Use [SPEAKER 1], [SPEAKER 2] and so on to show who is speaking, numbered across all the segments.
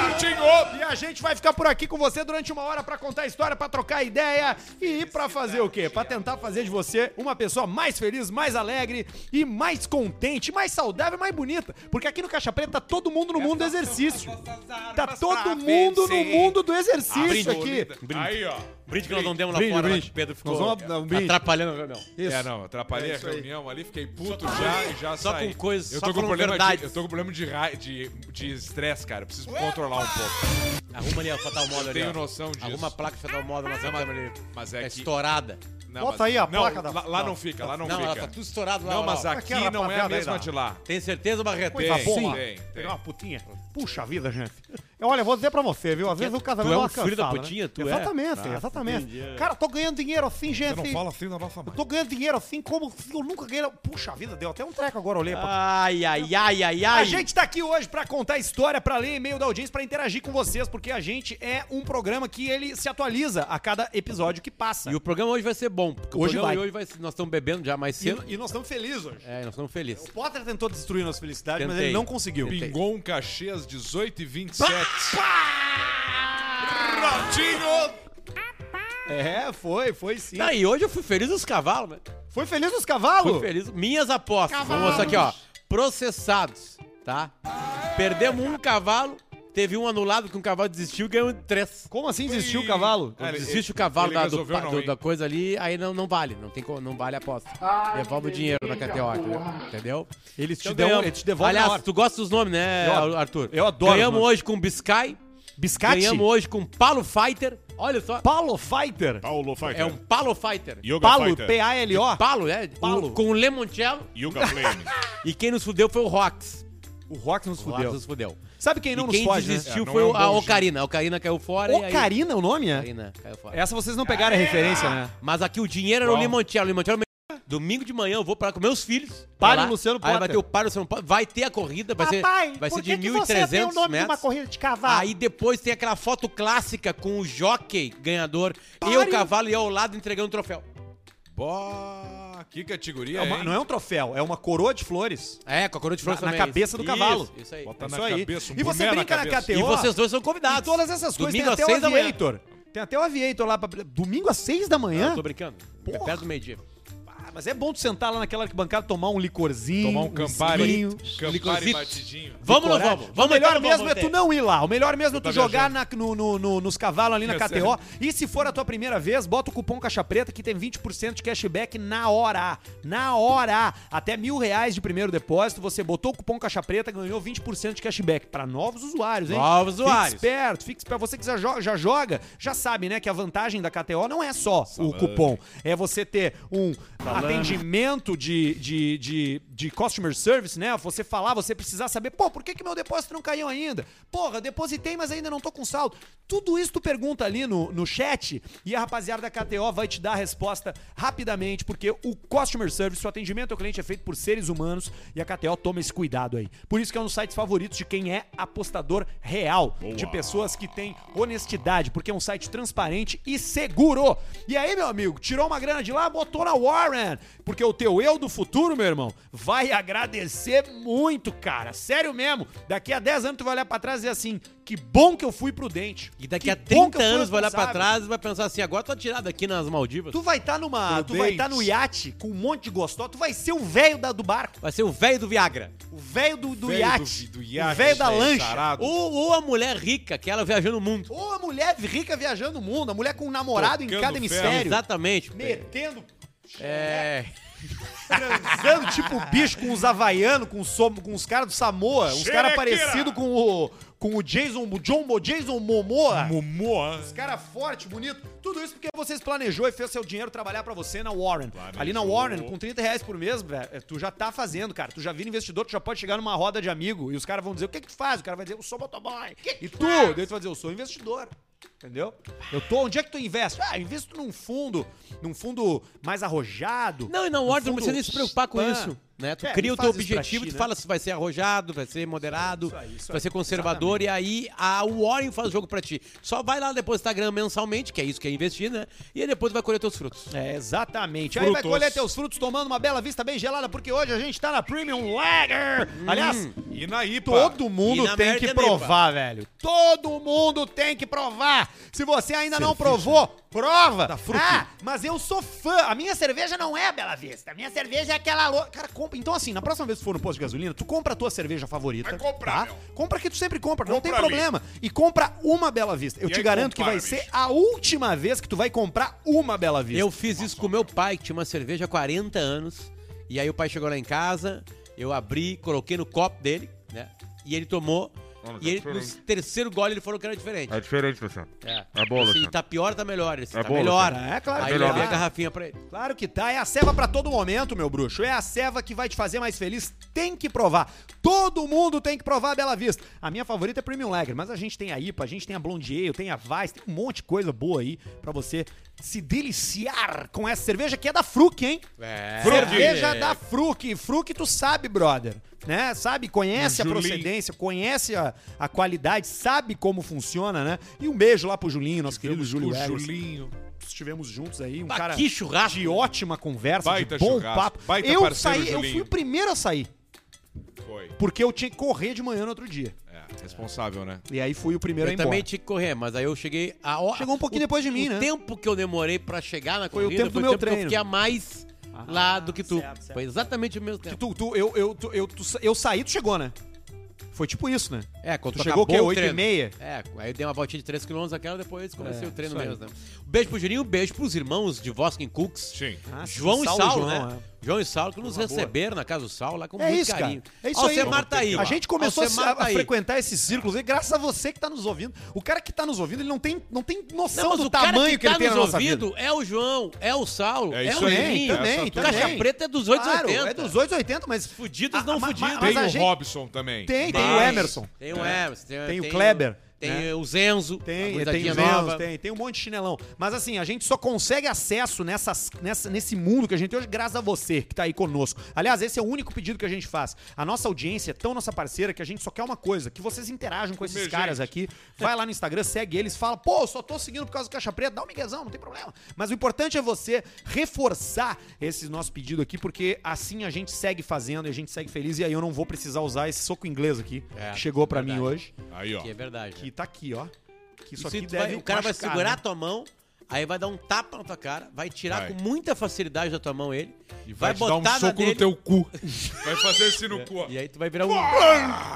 [SPEAKER 1] Coutinho!
[SPEAKER 2] E a gente vai ficar por aqui com você durante uma hora pra contar história, pra trocar ideia e pra fazer o quê? Pra tentar fazer de você uma pessoa mais feliz, mais alegre e mais contente, mais saudável, mais bonita. Porque aqui no Caixa Preta tá todo mundo no mundo do exercício. Tá todo mundo no mundo do exercício aqui.
[SPEAKER 1] Aí, ó.
[SPEAKER 3] Brinde que nós não demos lá
[SPEAKER 2] Brinde,
[SPEAKER 3] fora,
[SPEAKER 2] brinde.
[SPEAKER 3] mas o Pedro
[SPEAKER 2] Nós
[SPEAKER 3] ficou
[SPEAKER 2] vamos dar um brinde.
[SPEAKER 3] atrapalhando né, a reunião.
[SPEAKER 2] Isso.
[SPEAKER 1] É, não, atrapalhei
[SPEAKER 2] É
[SPEAKER 1] a
[SPEAKER 2] isso aí.
[SPEAKER 1] reunião ali, fiquei puto já e já
[SPEAKER 3] só
[SPEAKER 1] saí.
[SPEAKER 3] com coisas,
[SPEAKER 1] eu
[SPEAKER 3] só
[SPEAKER 1] tô
[SPEAKER 3] com
[SPEAKER 1] com problema
[SPEAKER 3] verdades.
[SPEAKER 1] de, Eu tô com problema de ra- de de estresse, cara. Preciso controlar um pouco.
[SPEAKER 3] Arruma ali a Fatal Moda ali.
[SPEAKER 1] Tenho
[SPEAKER 3] ó.
[SPEAKER 1] noção disso.
[SPEAKER 3] Arruma a placa de Fatal Moda na sua câmera ali.
[SPEAKER 1] Mas
[SPEAKER 3] Tá
[SPEAKER 1] é que...
[SPEAKER 3] estourada.
[SPEAKER 1] Não,
[SPEAKER 4] Bota
[SPEAKER 1] mas-
[SPEAKER 4] aí a
[SPEAKER 1] não,
[SPEAKER 4] placa da-
[SPEAKER 1] Lá, lá não fica, lá não,
[SPEAKER 3] Não, ela
[SPEAKER 1] fica.
[SPEAKER 3] tá tudo estourada lá.
[SPEAKER 1] Não,
[SPEAKER 3] ó,
[SPEAKER 1] mas
[SPEAKER 3] ó.
[SPEAKER 1] aqui
[SPEAKER 4] Aquela
[SPEAKER 1] não é a
[SPEAKER 4] papelada aí
[SPEAKER 1] mesma
[SPEAKER 4] dá.
[SPEAKER 1] de lá.
[SPEAKER 3] Tem certeza, Barreto? Tá
[SPEAKER 2] Coisa
[SPEAKER 1] Tem,
[SPEAKER 2] boa.
[SPEAKER 1] tem, tem.
[SPEAKER 2] Pegar uma putinha.
[SPEAKER 4] Puxa vida, gente. Olha, eu vou dizer pra você, viu? Às vezes o casamento
[SPEAKER 3] tu é
[SPEAKER 4] dá
[SPEAKER 3] um
[SPEAKER 4] uma
[SPEAKER 3] filho da
[SPEAKER 4] cansada, né?
[SPEAKER 3] putinha, tu é?
[SPEAKER 4] Exatamente, exatamente. Cara, tô ganhando dinheiro assim, gente.
[SPEAKER 1] assim na nossa
[SPEAKER 4] Eu tô ganhando dinheiro assim como se eu nunca ganhei. Puxa vida, deu até um treco agora, olhei
[SPEAKER 3] Ah.
[SPEAKER 4] pra.
[SPEAKER 3] Ai, ai, ai, ai, ai.
[SPEAKER 2] A gente tá aqui hoje pra contar história, pra ler e-mail da audiência, pra interagir com vocês, porque a gente é um programa que ele se atualiza a cada episódio que passa.
[SPEAKER 3] E o programa hoje vai ser bom. Porque
[SPEAKER 2] Hoje
[SPEAKER 3] o programa
[SPEAKER 2] vai.
[SPEAKER 3] de hoje vai ser... Nós estamos bebendo já mais cedo.
[SPEAKER 2] E, e nós estamos felizes hoje.
[SPEAKER 3] É, nós estamos felizes.
[SPEAKER 2] O Potter tentou destruir nossa felicidade, mas
[SPEAKER 3] Tentei.
[SPEAKER 2] ele não conseguiu.
[SPEAKER 3] Tentei.
[SPEAKER 1] Pingon Caxias 18 e 27. Prontinho!
[SPEAKER 2] É, foi, foi sim.
[SPEAKER 3] Não, e hoje eu fui feliz nos cavalos, né?
[SPEAKER 2] Foi feliz os
[SPEAKER 3] Fui
[SPEAKER 2] cavalos?
[SPEAKER 3] feliz. Minhas apostas. Vamos aqui, ó. Processados, tá? Perdemos um cavalo, teve um anulado que um cavalo desistiu e ganhou três.
[SPEAKER 2] Como assim desistiu o cavalo?
[SPEAKER 1] Ah, ele-
[SPEAKER 3] Desiste o cavalo
[SPEAKER 1] ele
[SPEAKER 3] da, do-
[SPEAKER 1] resolveu
[SPEAKER 3] do-
[SPEAKER 1] não, hein?
[SPEAKER 3] da coisa ali, aí não, não vale. Não, tem, co- não vale a aposta. Devolve o dinheiro na KTO, entendeu? entendeu?
[SPEAKER 2] Eles te,
[SPEAKER 3] Então
[SPEAKER 2] dão,
[SPEAKER 3] ganhamos.
[SPEAKER 2] eles te devolvem
[SPEAKER 3] Aliás,
[SPEAKER 2] na hora.
[SPEAKER 3] tu gosta dos nomes, né,
[SPEAKER 2] Eu adoro.
[SPEAKER 3] Arthur?
[SPEAKER 2] Eu adoro
[SPEAKER 3] Ganhamos
[SPEAKER 2] os nomes.
[SPEAKER 3] hoje com Biscay,
[SPEAKER 2] Biscate?
[SPEAKER 3] ganhamos hoje com Palo Fighter. Olha só,
[SPEAKER 2] Paulo Fighter?
[SPEAKER 5] Paulo Fighter.
[SPEAKER 3] é um Palo Fighter.
[SPEAKER 5] Yoga
[SPEAKER 2] Palo,
[SPEAKER 5] Fighter.
[SPEAKER 2] P-A-L-O?
[SPEAKER 3] Palo, é?
[SPEAKER 2] Palo.
[SPEAKER 3] Com, com o Lemoncello.
[SPEAKER 5] Yoga Flame.
[SPEAKER 3] E quem nos fudeu foi o Rox.
[SPEAKER 2] O Rox nos
[SPEAKER 3] O Rox
[SPEAKER 2] fudeu.
[SPEAKER 3] nos fudeu.
[SPEAKER 2] Sabe quem
[SPEAKER 3] E
[SPEAKER 2] não nos
[SPEAKER 3] quem
[SPEAKER 2] foge, né?
[SPEAKER 3] desistiu
[SPEAKER 1] É, não
[SPEAKER 3] foi
[SPEAKER 1] é um
[SPEAKER 3] a
[SPEAKER 1] bom
[SPEAKER 3] Ocarina. A Ocarina caiu fora e aí...
[SPEAKER 2] Ocarina é o nome, é?
[SPEAKER 3] Ocarina caiu fora.
[SPEAKER 2] Essa vocês não pegaram a referência, né?
[SPEAKER 3] Mas aqui o dinheiro era o Limoncello. O Limoncello... Domingo de manhã eu vou parar com meus filhos.
[SPEAKER 2] Pare
[SPEAKER 3] Vai lá.
[SPEAKER 2] Luciano
[SPEAKER 3] Aí vai
[SPEAKER 2] Potter.
[SPEAKER 3] ter o Pare Luciano Potter. Vai ter a corrida. Vai ser, vai ser de
[SPEAKER 4] que você tem o nome
[SPEAKER 3] 1.300
[SPEAKER 4] de uma
[SPEAKER 3] metros.
[SPEAKER 4] corrida de cavalo?
[SPEAKER 3] Aí depois tem aquela foto clássica com o jockey ganhador.
[SPEAKER 2] Pare.
[SPEAKER 3] Eu, cavalo e eu ao lado entregando o troféu.
[SPEAKER 1] Bó, que categoria,
[SPEAKER 2] É uma-
[SPEAKER 1] hein?
[SPEAKER 2] não é um troféu, é uma coroa de flores.
[SPEAKER 3] É, com a coroa de flores
[SPEAKER 2] Na- na
[SPEAKER 3] também,
[SPEAKER 2] cabeça do
[SPEAKER 3] Isso,
[SPEAKER 2] cavalo.
[SPEAKER 3] Isso aí.
[SPEAKER 1] Bota
[SPEAKER 2] Isso
[SPEAKER 1] na
[SPEAKER 2] aí.
[SPEAKER 1] cabeça, um
[SPEAKER 2] e você
[SPEAKER 1] boné na
[SPEAKER 2] brinca na,
[SPEAKER 1] cabeça.
[SPEAKER 2] KTO.
[SPEAKER 3] E vocês dois são convidados.
[SPEAKER 2] E todas essas coisas.
[SPEAKER 3] Domingo
[SPEAKER 2] tem
[SPEAKER 3] às
[SPEAKER 2] até
[SPEAKER 3] seis
[SPEAKER 2] o
[SPEAKER 3] da manhã.
[SPEAKER 2] Aviator. Tem até o Aviator lá pra. Domingo às seis da
[SPEAKER 3] Não,
[SPEAKER 2] manhã?
[SPEAKER 3] tô brincando.
[SPEAKER 2] Porra.
[SPEAKER 3] É perto do meio-dia.
[SPEAKER 2] Ah, mas é bom tu sentar lá naquela arquibancada, tomar um licorzinho.
[SPEAKER 1] Tomar um Campari,
[SPEAKER 2] esquinho.
[SPEAKER 1] Campari
[SPEAKER 3] Licorice.
[SPEAKER 1] batidinho.
[SPEAKER 3] Vamos ou não
[SPEAKER 2] Coragem.
[SPEAKER 3] vamos? Vamos
[SPEAKER 2] o melhor
[SPEAKER 3] então, vamos,
[SPEAKER 2] mesmo é
[SPEAKER 3] vamos
[SPEAKER 2] tu
[SPEAKER 3] ter.
[SPEAKER 2] não ir lá. O melhor mesmo é tu
[SPEAKER 1] tá
[SPEAKER 2] jogar na- no, no- no- nos cavalos ali na
[SPEAKER 1] É
[SPEAKER 2] KTO. E se for a tua primeira vez, bota o cupom Caixa Preta que tem 20% de cashback na hora. Na hora. Até mil reais de primeiro depósito. Você botou o cupom Caixa Preta, ganhou 20% de cashback. Pra novos usuários, hein?
[SPEAKER 3] Novos usuários.
[SPEAKER 2] Fique esperto, fique esperto. Você que já jo- já joga, já sabe, né? Que a vantagem da KTO não é só o cupom. É você ter um atendimento de, de, de, de customer service, né? Você falar, você precisar saber, pô, por que, que meu depósito não caiu ainda? Porra, depositei, mas ainda não tô com saldo. Tudo isso tu pergunta ali no, no chat e a rapaziada da KTO vai te dar a resposta rapidamente, porque o customer service, o atendimento ao cliente é feito por seres humanos e a KTO toma esse cuidado aí. Por isso que é um dos sites favoritos de quem é apostador real, de pessoas que têm honestidade, porque é um site transparente e seguro. E aí, meu amigo, tirou uma grana de lá, botou na Warren, porque o teu eu do futuro, meu irmão, vai agradecer muito, cara. Sério mesmo. Daqui a 10 anos tu vai olhar pra trás e dizer assim: "Que bom que eu fui prudente".
[SPEAKER 3] E daqui
[SPEAKER 2] Que
[SPEAKER 3] a
[SPEAKER 2] bom que
[SPEAKER 3] 30
[SPEAKER 2] eu fui
[SPEAKER 3] anos vai olhar pra
[SPEAKER 2] responsável.
[SPEAKER 3] trás e vai pensar assim, agora tô atirado aqui nas Maldivas.
[SPEAKER 2] Tu vai estar numa, tu
[SPEAKER 1] Prudente.
[SPEAKER 2] vai estar no iate com um monte de gostó, tu vai ser o velho da- do barco,
[SPEAKER 3] Vai ser o velho do Viagra.
[SPEAKER 2] o velho do, do
[SPEAKER 1] Velho
[SPEAKER 2] iate,
[SPEAKER 1] do- do iate,
[SPEAKER 2] o velho da
[SPEAKER 1] velho
[SPEAKER 2] lancha.
[SPEAKER 1] sarado.
[SPEAKER 3] Ou, ou a mulher rica, que ela viajando o mundo.
[SPEAKER 2] Ou a mulher rica viajando o mundo, a mulher com um namorado em
[SPEAKER 1] Tocando
[SPEAKER 2] cada
[SPEAKER 1] ferro.
[SPEAKER 2] hemisfério.
[SPEAKER 3] Exatamente.
[SPEAKER 2] Metendo,
[SPEAKER 3] É.
[SPEAKER 2] transando tipo bicho com os havaianos, com, os som- com os caras do Samoa, uns caras
[SPEAKER 1] Xerequeira.
[SPEAKER 2] parecidos com o, com o Jason, o John, Mo- Jason Momoa.
[SPEAKER 1] Momoa.
[SPEAKER 2] Cara forte, bonito, tudo isso porque vocês planejou e fez seu dinheiro trabalhar pra você na Warren. Ali na Warren, com 30 reais por mês, velho, é, tu já tá fazendo, cara. Tu já vira investidor, tu já pode chegar numa roda de amigo e os caras vão dizer: o que que tu faz? O cara vai dizer: eu sou motoboy. E tu, daí tu vai dizer: eu sou investidor. Entendeu? Eu tô. Onde é que tu investe? Ah, eu invisto num fundo, num fundo mais arrojado.
[SPEAKER 3] Não, e não,
[SPEAKER 2] num
[SPEAKER 3] Warren, não
[SPEAKER 2] fundo
[SPEAKER 3] precisa nem se preocupar com
[SPEAKER 2] pan.
[SPEAKER 3] isso. Né? Tu
[SPEAKER 2] É,
[SPEAKER 3] cria
[SPEAKER 2] e
[SPEAKER 3] o teu
[SPEAKER 2] faz isso pra
[SPEAKER 3] objetivo,
[SPEAKER 2] ti,
[SPEAKER 3] tu
[SPEAKER 2] né?
[SPEAKER 3] fala se vai ser arrojado, vai ser moderado,
[SPEAKER 2] Isso aí, isso
[SPEAKER 3] se
[SPEAKER 2] aí.
[SPEAKER 3] vai ser conservador, e aí a Warren faz o jogo pra ti. Só vai lá depois do Instagram mensalmente, que é isso que é investir, né? E aí depois tu vai colher teus frutos.
[SPEAKER 2] É, exatamente. Aí vai
[SPEAKER 1] Frutos.
[SPEAKER 2] colher teus frutos tomando uma bela vista bem gelada, porque hoje a gente tá na Premium Lager. Aliás,
[SPEAKER 1] E na IPA?
[SPEAKER 2] todo
[SPEAKER 3] E
[SPEAKER 2] mundo
[SPEAKER 3] na
[SPEAKER 2] tem
[SPEAKER 3] merda
[SPEAKER 2] que
[SPEAKER 3] é limpa.
[SPEAKER 2] provar, velho. Todo mundo tem que provar. Se você ainda não provou, prova.
[SPEAKER 1] Tá
[SPEAKER 2] Ah, mas eu sou fã. A minha cerveja não é Bela Vista. A minha cerveja é aquela louca. Cara, compra. Então, assim, na próxima vez que for no posto de gasolina, tu compra a tua cerveja favorita.
[SPEAKER 1] Vai comprar,
[SPEAKER 2] tá?
[SPEAKER 1] meu.
[SPEAKER 2] Compra que tu sempre compra, não
[SPEAKER 1] Compra
[SPEAKER 2] tem
[SPEAKER 1] ali.
[SPEAKER 2] problema. E compra uma Bela Vista. Eu
[SPEAKER 1] E
[SPEAKER 2] te
[SPEAKER 1] aí
[SPEAKER 2] garanto que
[SPEAKER 1] compara,
[SPEAKER 2] vai
[SPEAKER 1] bicho.
[SPEAKER 2] ser a última vez que tu vai comprar uma Bela Vista.
[SPEAKER 3] Eu fiz isso com meu pai, que tinha uma cerveja há 40 anos. E aí o pai chegou lá em casa, eu abri, coloquei no copo dele, né? E ele tomou.
[SPEAKER 5] Olha,
[SPEAKER 3] E ele,
[SPEAKER 5] tá
[SPEAKER 3] no
[SPEAKER 5] diferente.
[SPEAKER 3] terceiro gole, ele falou que era diferente.
[SPEAKER 5] É diferente, Luciano.
[SPEAKER 3] É.
[SPEAKER 5] É boa,
[SPEAKER 3] Se
[SPEAKER 5] Luciano.
[SPEAKER 3] tá pior, tá melhor. Se
[SPEAKER 5] É
[SPEAKER 3] tá
[SPEAKER 5] boa,
[SPEAKER 3] melhor.
[SPEAKER 2] Luciano. É, claro
[SPEAKER 3] Aí
[SPEAKER 2] que
[SPEAKER 3] eu
[SPEAKER 2] tá.
[SPEAKER 3] levei a garrafinha pra ele.
[SPEAKER 2] Claro que tá, é a ceva pra todo momento, meu bruxo. É a ceva que vai te fazer mais feliz. Tem que provar. Todo mundo tem que provar a Bela Vista. A minha favorita é Premium Lager, mas a gente tem a IPA, a gente tem a Blonde Ale, tem a Vice, tem um monte de coisa boa aí pra você se deliciar com essa cerveja que é da Fruc, hein?
[SPEAKER 3] É.
[SPEAKER 2] Cerveja da Fruc. Fruc tu sabe, brother. Né? Sabe, conhece a
[SPEAKER 1] Julinho.
[SPEAKER 2] procedência, conhece a, a qualidade, sabe como funciona, né? E um beijo lá pro Julinho, nosso querido Júlio
[SPEAKER 1] o
[SPEAKER 2] Julinho
[SPEAKER 1] Julinho.
[SPEAKER 2] estivemos juntos aí, um
[SPEAKER 3] Bah,
[SPEAKER 2] cara
[SPEAKER 3] que churrasco.
[SPEAKER 2] de ótima conversa,
[SPEAKER 1] Baita
[SPEAKER 2] de bom
[SPEAKER 1] churrasco,
[SPEAKER 2] papo.
[SPEAKER 1] baita
[SPEAKER 2] eu
[SPEAKER 1] parceiro,
[SPEAKER 2] saí, eu
[SPEAKER 1] Julinho.
[SPEAKER 2] fui o primeiro a sair,
[SPEAKER 1] Foi.
[SPEAKER 2] porque eu tinha que correr de manhã no outro dia.
[SPEAKER 1] É, responsável, né?
[SPEAKER 2] E aí fui o primeiro
[SPEAKER 3] Eu
[SPEAKER 2] a ir
[SPEAKER 3] também
[SPEAKER 2] embora.
[SPEAKER 3] tinha que correr, mas aí eu cheguei a hora.
[SPEAKER 2] Chegou um pouquinho
[SPEAKER 3] o-
[SPEAKER 2] depois de mim,
[SPEAKER 3] o
[SPEAKER 2] né?
[SPEAKER 3] tempo que eu demorei pra chegar na
[SPEAKER 2] Foi o
[SPEAKER 3] corrida
[SPEAKER 2] tempo do meu
[SPEAKER 3] que eu
[SPEAKER 2] treino. Ah,
[SPEAKER 3] fiquei a mais lá do que tu.
[SPEAKER 2] certo, certo.
[SPEAKER 3] Foi exatamente o mesmo tempo.
[SPEAKER 2] Tu, tu, eu, eu, tu- eu, tu sa- eu saí, tu chegou, né? Foi tipo isso, né?
[SPEAKER 3] É, quando
[SPEAKER 2] Tu chegou o quê?
[SPEAKER 3] acabou
[SPEAKER 2] Oito e
[SPEAKER 3] treino.
[SPEAKER 2] meia?
[SPEAKER 3] É, aí eu dei uma voltinha de 3km aquela, depois comecei
[SPEAKER 2] É,
[SPEAKER 3] o treino
[SPEAKER 2] isso aí.
[SPEAKER 3] mesmo, né? Beijo pro Juninho, beijo pros irmãos de Voskin Cooks.
[SPEAKER 1] Sim.
[SPEAKER 2] Ah,
[SPEAKER 3] João e
[SPEAKER 2] Saulo
[SPEAKER 3] Saulo,
[SPEAKER 2] e João,
[SPEAKER 3] né? João e Saulo que nos receberam na casa do Saulo lá com
[SPEAKER 2] É
[SPEAKER 3] um muito
[SPEAKER 2] isso,
[SPEAKER 3] carinho.
[SPEAKER 2] cara. É isso aí.
[SPEAKER 3] Alcemar tá aí.
[SPEAKER 2] A gente começou a, se-
[SPEAKER 3] Alcemar
[SPEAKER 2] a
[SPEAKER 3] tá aí.
[SPEAKER 2] frequentar esses círculos aí, graças a você que tá nos ouvindo. O cara que tá nos ouvindo, ele não tem, não tem
[SPEAKER 3] Não,
[SPEAKER 2] noção
[SPEAKER 3] mas
[SPEAKER 2] do
[SPEAKER 3] o cara
[SPEAKER 2] tamanho
[SPEAKER 3] que,
[SPEAKER 2] que,
[SPEAKER 3] tá
[SPEAKER 2] ele tem na
[SPEAKER 3] nos
[SPEAKER 2] nossa vida.
[SPEAKER 3] ouvindo é o João, é o Saulo,
[SPEAKER 1] É
[SPEAKER 3] é,
[SPEAKER 1] isso
[SPEAKER 3] o
[SPEAKER 1] aí,
[SPEAKER 3] Juninho.
[SPEAKER 1] é
[SPEAKER 2] também,
[SPEAKER 1] essa
[SPEAKER 2] também.
[SPEAKER 3] Caixa preta é dos 880.
[SPEAKER 2] Claro, é dos 880, mas...
[SPEAKER 3] Fudidos
[SPEAKER 2] Ah,
[SPEAKER 3] não
[SPEAKER 2] ma- ma-
[SPEAKER 3] fudidos.
[SPEAKER 2] mas
[SPEAKER 1] Tem um
[SPEAKER 2] a
[SPEAKER 1] o
[SPEAKER 2] gente-
[SPEAKER 1] Robson também.
[SPEAKER 2] Tem, tem o
[SPEAKER 3] Mas-
[SPEAKER 2] Emerson. É.
[SPEAKER 3] Tem o Emerson.
[SPEAKER 2] Tem o Kleber,
[SPEAKER 3] Tem
[SPEAKER 2] né?
[SPEAKER 3] o Zenzo. a
[SPEAKER 2] Tem, tem
[SPEAKER 3] gurizadinha
[SPEAKER 2] os meus,
[SPEAKER 3] nova.
[SPEAKER 2] tem, tem um monte de chinelão. Mas assim, a gente só consegue acesso nessas, nessa, nesse mundo que a gente tem hoje graças a você que tá aí conosco. Aliás, esse é o único pedido que a gente faz. A nossa audiência é tão nossa parceira que a gente só quer uma coisa, que vocês interajam com esses
[SPEAKER 1] Comer
[SPEAKER 2] caras
[SPEAKER 1] gente.
[SPEAKER 2] aqui. Vai lá no Instagram, segue eles, fala, pô, eu só tô seguindo por causa do Caixa Preta, dá um miguezão, não tem problema. Mas o importante é você reforçar esse nosso pedido aqui, porque assim a gente segue fazendo e a gente segue feliz. E aí eu não vou precisar usar esse soco inglês aqui,
[SPEAKER 3] É,
[SPEAKER 2] que chegou pra mim
[SPEAKER 3] verdade.
[SPEAKER 2] hoje.
[SPEAKER 1] Aí, ó.
[SPEAKER 3] Que é verdade. né?
[SPEAKER 2] Que tá aqui, ó. Que isso
[SPEAKER 3] Isso
[SPEAKER 2] aqui
[SPEAKER 3] tu
[SPEAKER 2] deve
[SPEAKER 3] vai- o cara vai
[SPEAKER 2] machucar,
[SPEAKER 3] segurar a
[SPEAKER 2] né?
[SPEAKER 3] tua mão, aí vai dar um tapa na tua cara, vai tirar
[SPEAKER 1] Vai.
[SPEAKER 3] com muita facilidade da tua mão ele,
[SPEAKER 1] E
[SPEAKER 3] vai,
[SPEAKER 1] vai, te dar
[SPEAKER 3] botar
[SPEAKER 1] um
[SPEAKER 3] na
[SPEAKER 1] soco
[SPEAKER 3] dele,
[SPEAKER 1] no teu cu. Vai fazer esse
[SPEAKER 2] É.
[SPEAKER 1] no cu, ó.
[SPEAKER 3] e aí tu vai virar um,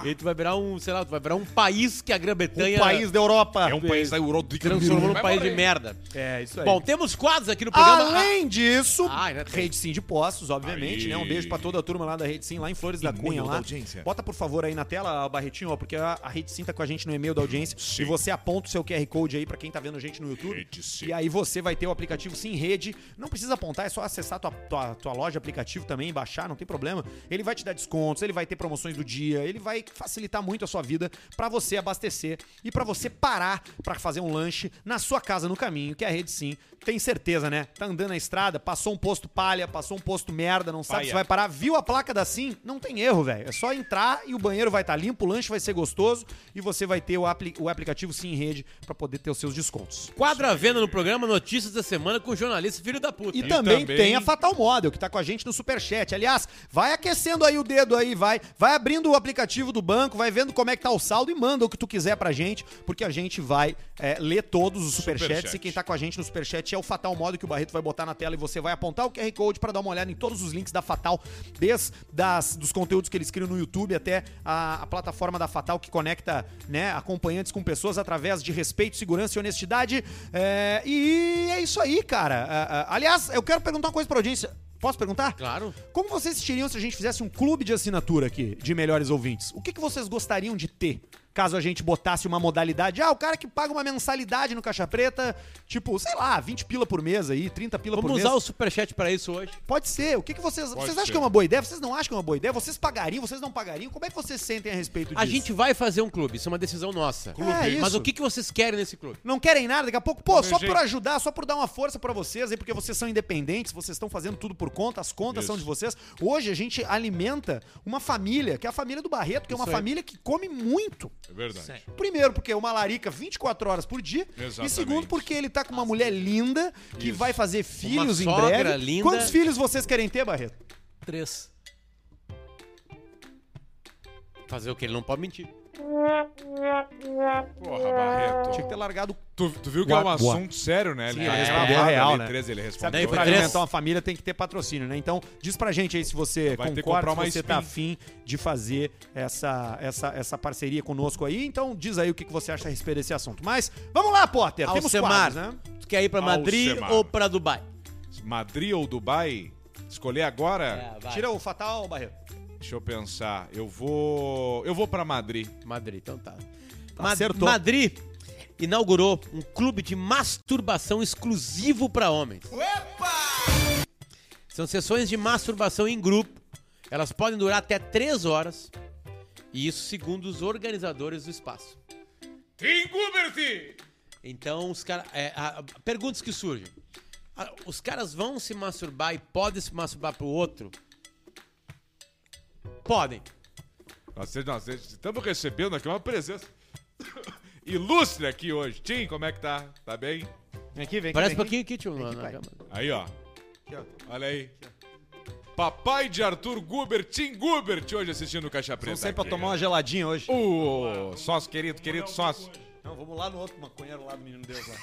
[SPEAKER 3] e aí tu vai virar um, sei lá, tu vai virar um país que a Grã-Bretanha
[SPEAKER 2] Um país da Europa.
[SPEAKER 1] É um país da Europa.
[SPEAKER 3] transformou num
[SPEAKER 1] Vai
[SPEAKER 3] país de
[SPEAKER 1] morrer.
[SPEAKER 3] merda.
[SPEAKER 2] É, isso aí.
[SPEAKER 3] Bom, temos quadros aqui no programa.
[SPEAKER 2] Além disso,
[SPEAKER 3] Ah, ainda tem.
[SPEAKER 2] Rede Sim de Poços, obviamente,
[SPEAKER 1] Aí.
[SPEAKER 2] né? Um beijo pra toda a turma lá da Rede Sim, lá em Flores da
[SPEAKER 1] E-mail
[SPEAKER 2] Cunha,
[SPEAKER 1] da
[SPEAKER 2] lá.
[SPEAKER 1] audiência.
[SPEAKER 2] Bota, por favor, aí na tela, Barretinho, ó, porque a, a Rede Sim tá com a gente no e-mail da audiência. E você aponta o seu QR Code aí pra quem tá vendo a gente no YouTube.
[SPEAKER 1] Rede Sim.
[SPEAKER 2] E aí você vai ter o aplicativo Sim Rede. Não precisa apontar, é só acessar tua, tua, tua loja de aplicativo também, baixar, não tem problema. Ele vai te dar descontos, ele vai ter promoções do dia, ele vai facilitar muito a sua vida pra você abastecer e pra você parar pra fazer um lanche na sua casa no caminho, que é a Rede Sim tem certeza, né? Tá andando na estrada, passou um posto palha, passou um posto merda, não sabe
[SPEAKER 1] Paia.
[SPEAKER 2] se vai parar, viu a placa da Sim? Não tem erro, velho. É só entrar e o banheiro vai estar limpo, o lanche vai ser gostoso e você vai ter o, apli- o aplicativo Sim Rede pra poder ter os seus descontos.
[SPEAKER 3] Quadro à venda no programa Notícias da Semana com o jornalista Filho da Puta.
[SPEAKER 2] E, também,
[SPEAKER 1] também-
[SPEAKER 2] tem a Fatal Model, que tá com a gente no Superchat. Aliás, vai aquecendo aí o dedo aí, vai. Vai abrindo o aplicativo do banco, vai vendo como é que tá o saldo e manda o que tu quiser pra gente, porque a gente vai é, ler todos os Superchats.
[SPEAKER 1] Superchat.
[SPEAKER 2] E quem tá com a gente no Superchat é o Fatal Model que o Barreto vai botar na tela e você vai apontar o QR Code pra dar uma olhada em todos os links da Fatal, desde das, dos conteúdos que eles criam no YouTube até a, a plataforma da Fatal que conecta né, acompanhantes com pessoas através de respeito, segurança e honestidade. É, e é isso aí, cara. Ah, ah, aliás, eu quero perguntar uma coisa pra audiência. Posso perguntar?
[SPEAKER 3] Claro.
[SPEAKER 2] Como vocês se sentiriam se a gente fizesse um clube de assinatura aqui de melhores ouvintes? O que, que vocês gostariam de ter caso a gente botasse uma modalidade. Ah, o cara que paga uma mensalidade no Caixa Preta, tipo, sei lá, 20 pila por mês aí, 30 pila por
[SPEAKER 3] Vamos
[SPEAKER 2] mês.
[SPEAKER 3] usar o superchat pra isso hoje.
[SPEAKER 2] Pode ser. O que, que vocês. vocês acham
[SPEAKER 1] ser.
[SPEAKER 2] que é uma boa ideia? Vocês não acham que é uma boa ideia? Vocês pagariam, vocês não pagariam? Como é que vocês sentem a respeito disso?
[SPEAKER 3] A gente vai fazer um clube, isso é uma decisão nossa.
[SPEAKER 2] Clube. É,
[SPEAKER 3] Mas
[SPEAKER 2] isso.
[SPEAKER 3] o que, que vocês querem nesse clube?
[SPEAKER 2] Não querem nada, daqui a pouco, pô,
[SPEAKER 1] Meu
[SPEAKER 2] só
[SPEAKER 1] jeito.
[SPEAKER 2] por ajudar, só por dar uma força pra vocês aí, porque vocês são independentes, vocês estão fazendo tudo por conta, as contas são de
[SPEAKER 1] Isso.
[SPEAKER 2] vocês. Hoje a gente alimenta uma família, que é a família do Barreto, que é uma
[SPEAKER 3] Isso aí.
[SPEAKER 2] família que come muito.
[SPEAKER 1] É verdade.
[SPEAKER 2] Primeiro, porque é uma larica 24 horas por dia. E
[SPEAKER 1] Exatamente.
[SPEAKER 2] segundo, porque ele tá com uma mulher linda que
[SPEAKER 1] Isso.
[SPEAKER 2] vai fazer filhos em
[SPEAKER 3] sogra
[SPEAKER 2] breve.
[SPEAKER 3] linda.
[SPEAKER 2] Quantos filhos vocês querem ter, Barreto?
[SPEAKER 3] Três. Fazer o que ele não pode mentir.
[SPEAKER 1] Porra, Barreto.
[SPEAKER 2] Tinha que ter largado.
[SPEAKER 1] Tu, tu viu que é um
[SPEAKER 2] Boa, boa.
[SPEAKER 1] assunto sério, né? Ele
[SPEAKER 2] Sim,
[SPEAKER 1] tá
[SPEAKER 2] ele
[SPEAKER 1] gravado
[SPEAKER 2] respondeu a real,
[SPEAKER 1] ali,
[SPEAKER 2] né?
[SPEAKER 1] três, ele
[SPEAKER 2] Sabe
[SPEAKER 1] respondeu.
[SPEAKER 2] que
[SPEAKER 3] Daí foi
[SPEAKER 2] pra
[SPEAKER 3] três.
[SPEAKER 2] alimentar uma família tem que ter patrocínio, né? Então, diz pra gente aí se você
[SPEAKER 1] Vai ter que
[SPEAKER 2] concorda,
[SPEAKER 1] comprar uma
[SPEAKER 2] se você tá
[SPEAKER 1] spin.
[SPEAKER 2] afim de fazer essa, essa, essa parceria conosco aí. Então, diz aí o que que você acha a respeito desse assunto. Mas, vamos lá, Potter. Temos
[SPEAKER 3] Alcemar,
[SPEAKER 2] quadros, né?
[SPEAKER 3] tu quer ir pra Madrid
[SPEAKER 1] Alcemar.
[SPEAKER 3] ou pra Dubai?
[SPEAKER 1] Madrid ou Dubai? Escolher agora?
[SPEAKER 3] É, Tira
[SPEAKER 2] Tira o fatal, Barreto.
[SPEAKER 1] Deixa eu pensar. Eu vou. Eu vou pra Madrid.
[SPEAKER 3] Madrid, então tá.
[SPEAKER 2] Tá,
[SPEAKER 3] Ma-
[SPEAKER 2] acertou.
[SPEAKER 3] Madrid inaugurou um clube de masturbação exclusivo pra homens. São sessões de masturbação em grupo. Elas podem durar até 3 horas. E isso segundo os organizadores do espaço.
[SPEAKER 1] Ingubert!
[SPEAKER 3] Então, os caras. perguntas que surgem. Ah, Os caras vão se masturbar e podem se masturbar pro outro? Podem.
[SPEAKER 1] Nós, nós estamos recebendo aqui uma presença ilustre aqui hoje. Tim, como é que tá? Tá bem?
[SPEAKER 2] Vem aqui, vem aqui.
[SPEAKER 3] Parece um
[SPEAKER 2] vem aqui.
[SPEAKER 3] pouquinho aqui, tio. na- na
[SPEAKER 2] pai.
[SPEAKER 3] câmera.
[SPEAKER 1] Aí, ó. Olha aí. Papai de Arthur Guber, Tim Gubert, hoje assistindo o Caixa Preta.
[SPEAKER 2] Vamos sair pra
[SPEAKER 1] aqui.
[SPEAKER 2] tomar uma geladinha hoje.
[SPEAKER 1] Ô, sócio querido, querido sócio.
[SPEAKER 2] Não, vamos lá no outro maconheiro lá do Menino Deus lá.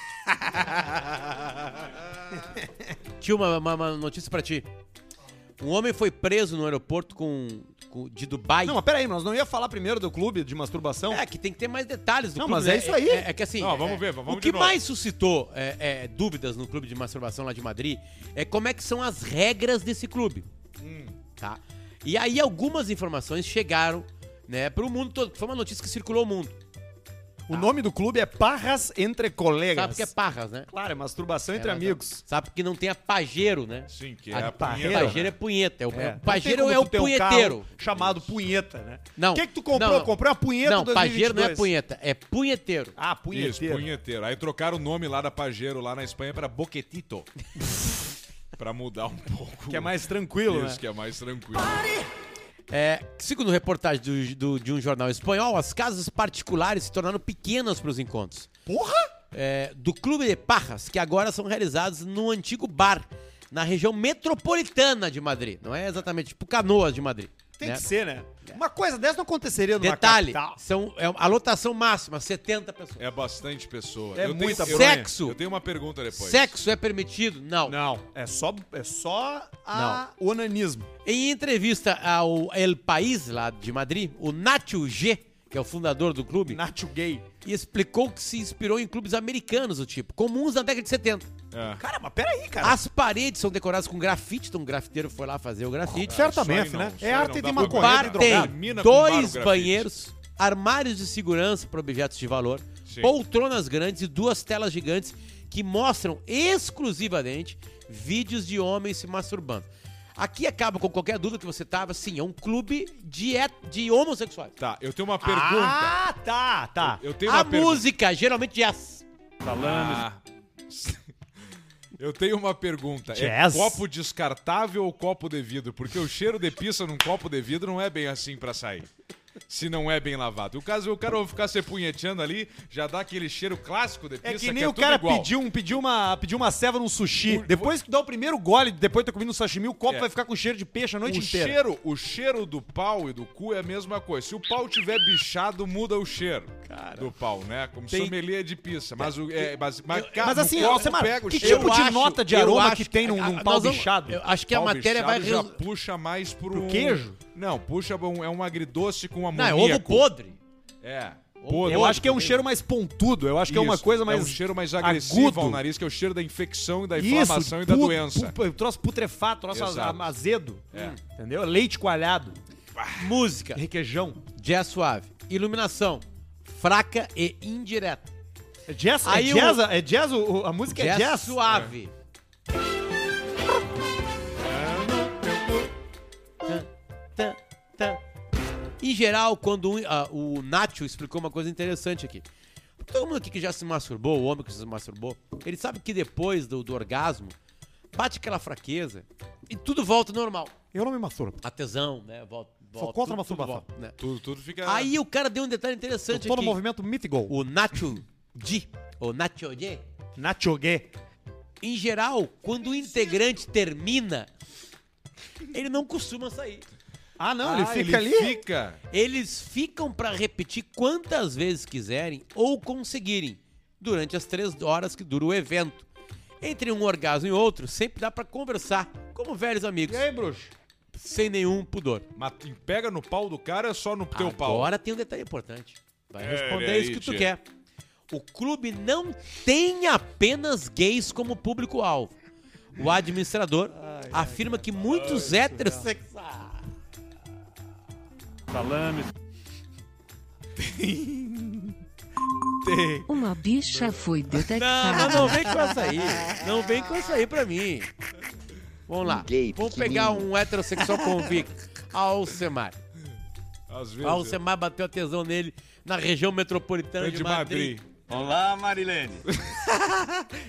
[SPEAKER 3] Tio, uma, uma- uma notícia pra ti. Um homem foi preso no aeroporto com, com- de Dubai.
[SPEAKER 2] Não, mas peraí, nós não ia falar primeiro do clube de masturbação?
[SPEAKER 3] é que tem que ter mais detalhes do
[SPEAKER 2] Não,
[SPEAKER 3] clube,
[SPEAKER 2] mas
[SPEAKER 3] né?
[SPEAKER 2] é isso aí.
[SPEAKER 3] É, é que assim.
[SPEAKER 1] Não,
[SPEAKER 3] é-
[SPEAKER 1] vamos ver, vamos
[SPEAKER 3] O
[SPEAKER 1] de
[SPEAKER 3] que
[SPEAKER 1] novo.
[SPEAKER 3] mais suscitou é, é, dúvidas no clube de masturbação lá de Madrid é como é que são as regras desse clube.
[SPEAKER 2] Hum.
[SPEAKER 3] Tá? E aí algumas informações chegaram, né, pro mundo todo. Foi uma notícia que circulou o mundo.
[SPEAKER 2] O nome do clube é Parras Entre Colegas.
[SPEAKER 3] tá. Sabe que é parras, né?
[SPEAKER 2] Claro, é masturbação entre
[SPEAKER 3] É, mas-
[SPEAKER 2] amigos.
[SPEAKER 3] Sabe que não tem a pajeiro, né?
[SPEAKER 1] Sim, que é
[SPEAKER 2] Ah,
[SPEAKER 1] a
[SPEAKER 2] parreira.
[SPEAKER 1] punheta,
[SPEAKER 3] Pajeiro é punheta. É o,
[SPEAKER 2] É.
[SPEAKER 3] o pajeiro
[SPEAKER 2] Não tem
[SPEAKER 3] é
[SPEAKER 2] como
[SPEAKER 3] o
[SPEAKER 2] tu ter um
[SPEAKER 3] punheteiro.
[SPEAKER 2] carro chamado punheta, né?
[SPEAKER 3] Não.
[SPEAKER 2] O que, que tu comprou?
[SPEAKER 3] Não.
[SPEAKER 2] Comprei uma punheta
[SPEAKER 3] não, pajeiro não é
[SPEAKER 2] 2022.
[SPEAKER 3] punheta, é punheteiro.
[SPEAKER 2] Ah,
[SPEAKER 1] Isso,
[SPEAKER 2] punheteiro.
[SPEAKER 1] punheteiro. Aí trocaram o nome lá da Pajero lá na Espanha pra Boquetito. pra mudar um pouco.
[SPEAKER 2] Que é mais tranquilo,
[SPEAKER 1] Isso,
[SPEAKER 2] né?
[SPEAKER 1] que é mais tranquilo.
[SPEAKER 3] É, segundo reportagem do- do- de um jornal espanhol, as casas particulares se tornaram pequenas para os encontros.
[SPEAKER 2] Porra!
[SPEAKER 3] É, do Clube de Parras, que agora são realizados no antigo bar, na região metropolitana de Madrid. Não é exatamente tipo Canoas de Madrid.
[SPEAKER 2] Tem
[SPEAKER 3] né?
[SPEAKER 2] que ser, né? Uma coisa dessa não aconteceria numa
[SPEAKER 3] Detalhe,
[SPEAKER 2] capital.
[SPEAKER 3] são, é a lotação máxima, 70 pessoas.
[SPEAKER 1] É bastante pessoa.
[SPEAKER 2] É muita
[SPEAKER 1] tenho,
[SPEAKER 2] bronha.
[SPEAKER 1] Eu,
[SPEAKER 3] Sexo.
[SPEAKER 1] eu tenho uma pergunta depois.
[SPEAKER 3] Sexo é permitido? Não.
[SPEAKER 2] Não, é só, é só a onanismo.
[SPEAKER 3] Em entrevista ao El País, lá de Madrid, o Nacho G, que é o fundador do clube,
[SPEAKER 2] Nacho gay.
[SPEAKER 3] e explicou que se inspirou em clubes americanos do tipo, comuns na década de 70.
[SPEAKER 1] É.
[SPEAKER 2] Cara, mas peraí, cara.
[SPEAKER 3] As paredes são decoradas com grafite, então um grafiteiro foi lá fazer o grafite.
[SPEAKER 2] Certamente,
[SPEAKER 1] isso aí
[SPEAKER 2] né?
[SPEAKER 1] não, isso
[SPEAKER 2] É
[SPEAKER 1] aí não
[SPEAKER 2] arte
[SPEAKER 1] dá
[SPEAKER 2] de
[SPEAKER 1] pra
[SPEAKER 3] O
[SPEAKER 1] Correio
[SPEAKER 2] maconha
[SPEAKER 3] bar
[SPEAKER 2] de
[SPEAKER 1] drogado.
[SPEAKER 3] tem
[SPEAKER 2] drogado.
[SPEAKER 1] Termina com bar o
[SPEAKER 3] dois
[SPEAKER 1] grafite.
[SPEAKER 3] banheiros, armários de segurança para objetos de valor,
[SPEAKER 1] Sim.
[SPEAKER 3] poltronas grandes e duas telas gigantes que mostram exclusivamente vídeos de homens se masturbando. Aqui acaba com qualquer dúvida que você tava, sim, é um clube de, het- de homossexuais.
[SPEAKER 1] Tá, eu tenho uma pergunta.
[SPEAKER 2] Ah, tá, tá.
[SPEAKER 1] eu tenho
[SPEAKER 3] A
[SPEAKER 1] uma pergunta.
[SPEAKER 3] música, geralmente, é as...
[SPEAKER 1] Ah. Eu tenho uma pergunta.
[SPEAKER 2] Jazz?
[SPEAKER 1] É copo descartável ou copo de vidro? Porque o cheiro de pizza num copo de vidro não é bem assim pra sair. Se não é bem lavado. O caso o cara vai ficar se punheteando ali, já dá aquele cheiro clássico de pizza.
[SPEAKER 2] É que nem o
[SPEAKER 1] tudo
[SPEAKER 2] cara
[SPEAKER 1] igual.
[SPEAKER 2] pediu, um, pediu, uma, pediu uma ceva num sushi.
[SPEAKER 1] O-
[SPEAKER 2] depois que dá o primeiro gole, depois de ter comido um sashimi, o copo
[SPEAKER 1] É.
[SPEAKER 2] vai ficar com cheiro de peixe a noite
[SPEAKER 1] O
[SPEAKER 2] inteira.
[SPEAKER 1] cheiro, o cheiro do pau e do cu é a mesma coisa. Se o pau tiver bichado, muda o cheiro do pau, né? Como
[SPEAKER 2] Tem-
[SPEAKER 1] sommelier de pizza. Mas, o, é, mas, mas, cara,
[SPEAKER 2] Mas
[SPEAKER 1] no
[SPEAKER 2] assim,
[SPEAKER 1] copo
[SPEAKER 2] Alcemar,
[SPEAKER 1] pega o
[SPEAKER 2] que
[SPEAKER 1] cheiro.
[SPEAKER 2] tipo de é nota de
[SPEAKER 3] eu
[SPEAKER 2] aroma
[SPEAKER 3] acho
[SPEAKER 2] que tem num-
[SPEAKER 3] a- a-
[SPEAKER 2] num pau
[SPEAKER 3] nós vamos-
[SPEAKER 2] bichado?
[SPEAKER 3] eu acho que a
[SPEAKER 1] Pau
[SPEAKER 3] matéria
[SPEAKER 1] bichado
[SPEAKER 3] vai...
[SPEAKER 1] já
[SPEAKER 3] resol-
[SPEAKER 1] puxa mais pro...
[SPEAKER 2] Pro queijo?
[SPEAKER 1] Não, puxa, um- é um agridoce com
[SPEAKER 3] Não, é
[SPEAKER 1] amoníaco.
[SPEAKER 3] ovo podre.
[SPEAKER 1] É.
[SPEAKER 3] podre.
[SPEAKER 2] Eu acho que é um cheiro mais pontudo, eu acho que é uma
[SPEAKER 1] Isso,
[SPEAKER 2] coisa mais.
[SPEAKER 1] É um cheiro mais agressivo
[SPEAKER 2] agudo.
[SPEAKER 1] ao nariz, que é o cheiro da infecção e da
[SPEAKER 2] Isso,
[SPEAKER 1] inflamação e da
[SPEAKER 2] pu-
[SPEAKER 1] doença.
[SPEAKER 2] pu- troço putrefato, troço
[SPEAKER 1] Exato.
[SPEAKER 2] a- azedo.
[SPEAKER 1] É.
[SPEAKER 2] Entendeu? Leite coalhado,
[SPEAKER 3] Música.
[SPEAKER 2] requeijão.
[SPEAKER 3] Jazz suave. Iluminação. fraca e indireta.
[SPEAKER 2] É jazz, é
[SPEAKER 3] Aí o-
[SPEAKER 2] jazz, é jazz o- o- a música
[SPEAKER 3] jazz
[SPEAKER 2] é jazz?
[SPEAKER 3] suave. Tã, tã. Em geral, quando um- ah, o Nacho explicou uma coisa interessante aqui. Todo mundo aqui que já se masturbou, o homem que se masturbou, ele sabe que depois do, do orgasmo, bate aquela fraqueza e tudo volta ao normal.
[SPEAKER 4] Eu não me masturbo.
[SPEAKER 3] A tesão, né? Volta, volta,
[SPEAKER 4] contra
[SPEAKER 3] tudo-
[SPEAKER 4] a masturbação.
[SPEAKER 3] tudo volta, né?
[SPEAKER 1] Tudo, tudo fica.
[SPEAKER 3] Aí o cara deu um detalhe interessante
[SPEAKER 2] Todo
[SPEAKER 3] aqui.
[SPEAKER 2] movimento mythical.
[SPEAKER 3] O Nacho Di, ou Nacho Di,
[SPEAKER 2] Nachogue.
[SPEAKER 3] em geral, quando o integrante termina, ele não costuma sair.
[SPEAKER 2] Ah, não,
[SPEAKER 1] Ah,
[SPEAKER 2] ele fica ali.
[SPEAKER 1] Fica.
[SPEAKER 3] Eles ficam pra repetir quantas vezes quiserem ou conseguirem durante as três horas que dura o evento. Entre um orgasmo e outro, sempre dá pra conversar, como velhos amigos,
[SPEAKER 2] bruxo?
[SPEAKER 3] sem nenhum pudor.
[SPEAKER 1] Mas pega no pau do cara é só no teu pau.
[SPEAKER 3] Agora tem um detalhe importante. Vai
[SPEAKER 1] Pera
[SPEAKER 3] responder
[SPEAKER 1] aí,
[SPEAKER 3] isso que tu
[SPEAKER 1] tia.
[SPEAKER 3] quer. O clube não tem apenas gays como público-alvo. O administrador afirma que muitos heterossexuais.
[SPEAKER 5] Salames.
[SPEAKER 1] Tem.
[SPEAKER 6] Uma bicha foi
[SPEAKER 3] Não, mas não
[SPEAKER 6] detectada.
[SPEAKER 3] vem com essa aí. Não vem com essa aí pra mim. Vamos lá.
[SPEAKER 7] Gay
[SPEAKER 3] Vamos pegar um heterossexual convicto. Alcemar.
[SPEAKER 1] Às vezes.
[SPEAKER 3] Alcemar bateu a tesão nele na região metropolitana
[SPEAKER 1] é
[SPEAKER 3] de,
[SPEAKER 1] de
[SPEAKER 3] Madrid.
[SPEAKER 1] Madrid. Olá, Marilene.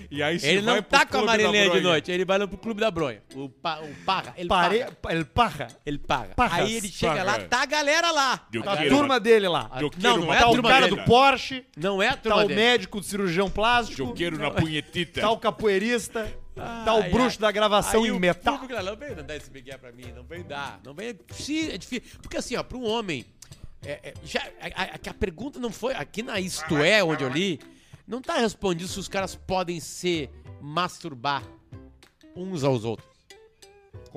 [SPEAKER 1] e aí se
[SPEAKER 3] Ele
[SPEAKER 1] vai
[SPEAKER 3] não
[SPEAKER 1] pro
[SPEAKER 3] tá com a
[SPEAKER 1] clube da
[SPEAKER 3] Marilene de
[SPEAKER 1] Bronha.
[SPEAKER 3] noite, ele vai lá pro Clube da Bronha. O, pa, o Parra, ele
[SPEAKER 2] Pare...
[SPEAKER 3] paga.
[SPEAKER 2] Ele parra.
[SPEAKER 3] Ele paga.
[SPEAKER 2] Parras,
[SPEAKER 3] Aí ele chega
[SPEAKER 1] paga. é.
[SPEAKER 3] lá, tá a galera lá.
[SPEAKER 5] Eu
[SPEAKER 3] A
[SPEAKER 2] A
[SPEAKER 5] quero
[SPEAKER 3] galera-
[SPEAKER 2] turma dele lá.
[SPEAKER 3] a-
[SPEAKER 1] Eu
[SPEAKER 3] não,
[SPEAKER 1] quero
[SPEAKER 3] não
[SPEAKER 1] uma-
[SPEAKER 3] é a
[SPEAKER 2] Tá o
[SPEAKER 3] turma
[SPEAKER 2] cara
[SPEAKER 3] dele.
[SPEAKER 2] do Porsche,
[SPEAKER 3] Não é
[SPEAKER 2] tá
[SPEAKER 3] a turma
[SPEAKER 2] o
[SPEAKER 3] dele.
[SPEAKER 2] médico, cirurgião plástico,
[SPEAKER 1] Joqueiro na punhetita.
[SPEAKER 2] tá o capoeirista, tá
[SPEAKER 3] Ai,
[SPEAKER 2] o bruxo
[SPEAKER 3] ai.
[SPEAKER 2] da gravação
[SPEAKER 3] Aí
[SPEAKER 2] em
[SPEAKER 3] o
[SPEAKER 2] metal.
[SPEAKER 3] público lá, não vem dar esse migué pra mim, não vem dar. Não vem. Sim, é difícil. Porque assim, ó, pra um homem. é, é, já, a, a- a pergunta não foi. Aqui na Isto É, onde eu li, não tá respondido se os caras podem se masturbar uns aos outros.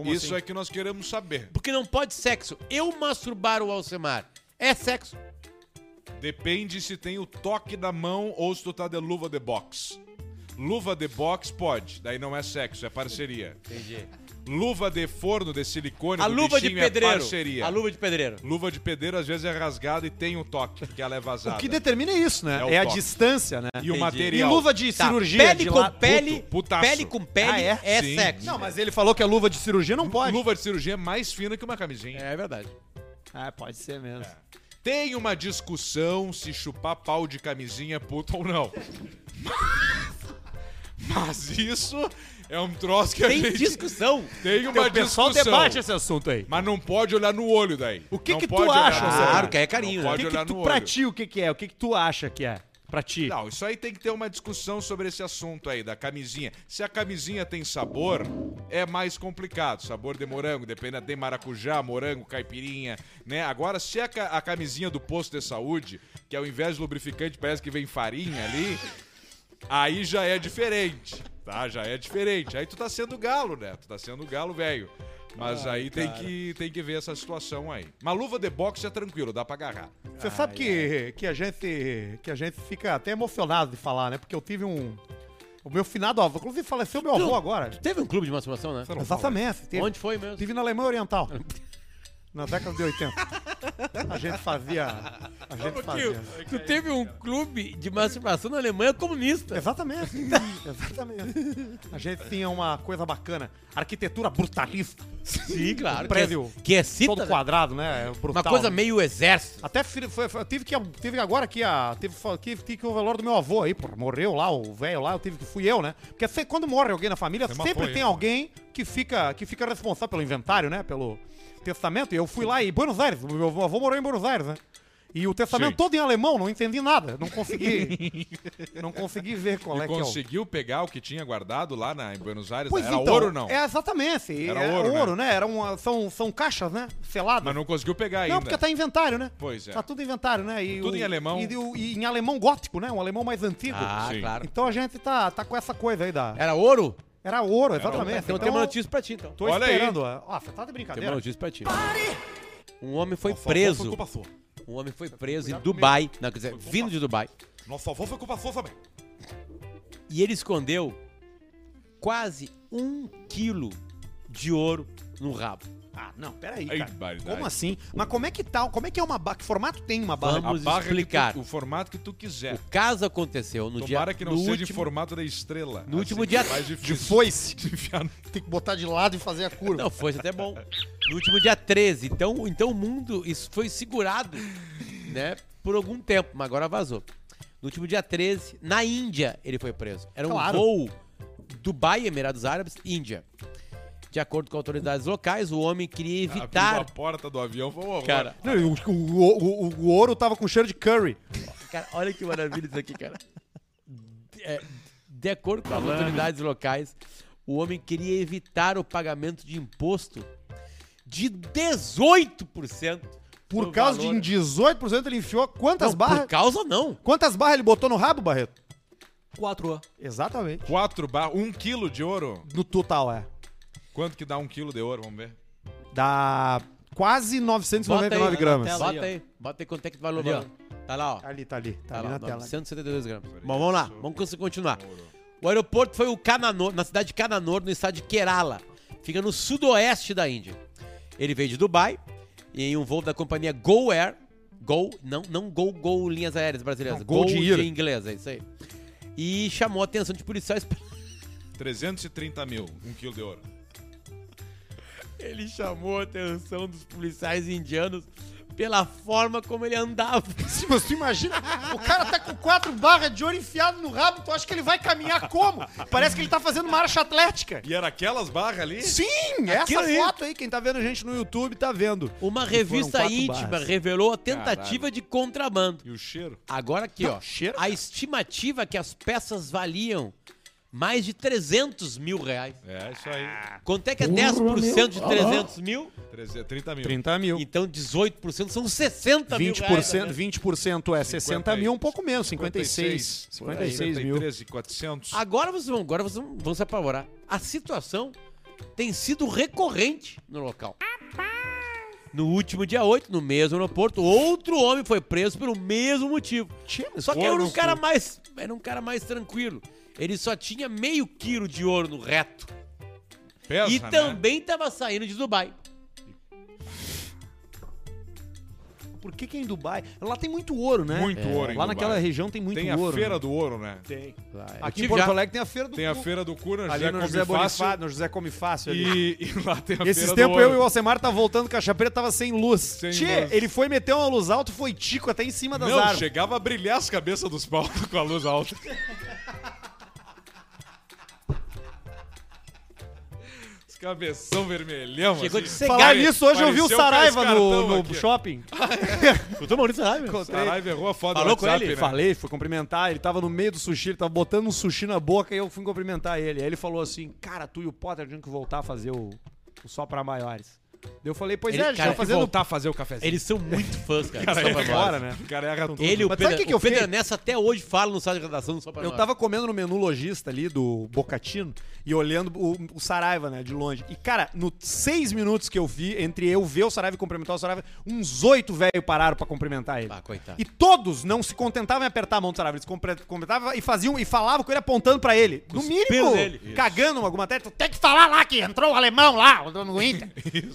[SPEAKER 1] Isso é que nós queremos saber.
[SPEAKER 3] Porque não pode sexo. Eu masturbar o Alcemar é sexo.
[SPEAKER 1] Depende se tem o toque da mão ou se tu tá de luva de boxe. Luva de boxe pode, daí não é sexo, é parceria.
[SPEAKER 3] Entendi.
[SPEAKER 1] Luva de forno de silicone
[SPEAKER 3] A
[SPEAKER 1] do
[SPEAKER 3] luva de
[SPEAKER 1] bichinho é
[SPEAKER 3] pedreiro.
[SPEAKER 1] parceria.
[SPEAKER 3] a luva de pedreiro.
[SPEAKER 1] Luva de pedreiro às vezes é rasgada e tem o toque, que ela é
[SPEAKER 2] O
[SPEAKER 1] vazada.
[SPEAKER 2] que determina é isso, né?
[SPEAKER 1] É o
[SPEAKER 2] É a
[SPEAKER 1] toque.
[SPEAKER 2] distância, né?
[SPEAKER 1] E o
[SPEAKER 3] Entendi.
[SPEAKER 2] E
[SPEAKER 1] material.
[SPEAKER 2] luva de
[SPEAKER 3] Tá,
[SPEAKER 2] cirurgia
[SPEAKER 3] pele
[SPEAKER 2] de
[SPEAKER 3] com
[SPEAKER 2] lá-
[SPEAKER 3] pele,
[SPEAKER 1] puto, putaço.
[SPEAKER 3] pele com pele
[SPEAKER 2] Ah,
[SPEAKER 3] é,
[SPEAKER 1] Sim.
[SPEAKER 3] sexo.
[SPEAKER 2] Não, mas ele falou que a luva de cirurgia não pode.
[SPEAKER 1] Luva de cirurgia é mais fina que uma camisinha.
[SPEAKER 3] É verdade.
[SPEAKER 2] Ah, pode ser mesmo.
[SPEAKER 4] É.
[SPEAKER 1] Tem uma discussão se chupar pau de camisinha é puto ou não. Mas, mas isso é um troço que a
[SPEAKER 3] Tem
[SPEAKER 1] gente...
[SPEAKER 3] discussão.
[SPEAKER 1] Tem uma
[SPEAKER 2] o Então, pessoal
[SPEAKER 1] discussão.
[SPEAKER 2] debate esse assunto aí.
[SPEAKER 1] Mas não pode olhar no olho daí.
[SPEAKER 2] O que
[SPEAKER 1] Não
[SPEAKER 2] que tu
[SPEAKER 1] pode olhar
[SPEAKER 2] acha,
[SPEAKER 1] no
[SPEAKER 2] Zé?
[SPEAKER 1] olho.
[SPEAKER 2] Claro
[SPEAKER 3] que aí é carinho,
[SPEAKER 1] Não
[SPEAKER 3] né?
[SPEAKER 2] O
[SPEAKER 1] pode
[SPEAKER 2] que,
[SPEAKER 1] olhar
[SPEAKER 2] que tu,
[SPEAKER 1] no
[SPEAKER 2] pra
[SPEAKER 1] olho.
[SPEAKER 2] ti, o que, que é? O que, que tu acha que é? Pra ti.
[SPEAKER 1] Não, isso aí tem que ter uma discussão sobre esse assunto aí, da camisinha. Se a camisinha tem sabor, é mais complicado. Sabor de morango, depende, tem maracujá, morango, caipirinha, né? Agora, se a, ca- a camisinha do posto de saúde, que ao invés de lubrificante parece que vem farinha ali, aí já é diferente, tá? Já é diferente. Aí tu tá sendo galo, né? Tu tá sendo galo velho. Mas aí tem que, tem que ver essa situação aí. Uma luva de boxe é tranquilo, dá pra agarrar.
[SPEAKER 4] Você sabe que, que, a gente, que a gente fica até emocionado de falar, né? Porque eu tive um. O meu finado avô. Inclusive faleceu meu avô agora.
[SPEAKER 3] Teve um clube de masturbação, né?
[SPEAKER 4] Exatamente. Teve,
[SPEAKER 3] Onde foi mesmo?
[SPEAKER 4] tive na Alemanha Oriental. Na década de 80. A gente fazia. A gente fazia.
[SPEAKER 3] tu teve um clube de masturbação na Alemanha
[SPEAKER 2] É.
[SPEAKER 3] comunista.
[SPEAKER 4] Exatamente. Exatamente. A gente tinha uma coisa bacana. Arquitetura brutalista.
[SPEAKER 3] Sim, claro.
[SPEAKER 4] Um prédio
[SPEAKER 3] Que é, que é cita,
[SPEAKER 4] todo
[SPEAKER 3] né?
[SPEAKER 4] quadrado, né? Brutal.
[SPEAKER 3] Uma coisa
[SPEAKER 4] né?
[SPEAKER 3] meio exército.
[SPEAKER 4] Até fi- foi- foi- eu tive que tive agora que a teve fa- que tive que o velório do meu avô aí, porra, morreu lá o velho lá, eu tive que fui eu, né? Porque se- quando morre alguém na família,
[SPEAKER 1] Você matou
[SPEAKER 4] sempre
[SPEAKER 1] ele,
[SPEAKER 4] tem
[SPEAKER 1] né?
[SPEAKER 4] alguém que fica que fica responsável pelo inventário, né? Pelo testamento. E eu fui lá em Buenos Aires, o meu avô morreu em Buenos Aires, né? E o testamento
[SPEAKER 1] Sim.
[SPEAKER 4] todo em alemão, não entendi nada, não consegui não consegui ver qual é que é o
[SPEAKER 1] Conseguiu pegar o que tinha guardado lá na, em Buenos Aires?
[SPEAKER 4] Pois
[SPEAKER 1] Era
[SPEAKER 4] então,
[SPEAKER 1] ouro ou não?
[SPEAKER 4] É exatamente.
[SPEAKER 1] Era
[SPEAKER 4] Era
[SPEAKER 1] ouro,
[SPEAKER 4] ouro,
[SPEAKER 1] né?
[SPEAKER 4] né? Era uma, são, são caixas, né? Seladas.
[SPEAKER 1] Mas não conseguiu pegar ainda.
[SPEAKER 4] Não, porque tá inventário, né?
[SPEAKER 1] Pois é.
[SPEAKER 4] Tá tudo inventário, né? E
[SPEAKER 1] Tudo em alemão.
[SPEAKER 4] E, o- e em alemão gótico, né? Um alemão mais antigo.
[SPEAKER 3] Ah,
[SPEAKER 1] Sim.
[SPEAKER 3] claro.
[SPEAKER 4] Então a gente tá, tá com essa coisa aí da.
[SPEAKER 3] Era ouro?
[SPEAKER 4] Era ouro, exatamente.
[SPEAKER 3] Então, eu
[SPEAKER 4] Então,
[SPEAKER 3] tenho uma notícia pra ti, então.
[SPEAKER 4] Tô
[SPEAKER 1] um Olha aí.
[SPEAKER 4] esperando. ó. Ah, você tá de
[SPEAKER 3] Tenho uma
[SPEAKER 4] brincadeira.
[SPEAKER 3] notícia pra ti. Um homem foi preso. Um homem foi preso em Dubai. Não, quer dizer, vindo de Dubai.
[SPEAKER 4] Nossa avó foi culpa sua também.
[SPEAKER 3] E ele escondeu quase um quilo de ouro no rabo.
[SPEAKER 2] Ah, não, peraí,
[SPEAKER 1] Ai,
[SPEAKER 2] cara.
[SPEAKER 1] barbaridade.
[SPEAKER 2] Como assim? Mas como é que
[SPEAKER 4] tá
[SPEAKER 2] tal? Como é que é uma barra? Que formato tem uma barra?
[SPEAKER 3] Vamos
[SPEAKER 1] barra é que tu-
[SPEAKER 3] explicar.
[SPEAKER 1] o formato que tu quiser.
[SPEAKER 3] O caso aconteceu no dia...
[SPEAKER 1] É. Tomara que não
[SPEAKER 3] no
[SPEAKER 1] seja de
[SPEAKER 3] último...
[SPEAKER 1] formato da estrela. Assim é
[SPEAKER 3] no último dia-
[SPEAKER 1] De
[SPEAKER 4] foice.
[SPEAKER 1] enfiar no...
[SPEAKER 4] Tem que botar de lado e fazer a curva.
[SPEAKER 3] Não, foi até bom. No último dia 13. Então, então o mundo isso foi segurado, né, por algum tempo, mas agora vazou. No último dia 13, na Índia, ele foi preso. Era um
[SPEAKER 4] Claro.
[SPEAKER 3] voo Dubai, Emirados Árabes, Índia. De acordo com autoridades locais, o homem queria
[SPEAKER 1] Abriu
[SPEAKER 3] evitar.
[SPEAKER 1] a porta do avião. Vamos,
[SPEAKER 3] Cara,
[SPEAKER 4] Não, o, o- o- o- o ouro tava com cheiro de curry.
[SPEAKER 3] Cara, olha que maravilha isso aqui, cara. De, é, de acordo com as autoridades locais, o homem queria evitar o pagamento de imposto de 18%.
[SPEAKER 4] Por
[SPEAKER 3] do
[SPEAKER 4] causa de
[SPEAKER 3] valor-
[SPEAKER 1] né?
[SPEAKER 4] em 18% ele enfiou quantas
[SPEAKER 3] não,
[SPEAKER 4] barras?
[SPEAKER 3] Por causa não.
[SPEAKER 4] Quantas barras ele botou no rabo, Barreto?
[SPEAKER 2] Quatro.
[SPEAKER 4] Exatamente.
[SPEAKER 1] Quatro bar, um quilo de ouro.
[SPEAKER 4] No total, é.
[SPEAKER 1] Quanto que dá um quilo de ouro? Vamos ver.
[SPEAKER 4] Dá quase 999
[SPEAKER 3] aí,
[SPEAKER 4] gramas.
[SPEAKER 5] na tela.
[SPEAKER 3] Bota aí, bota aí quanto é que vai
[SPEAKER 5] Ali, ó.
[SPEAKER 3] valor. Tá lá, ó.
[SPEAKER 4] Tá ali, tá ali. Tá,
[SPEAKER 3] Tá
[SPEAKER 4] ali
[SPEAKER 3] lá,
[SPEAKER 4] na tela.
[SPEAKER 3] 972 gramas. Bom, vamos lá, vamos cons- continuar. O aeroporto foi o Cananor, na cidade de Cananor, no estado de Kerala. Fica no sudoeste da Índia. Ele veio de Dubai e em um voo da companhia Go Air, Go, não, não Go Go linhas aéreas brasileiras,
[SPEAKER 4] Não,
[SPEAKER 3] Go,
[SPEAKER 4] Go
[SPEAKER 3] de,
[SPEAKER 4] de ir.
[SPEAKER 3] inglês, é isso aí. E chamou a atenção de policiais.
[SPEAKER 1] 330 mil, um quilo de ouro.
[SPEAKER 3] Ele chamou a atenção dos policiais indianos pela forma como ele andava.
[SPEAKER 4] Sim, mas tu imagina, o cara tá com quatro barras de ouro enfiado no rabo, tu acha que ele vai caminhar como? Parece que ele tá fazendo marcha atlética.
[SPEAKER 1] E era aquelas barras ali?
[SPEAKER 4] Sim, essa
[SPEAKER 2] Aquilo ali.
[SPEAKER 4] foto aí, quem tá vendo a gente no YouTube tá vendo.
[SPEAKER 3] Uma
[SPEAKER 4] foram
[SPEAKER 3] revista
[SPEAKER 4] quatro
[SPEAKER 3] íntima
[SPEAKER 4] barras.
[SPEAKER 3] revelou a tentativa
[SPEAKER 1] Caralho.
[SPEAKER 3] de contrabando.
[SPEAKER 1] E o cheiro?
[SPEAKER 3] Agora aqui, ó.
[SPEAKER 4] cheiro.
[SPEAKER 3] A estimativa é que as peças valiam mais de 300 mil reais.
[SPEAKER 1] É, isso aí.
[SPEAKER 3] Quanto é que é 10% de 300 mil?
[SPEAKER 1] 330 mil.
[SPEAKER 4] 30 mil.
[SPEAKER 3] Então 18% são 60 mil reais. né?
[SPEAKER 4] 20%, 20% é 60 mil, um pouco menos, 56. 56 mil.
[SPEAKER 1] 13, 400.
[SPEAKER 3] Agora vocês, vão, agora vocês vão- vão se apavorar. A situação tem sido recorrente no local. No último dia 8, no mesmo aeroporto, outro homem foi preso pelo mesmo motivo. Só que era um
[SPEAKER 1] corno,
[SPEAKER 3] cara
[SPEAKER 1] pô.
[SPEAKER 3] mais, era um cara mais tranquilo. Ele só tinha meio quilo de ouro no reto.
[SPEAKER 1] Pesa,
[SPEAKER 3] e
[SPEAKER 1] né?
[SPEAKER 3] também tava saindo de Dubai.
[SPEAKER 2] Por
[SPEAKER 4] é
[SPEAKER 2] que que em Dubai? Lá tem muito ouro, né?
[SPEAKER 1] Muito ouro em
[SPEAKER 2] Lá
[SPEAKER 1] Dubai.
[SPEAKER 2] naquela região tem muito
[SPEAKER 1] Tem a
[SPEAKER 2] ouro.
[SPEAKER 1] Feira
[SPEAKER 2] né?
[SPEAKER 1] do Ouro, né?
[SPEAKER 2] Tem.
[SPEAKER 3] Eu
[SPEAKER 2] Aqui
[SPEAKER 3] tive
[SPEAKER 2] em Porto
[SPEAKER 3] já-
[SPEAKER 2] Alegre tem a Feira do
[SPEAKER 1] Tem a
[SPEAKER 2] Cu.
[SPEAKER 1] Feira do Cura,
[SPEAKER 2] ali
[SPEAKER 1] José
[SPEAKER 2] no José
[SPEAKER 1] Bonifácio.
[SPEAKER 2] Bonifácio, no José Come Fácil ali.
[SPEAKER 1] E, e lá tem a
[SPEAKER 2] Esses
[SPEAKER 1] Feira
[SPEAKER 2] tempos
[SPEAKER 1] do
[SPEAKER 2] eu e
[SPEAKER 1] Ouro.
[SPEAKER 2] o Alcemar tá voltando que a chapeta tava sem luz.
[SPEAKER 1] Sem
[SPEAKER 2] Tchê,
[SPEAKER 1] luz.
[SPEAKER 2] ele foi meter uma luz alta, foi tico até em cima das
[SPEAKER 1] Não,
[SPEAKER 2] árvores.
[SPEAKER 1] chegava a brilhar as cabeças dos palcos com a luz alta. Os cabeção vermelhão, assim.
[SPEAKER 3] Chegou de cegar.
[SPEAKER 2] Falar nisso, hoje eu vi o
[SPEAKER 1] pareceu
[SPEAKER 2] Saraiva
[SPEAKER 1] aqueles cartão
[SPEAKER 2] no, no
[SPEAKER 1] aqui, ó.
[SPEAKER 2] shopping.
[SPEAKER 3] Escutou Maurício Saraiva?
[SPEAKER 1] Saraiva errou a foto
[SPEAKER 3] Falou
[SPEAKER 1] do
[SPEAKER 3] com
[SPEAKER 1] WhatsApp,
[SPEAKER 3] ele?
[SPEAKER 1] né?
[SPEAKER 2] Falei, fui cumprimentar, ele tava no meio do sushi, ele tava botando um sushi na boca e eu fui cumprimentar ele. Aí ele falou assim, cara, tu e o Potter tinham que voltar a fazer o, o Só Pra Maiores. Daí Eu falei, pois
[SPEAKER 3] Ele-
[SPEAKER 2] é, a gente
[SPEAKER 3] cara,
[SPEAKER 2] tá fazendo...
[SPEAKER 3] voltar
[SPEAKER 2] a fazer o cafezinho.
[SPEAKER 3] Eles são muito fãs, cara. Só pra
[SPEAKER 2] ele-
[SPEAKER 3] nós.
[SPEAKER 2] fora, né?
[SPEAKER 1] O cara erra tudo.
[SPEAKER 3] Ele, o
[SPEAKER 2] Mas sabe
[SPEAKER 3] Pedro,
[SPEAKER 2] o que que
[SPEAKER 3] o
[SPEAKER 2] eu
[SPEAKER 3] Pedro é
[SPEAKER 2] fiz?
[SPEAKER 3] Nessa até hoje fala no sala de redação do Só Pra
[SPEAKER 2] Eu
[SPEAKER 3] Nós.
[SPEAKER 2] tava comendo no menu lojista ali do Bocatino e olhando o, o Saraiva, né, de longe. E, cara, nos seis minutos que eu vi, entre eu ver o Saraiva e cumprimentar o Saraiva, uns oito velho pararam pra cumprimentar ele.
[SPEAKER 3] Ah, coitado.
[SPEAKER 2] E todos não se contentavam em apertar a mão do Saraiva. Eles compre- cumprimentavam e faziam e falavam com ele apontando pra ele. No mínimo,
[SPEAKER 3] pelos dele.
[SPEAKER 2] cagando alguma teta.
[SPEAKER 4] Tem que falar lá que entrou o alemão lá, no Inter.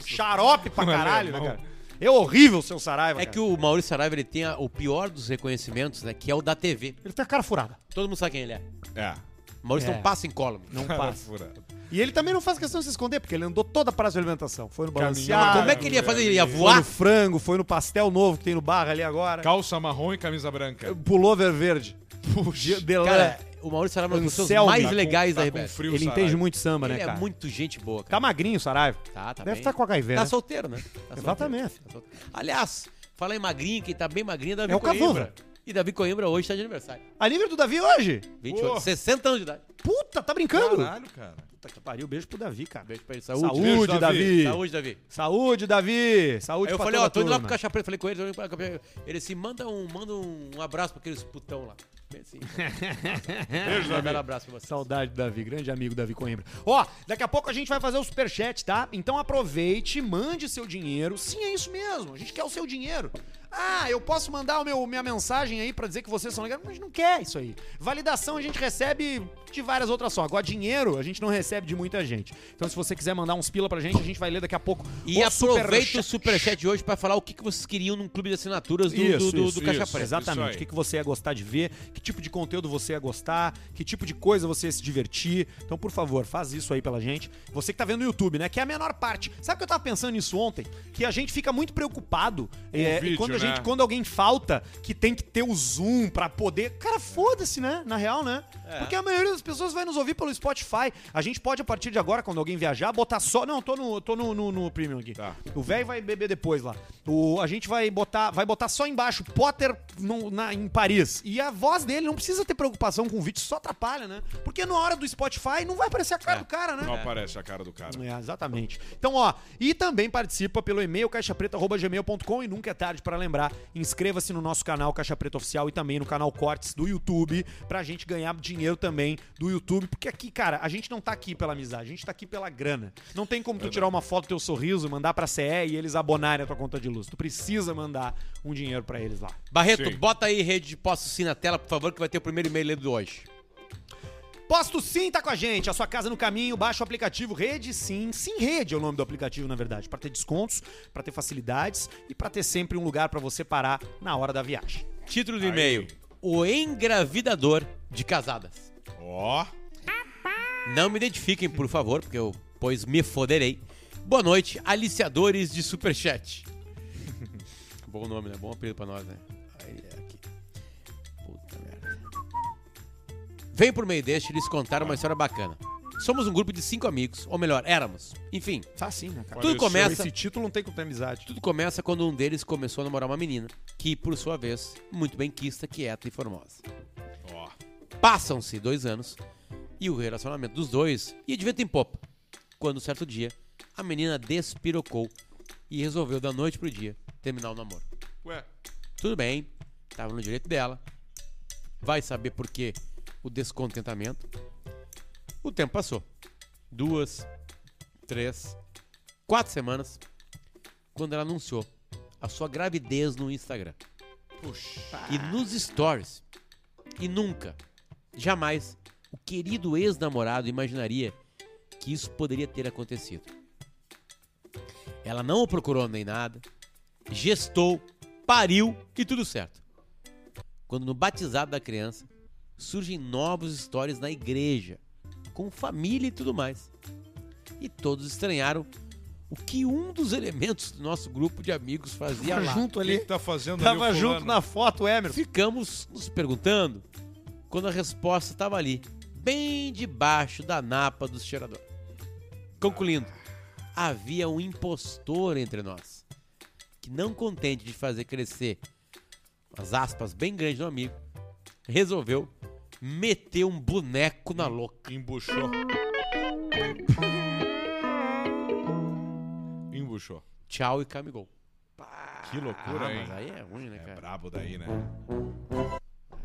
[SPEAKER 2] Xarope pra
[SPEAKER 1] Um
[SPEAKER 2] caralho, né,
[SPEAKER 1] alemão.
[SPEAKER 2] cara? É horrível o seu Saraiva.
[SPEAKER 3] É que o Maurício Saraiva ele tem a- o pior dos reconhecimentos, né? Que é o da TV.
[SPEAKER 4] Ele tem a cara furada.
[SPEAKER 3] Todo mundo sabe quem ele é.
[SPEAKER 1] É.
[SPEAKER 3] Maurício
[SPEAKER 2] É.
[SPEAKER 3] não passa em column.
[SPEAKER 2] Não
[SPEAKER 1] Cara
[SPEAKER 2] passa.
[SPEAKER 1] furado.
[SPEAKER 2] E ele também não faz questão de se esconder, porque ele andou toda a praça de alimentação. Foi no
[SPEAKER 1] Caminhou.
[SPEAKER 2] balanceado.
[SPEAKER 3] Como é que ele ia fazer? Ele ia
[SPEAKER 2] Foi
[SPEAKER 3] voar?
[SPEAKER 2] no frango, foi no pastel novo que tem no bar ali agora.
[SPEAKER 1] Calça marrom e camisa branca.
[SPEAKER 2] Pullover verde. Puxa. De
[SPEAKER 3] Cara, o Maurício Saraiva é uma das pessoas
[SPEAKER 2] Anselmo.
[SPEAKER 3] mais
[SPEAKER 2] Tá com-
[SPEAKER 3] legais
[SPEAKER 1] tá
[SPEAKER 3] da
[SPEAKER 1] com
[SPEAKER 3] RBS.
[SPEAKER 1] frio,
[SPEAKER 2] ele
[SPEAKER 1] Saraiva.
[SPEAKER 2] entende muito samba,
[SPEAKER 3] Ele
[SPEAKER 2] né,
[SPEAKER 3] é
[SPEAKER 2] cara?
[SPEAKER 3] muito gente boa, cara.
[SPEAKER 2] Tá magrinho, o Saraiva.
[SPEAKER 3] Tá, tá
[SPEAKER 4] Deve
[SPEAKER 3] bem.
[SPEAKER 4] estar com HIV,
[SPEAKER 3] Tá
[SPEAKER 4] né?
[SPEAKER 3] solteiro, né? Tá solteiro.
[SPEAKER 4] Exatamente.
[SPEAKER 3] Tá solteiro. Aliás, fala em magrinho, quem tá bem magrinho é Davi
[SPEAKER 2] É o
[SPEAKER 3] Coimbra.
[SPEAKER 2] Cavuva.
[SPEAKER 3] E Davi Coimbra hoje tá de aniversário.
[SPEAKER 2] A nível do Davi hoje?
[SPEAKER 3] 28,
[SPEAKER 1] Pô.
[SPEAKER 3] 60 anos de idade.
[SPEAKER 2] Puta, tá brincando?
[SPEAKER 1] Caralho, cara.
[SPEAKER 2] Puta que pariu, beijo pro Davi, cara.
[SPEAKER 3] Beijo pra ele. Saúde.
[SPEAKER 2] Saúde,
[SPEAKER 1] Beijo,
[SPEAKER 2] Davi.
[SPEAKER 1] Davi.
[SPEAKER 3] Saúde, Davi.
[SPEAKER 2] Saúde, Davi. Saúde
[SPEAKER 3] Aí eu
[SPEAKER 2] pra
[SPEAKER 3] falei,
[SPEAKER 2] toda
[SPEAKER 3] ó, tô indo
[SPEAKER 2] a
[SPEAKER 3] lá
[SPEAKER 2] turma.
[SPEAKER 3] pro Caixa Preta. Falei com ele, tô indo pra Caixa Preta. ele assim, manda um, manda um, um abraço pra aqueles putão lá. Bem assim. Beijo, Um belo abraço pra você.
[SPEAKER 2] Saudade do Davi, grande amigo Davi Coimbra. Ó, daqui a pouco a gente vai fazer o superchat, tá? Então aproveite, mande seu dinheiro. Sim, é isso mesmo. A gente quer o seu dinheiro. Ah, eu posso mandar o meu, minha mensagem aí pra dizer que vocês são legais, mas não quer isso aí. Validação a gente recebe de várias outras só. Agora, dinheiro a gente não recebe de muita gente. Então, se você quiser mandar uns pila pra gente, a gente vai ler daqui a pouco.
[SPEAKER 3] E aproveita o
[SPEAKER 2] superchat.
[SPEAKER 3] Superchat de hoje pra falar o que, que vocês queriam num clube de assinaturas do, do-
[SPEAKER 2] Isso,
[SPEAKER 3] do-
[SPEAKER 2] isso,
[SPEAKER 3] do Caixa
[SPEAKER 1] isso.
[SPEAKER 3] Preta.
[SPEAKER 1] Isso
[SPEAKER 2] Exatamente.
[SPEAKER 1] aí.
[SPEAKER 2] O que, que você ia gostar de ver, que tipo de conteúdo você ia gostar, que tipo de coisa você ia se divertir. Então, por favor, faz isso aí pela gente. Você que tá vendo no YouTube, né? Que é a menor parte. Sabe que eu tava pensando nisso ontem? Que a gente fica muito preocupado é, e
[SPEAKER 1] vídeo,
[SPEAKER 2] quando, a
[SPEAKER 1] né?
[SPEAKER 2] gente, quando alguém falta, que tem que ter o Zoom pra poder. Cara, foda-se, né? Na real, né?
[SPEAKER 3] É.
[SPEAKER 2] Porque a maioria das pessoas vai nos ouvir pelo Spotify. A gente pode, a partir de agora, quando alguém viajar, botar só. Não, tô no, tô no, no, no Premium aqui.
[SPEAKER 1] Tá.
[SPEAKER 2] O velho vai beber depois lá. O, a gente vai botar, vai botar só embaixo Potter no- na, em Paris. E a voz dele não precisa ter preocupação com o vídeo, só atrapalha, né? Porque na hora do Spotify não vai aparecer a cara do cara, né?
[SPEAKER 1] Não aparece a cara do cara.
[SPEAKER 2] É, exatamente. Então, ó, e também participa pelo e-mail caixapreta.gmail.com e nunca é tarde para lembrar, inscreva-se no nosso canal Caixa Preta Oficial e também no canal Cortes do YouTube pra gente ganhar dinheiro também do YouTube, porque aqui, cara, a gente não tá aqui pela amizade, a gente tá aqui pela grana. Não tem como tu tirar uma foto do teu sorriso, mandar pra CE e eles abonarem a tua conta de luz. Tu precisa mandar um dinheiro pra eles lá.
[SPEAKER 3] Barreto,
[SPEAKER 1] Sim.
[SPEAKER 3] bota aí rede de posto sim na tela, por favor, que vai ter o primeiro e-mail lido hoje.
[SPEAKER 2] Posto Sim tá com a gente, a sua casa no caminho, baixa o aplicativo Rede Sim. Sim Rede é o nome do aplicativo, na verdade, pra ter descontos, pra ter facilidades e pra ter sempre um lugar pra você parar na hora da viagem.
[SPEAKER 3] Título do e-mail: O engravidador de casadas.
[SPEAKER 1] Ó,
[SPEAKER 3] Não me identifiquem, por favor, porque eu pois me foderei. Boa noite, aliciadores de superchat. Bom nome, né? Bom apelido pra nós, né? Aí é aqui. Puta merda. Vem por meio deste lhes contar uma história bacana. Somos um grupo de cinco amigos, ou melhor, éramos. Enfim,
[SPEAKER 2] Tá assim, né, cara?
[SPEAKER 1] Olha
[SPEAKER 3] tudo
[SPEAKER 1] só,
[SPEAKER 3] começa
[SPEAKER 2] Esse título não tem como ter amizade.
[SPEAKER 3] Tudo começa quando um deles começou a namorar uma menina, que, por sua vez, muito bem quista, quieta e formosa.
[SPEAKER 1] ó.
[SPEAKER 3] Passam-se dois anos e o relacionamento dos dois ia de vento em popa. Quando, certo dia, a menina despirocou e resolveu, da noite pro dia, terminar o namoro.
[SPEAKER 1] Ué,
[SPEAKER 3] Tudo bem, tava no direito dela. Vai saber por que o descontentamento. O tempo passou. Duas, três, quatro semanas. Quando ela anunciou a sua gravidez no Instagram. E nos stories. E nunca, jamais, o querido ex-namorado imaginaria que isso poderia ter acontecido. Ela não o procurou nem nada, gestou, pariu e tudo certo. Quando no batizado da criança, surgem novos stories na igreja, com família e tudo mais. E todos estranharam o que um dos elementos do nosso grupo de amigos fazia lá.
[SPEAKER 1] o que, que tá fazendo
[SPEAKER 2] Tava
[SPEAKER 1] ali o
[SPEAKER 2] junto
[SPEAKER 1] fulano?
[SPEAKER 2] na foto, Emerson.
[SPEAKER 3] Ficamos nos perguntando quando a resposta estava ali, bem debaixo da napa do cheirador. Concluindo, havia um impostor entre nós, que não contente de fazer crescer as aspas bem grandes no amigo, resolveu meter um boneco na louca.
[SPEAKER 1] Embuchou. Embuchou.
[SPEAKER 3] Tchau e camigol.
[SPEAKER 1] Que loucura,
[SPEAKER 3] Ah,
[SPEAKER 1] hein?
[SPEAKER 3] mas aí é ruim, né,
[SPEAKER 1] É
[SPEAKER 3] cara?
[SPEAKER 1] brabo daí, né?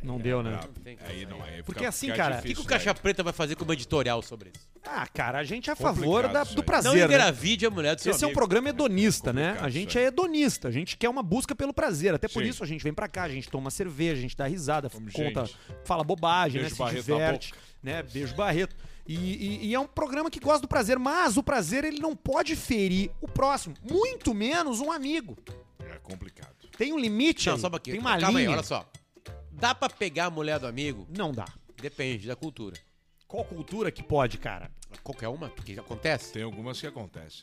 [SPEAKER 2] Não deu, né?
[SPEAKER 1] Brabo.
[SPEAKER 3] tem que
[SPEAKER 1] Aí
[SPEAKER 3] sair.
[SPEAKER 1] não, aí
[SPEAKER 2] Porque
[SPEAKER 1] fica-
[SPEAKER 2] assim,
[SPEAKER 1] fica
[SPEAKER 2] cara,
[SPEAKER 3] O que, que
[SPEAKER 1] difícil
[SPEAKER 3] o Caixa
[SPEAKER 1] daí.
[SPEAKER 3] Preta vai fazer como editorial sobre isso?
[SPEAKER 2] Ah, cara, a gente é a favor
[SPEAKER 1] Complicado
[SPEAKER 2] da-
[SPEAKER 1] isso aí.
[SPEAKER 2] do
[SPEAKER 3] Não
[SPEAKER 2] prazer. né?
[SPEAKER 3] engravide a mulher do seu
[SPEAKER 2] Esse é um
[SPEAKER 3] amigo.
[SPEAKER 2] programa hedonista, né?
[SPEAKER 1] complicado
[SPEAKER 2] A
[SPEAKER 1] isso
[SPEAKER 2] gente
[SPEAKER 1] aí.
[SPEAKER 2] é hedonista, a gente quer uma busca pelo prazer. Até por
[SPEAKER 1] Sim.
[SPEAKER 2] isso a gente vem pra cá, a gente toma cerveja, a gente dá risada,
[SPEAKER 1] Como
[SPEAKER 2] conta,
[SPEAKER 1] gente.
[SPEAKER 2] fala bobagem,
[SPEAKER 1] Beijo
[SPEAKER 2] né? Se
[SPEAKER 1] Barreto na
[SPEAKER 2] diverte, né? Beijo Barreto. E, e- e é um programa que gosta do prazer, mas o prazer ele não pode ferir o próximo, muito menos um amigo.
[SPEAKER 1] É complicado.
[SPEAKER 2] Tem um limite,
[SPEAKER 3] Não,
[SPEAKER 2] aí,
[SPEAKER 3] só um pouquinho.
[SPEAKER 2] tem uma
[SPEAKER 3] Calma
[SPEAKER 2] linha.
[SPEAKER 3] aí, olha só. Dá pra pegar a mulher do amigo?
[SPEAKER 2] Não dá.
[SPEAKER 3] Depende da cultura.
[SPEAKER 2] Qual cultura que pode, cara?
[SPEAKER 3] Qualquer uma, porque já acontece.
[SPEAKER 1] Tem algumas que acontecem.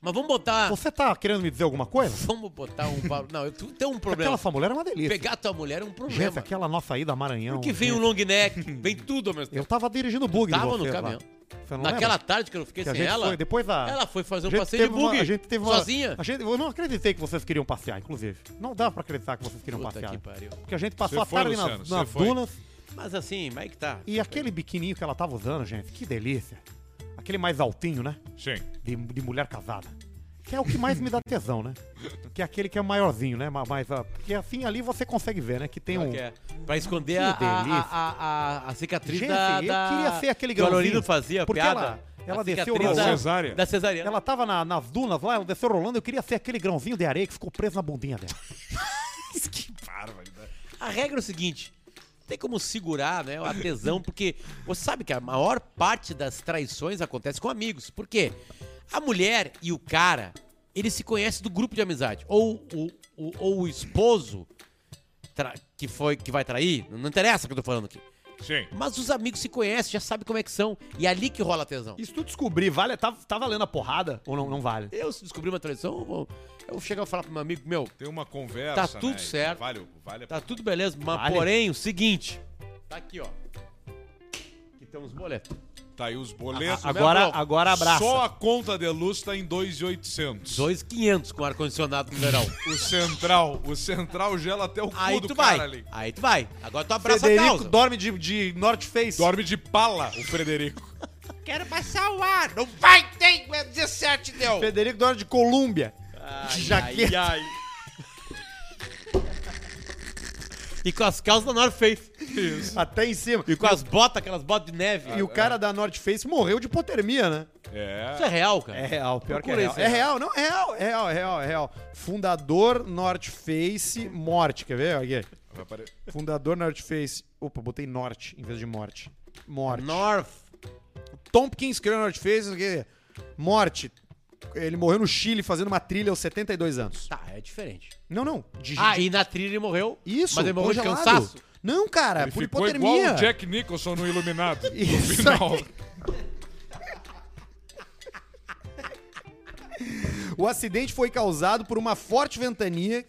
[SPEAKER 3] Mas vamos botar.
[SPEAKER 4] Você tá querendo me dizer alguma coisa?
[SPEAKER 3] Vamos botar um. valor- Não, eu tu- tem um
[SPEAKER 4] Aquela
[SPEAKER 3] problema.
[SPEAKER 4] sua mulher é uma delícia.
[SPEAKER 3] Pegar tua mulher é um problema.
[SPEAKER 4] Gente, aquela nossa ida Maranhão.
[SPEAKER 3] Porque vem o
[SPEAKER 4] gente.
[SPEAKER 3] long neck, vem tudo ao mesmo tempo.
[SPEAKER 4] Eu tava dirigindo o bug de
[SPEAKER 3] Tava no
[SPEAKER 4] vocês lá.
[SPEAKER 3] caminhão.
[SPEAKER 4] Você não
[SPEAKER 3] Naquela
[SPEAKER 4] lembra?
[SPEAKER 3] tarde que eu fiquei
[SPEAKER 4] que a
[SPEAKER 3] sem
[SPEAKER 4] gente
[SPEAKER 3] ela,
[SPEAKER 4] foi, depois a...
[SPEAKER 3] ela foi fazer
[SPEAKER 4] a
[SPEAKER 3] um
[SPEAKER 4] gente
[SPEAKER 3] passeio de
[SPEAKER 4] teve uma-
[SPEAKER 3] bug.
[SPEAKER 4] a gente teve uma-
[SPEAKER 3] Sozinha.
[SPEAKER 4] A gente, eu não acreditei que vocês queriam passear, inclusive. Não dava pra acreditar que vocês queriam
[SPEAKER 3] Puta
[SPEAKER 4] passear.
[SPEAKER 3] que pariu.
[SPEAKER 4] Porque a gente passou
[SPEAKER 1] Você
[SPEAKER 4] a
[SPEAKER 1] foi,
[SPEAKER 4] tarde
[SPEAKER 1] Luciano,
[SPEAKER 4] nas,
[SPEAKER 1] você
[SPEAKER 4] nas
[SPEAKER 1] foi.
[SPEAKER 4] dunas
[SPEAKER 3] Mas assim, mas aí que tá.
[SPEAKER 4] e aquele biquininho que ela tava usando, gente, que delícia. Aquele mais altinho, né?
[SPEAKER 1] Sim.
[SPEAKER 4] De, de mulher casada. Que é o que mais me dá tesão, né? Que é aquele que é maiorzinho, né? Ma- Mais, ah, porque assim ali você consegue ver, né? Que tem um.
[SPEAKER 3] Que é Pra esconder
[SPEAKER 4] Que
[SPEAKER 3] a,
[SPEAKER 4] delícia.
[SPEAKER 3] a, a, a, a cicatriz
[SPEAKER 4] Gente,
[SPEAKER 3] da,
[SPEAKER 4] eu
[SPEAKER 3] da-
[SPEAKER 4] queria ser aquele
[SPEAKER 3] que o Alorino
[SPEAKER 4] grãozinho,
[SPEAKER 3] fazia a
[SPEAKER 4] porque
[SPEAKER 3] piada.
[SPEAKER 4] ela- ela
[SPEAKER 3] a
[SPEAKER 4] desceu
[SPEAKER 3] cicatriz
[SPEAKER 4] o
[SPEAKER 3] da,
[SPEAKER 1] cesárea.
[SPEAKER 3] da cesariana.
[SPEAKER 4] Ela tava na- nas dunas lá, ela desceu rolando, eu queria ser aquele grãozinho de areia que ficou preso na bundinha dela.
[SPEAKER 1] Mas que barbaridade.
[SPEAKER 3] A regra é o seguinte: tem como segurar né, a tesão, porque você sabe que a maior parte das traições acontece com amigos. Por quê? A mulher e o cara, eles se conhecem do grupo de amizade. Ou o, o- ou o esposo tra- que, foi, que vai trair, não interessa o que eu tô falando aqui.
[SPEAKER 1] Sim.
[SPEAKER 3] Mas os amigos se conhecem, já sabem como é que são. E é ali que rola a tesão.
[SPEAKER 2] E se tu descobrir, vale, tá, tá valendo a porrada ou não, não vale?
[SPEAKER 3] Eu, se descobrir uma traição, eu, vou- eu chego a falar pro meu amigo, meu,
[SPEAKER 1] Tem uma conversa.
[SPEAKER 3] Tá tudo
[SPEAKER 1] né?
[SPEAKER 3] certo.
[SPEAKER 1] Vale, vale a
[SPEAKER 3] Tá tudo beleza, mas
[SPEAKER 2] Vale.
[SPEAKER 3] porém, o seguinte. Tá aqui, ó. Aqui estão os boletos.
[SPEAKER 1] Tá aí os boletos.
[SPEAKER 3] Ah, ah,
[SPEAKER 2] Agora,
[SPEAKER 3] Léo,
[SPEAKER 2] agora abraça.
[SPEAKER 1] Só a conta de luz tá em 2,800.
[SPEAKER 3] 2,500 com ar-condicionado no verão.
[SPEAKER 1] O central, o central gela até o cu
[SPEAKER 3] Aí
[SPEAKER 1] do
[SPEAKER 3] tu
[SPEAKER 1] cara
[SPEAKER 3] vai.
[SPEAKER 1] ali.
[SPEAKER 3] Aí tu vai. Agora tu abraça a
[SPEAKER 2] Frederico
[SPEAKER 3] causa.
[SPEAKER 2] dorme de, de North Face.
[SPEAKER 1] Dorme de pala o Frederico.
[SPEAKER 8] Quero passar o ar. Não vai, tem. é 17 deu.
[SPEAKER 2] Frederico dorme de Colômbia. é de jaqueta.
[SPEAKER 3] E com as calças da North Face.
[SPEAKER 2] Até em cima.
[SPEAKER 3] E com as botas, aquelas botas de neve.
[SPEAKER 2] E o cara da North Face morreu de hipotermia, né?
[SPEAKER 1] É.
[SPEAKER 3] Isso é real, cara.
[SPEAKER 2] É real, pior que é
[SPEAKER 3] Procura
[SPEAKER 2] real.
[SPEAKER 3] isso aí.
[SPEAKER 2] É real, não, é real, é real, é real, é real. Fundador North Face Morte, quer ver? Olha Aqui.
[SPEAKER 1] Vai apare-
[SPEAKER 2] Fundador North Face... Opa, botei Norte em vez de Morte. Morte.
[SPEAKER 3] North.
[SPEAKER 2] Tompkins criou North Face, não sei o quê. Morte. Ele morreu no Chile fazendo uma trilha aos 72 anos.
[SPEAKER 3] Tá, é diferente.
[SPEAKER 2] Não, não. De,
[SPEAKER 3] Ah,
[SPEAKER 2] de-
[SPEAKER 3] e na trilha ele morreu.
[SPEAKER 2] isso,
[SPEAKER 3] Mas ele morreu de
[SPEAKER 2] congelado.
[SPEAKER 3] cansaço.
[SPEAKER 2] Não, cara,
[SPEAKER 1] Ele
[SPEAKER 2] por
[SPEAKER 1] ficou
[SPEAKER 2] É hipotermia.
[SPEAKER 1] igual o Jack Nicholson no Iluminado.
[SPEAKER 2] Isso
[SPEAKER 1] No final.
[SPEAKER 2] O acidente foi causado por uma forte ventania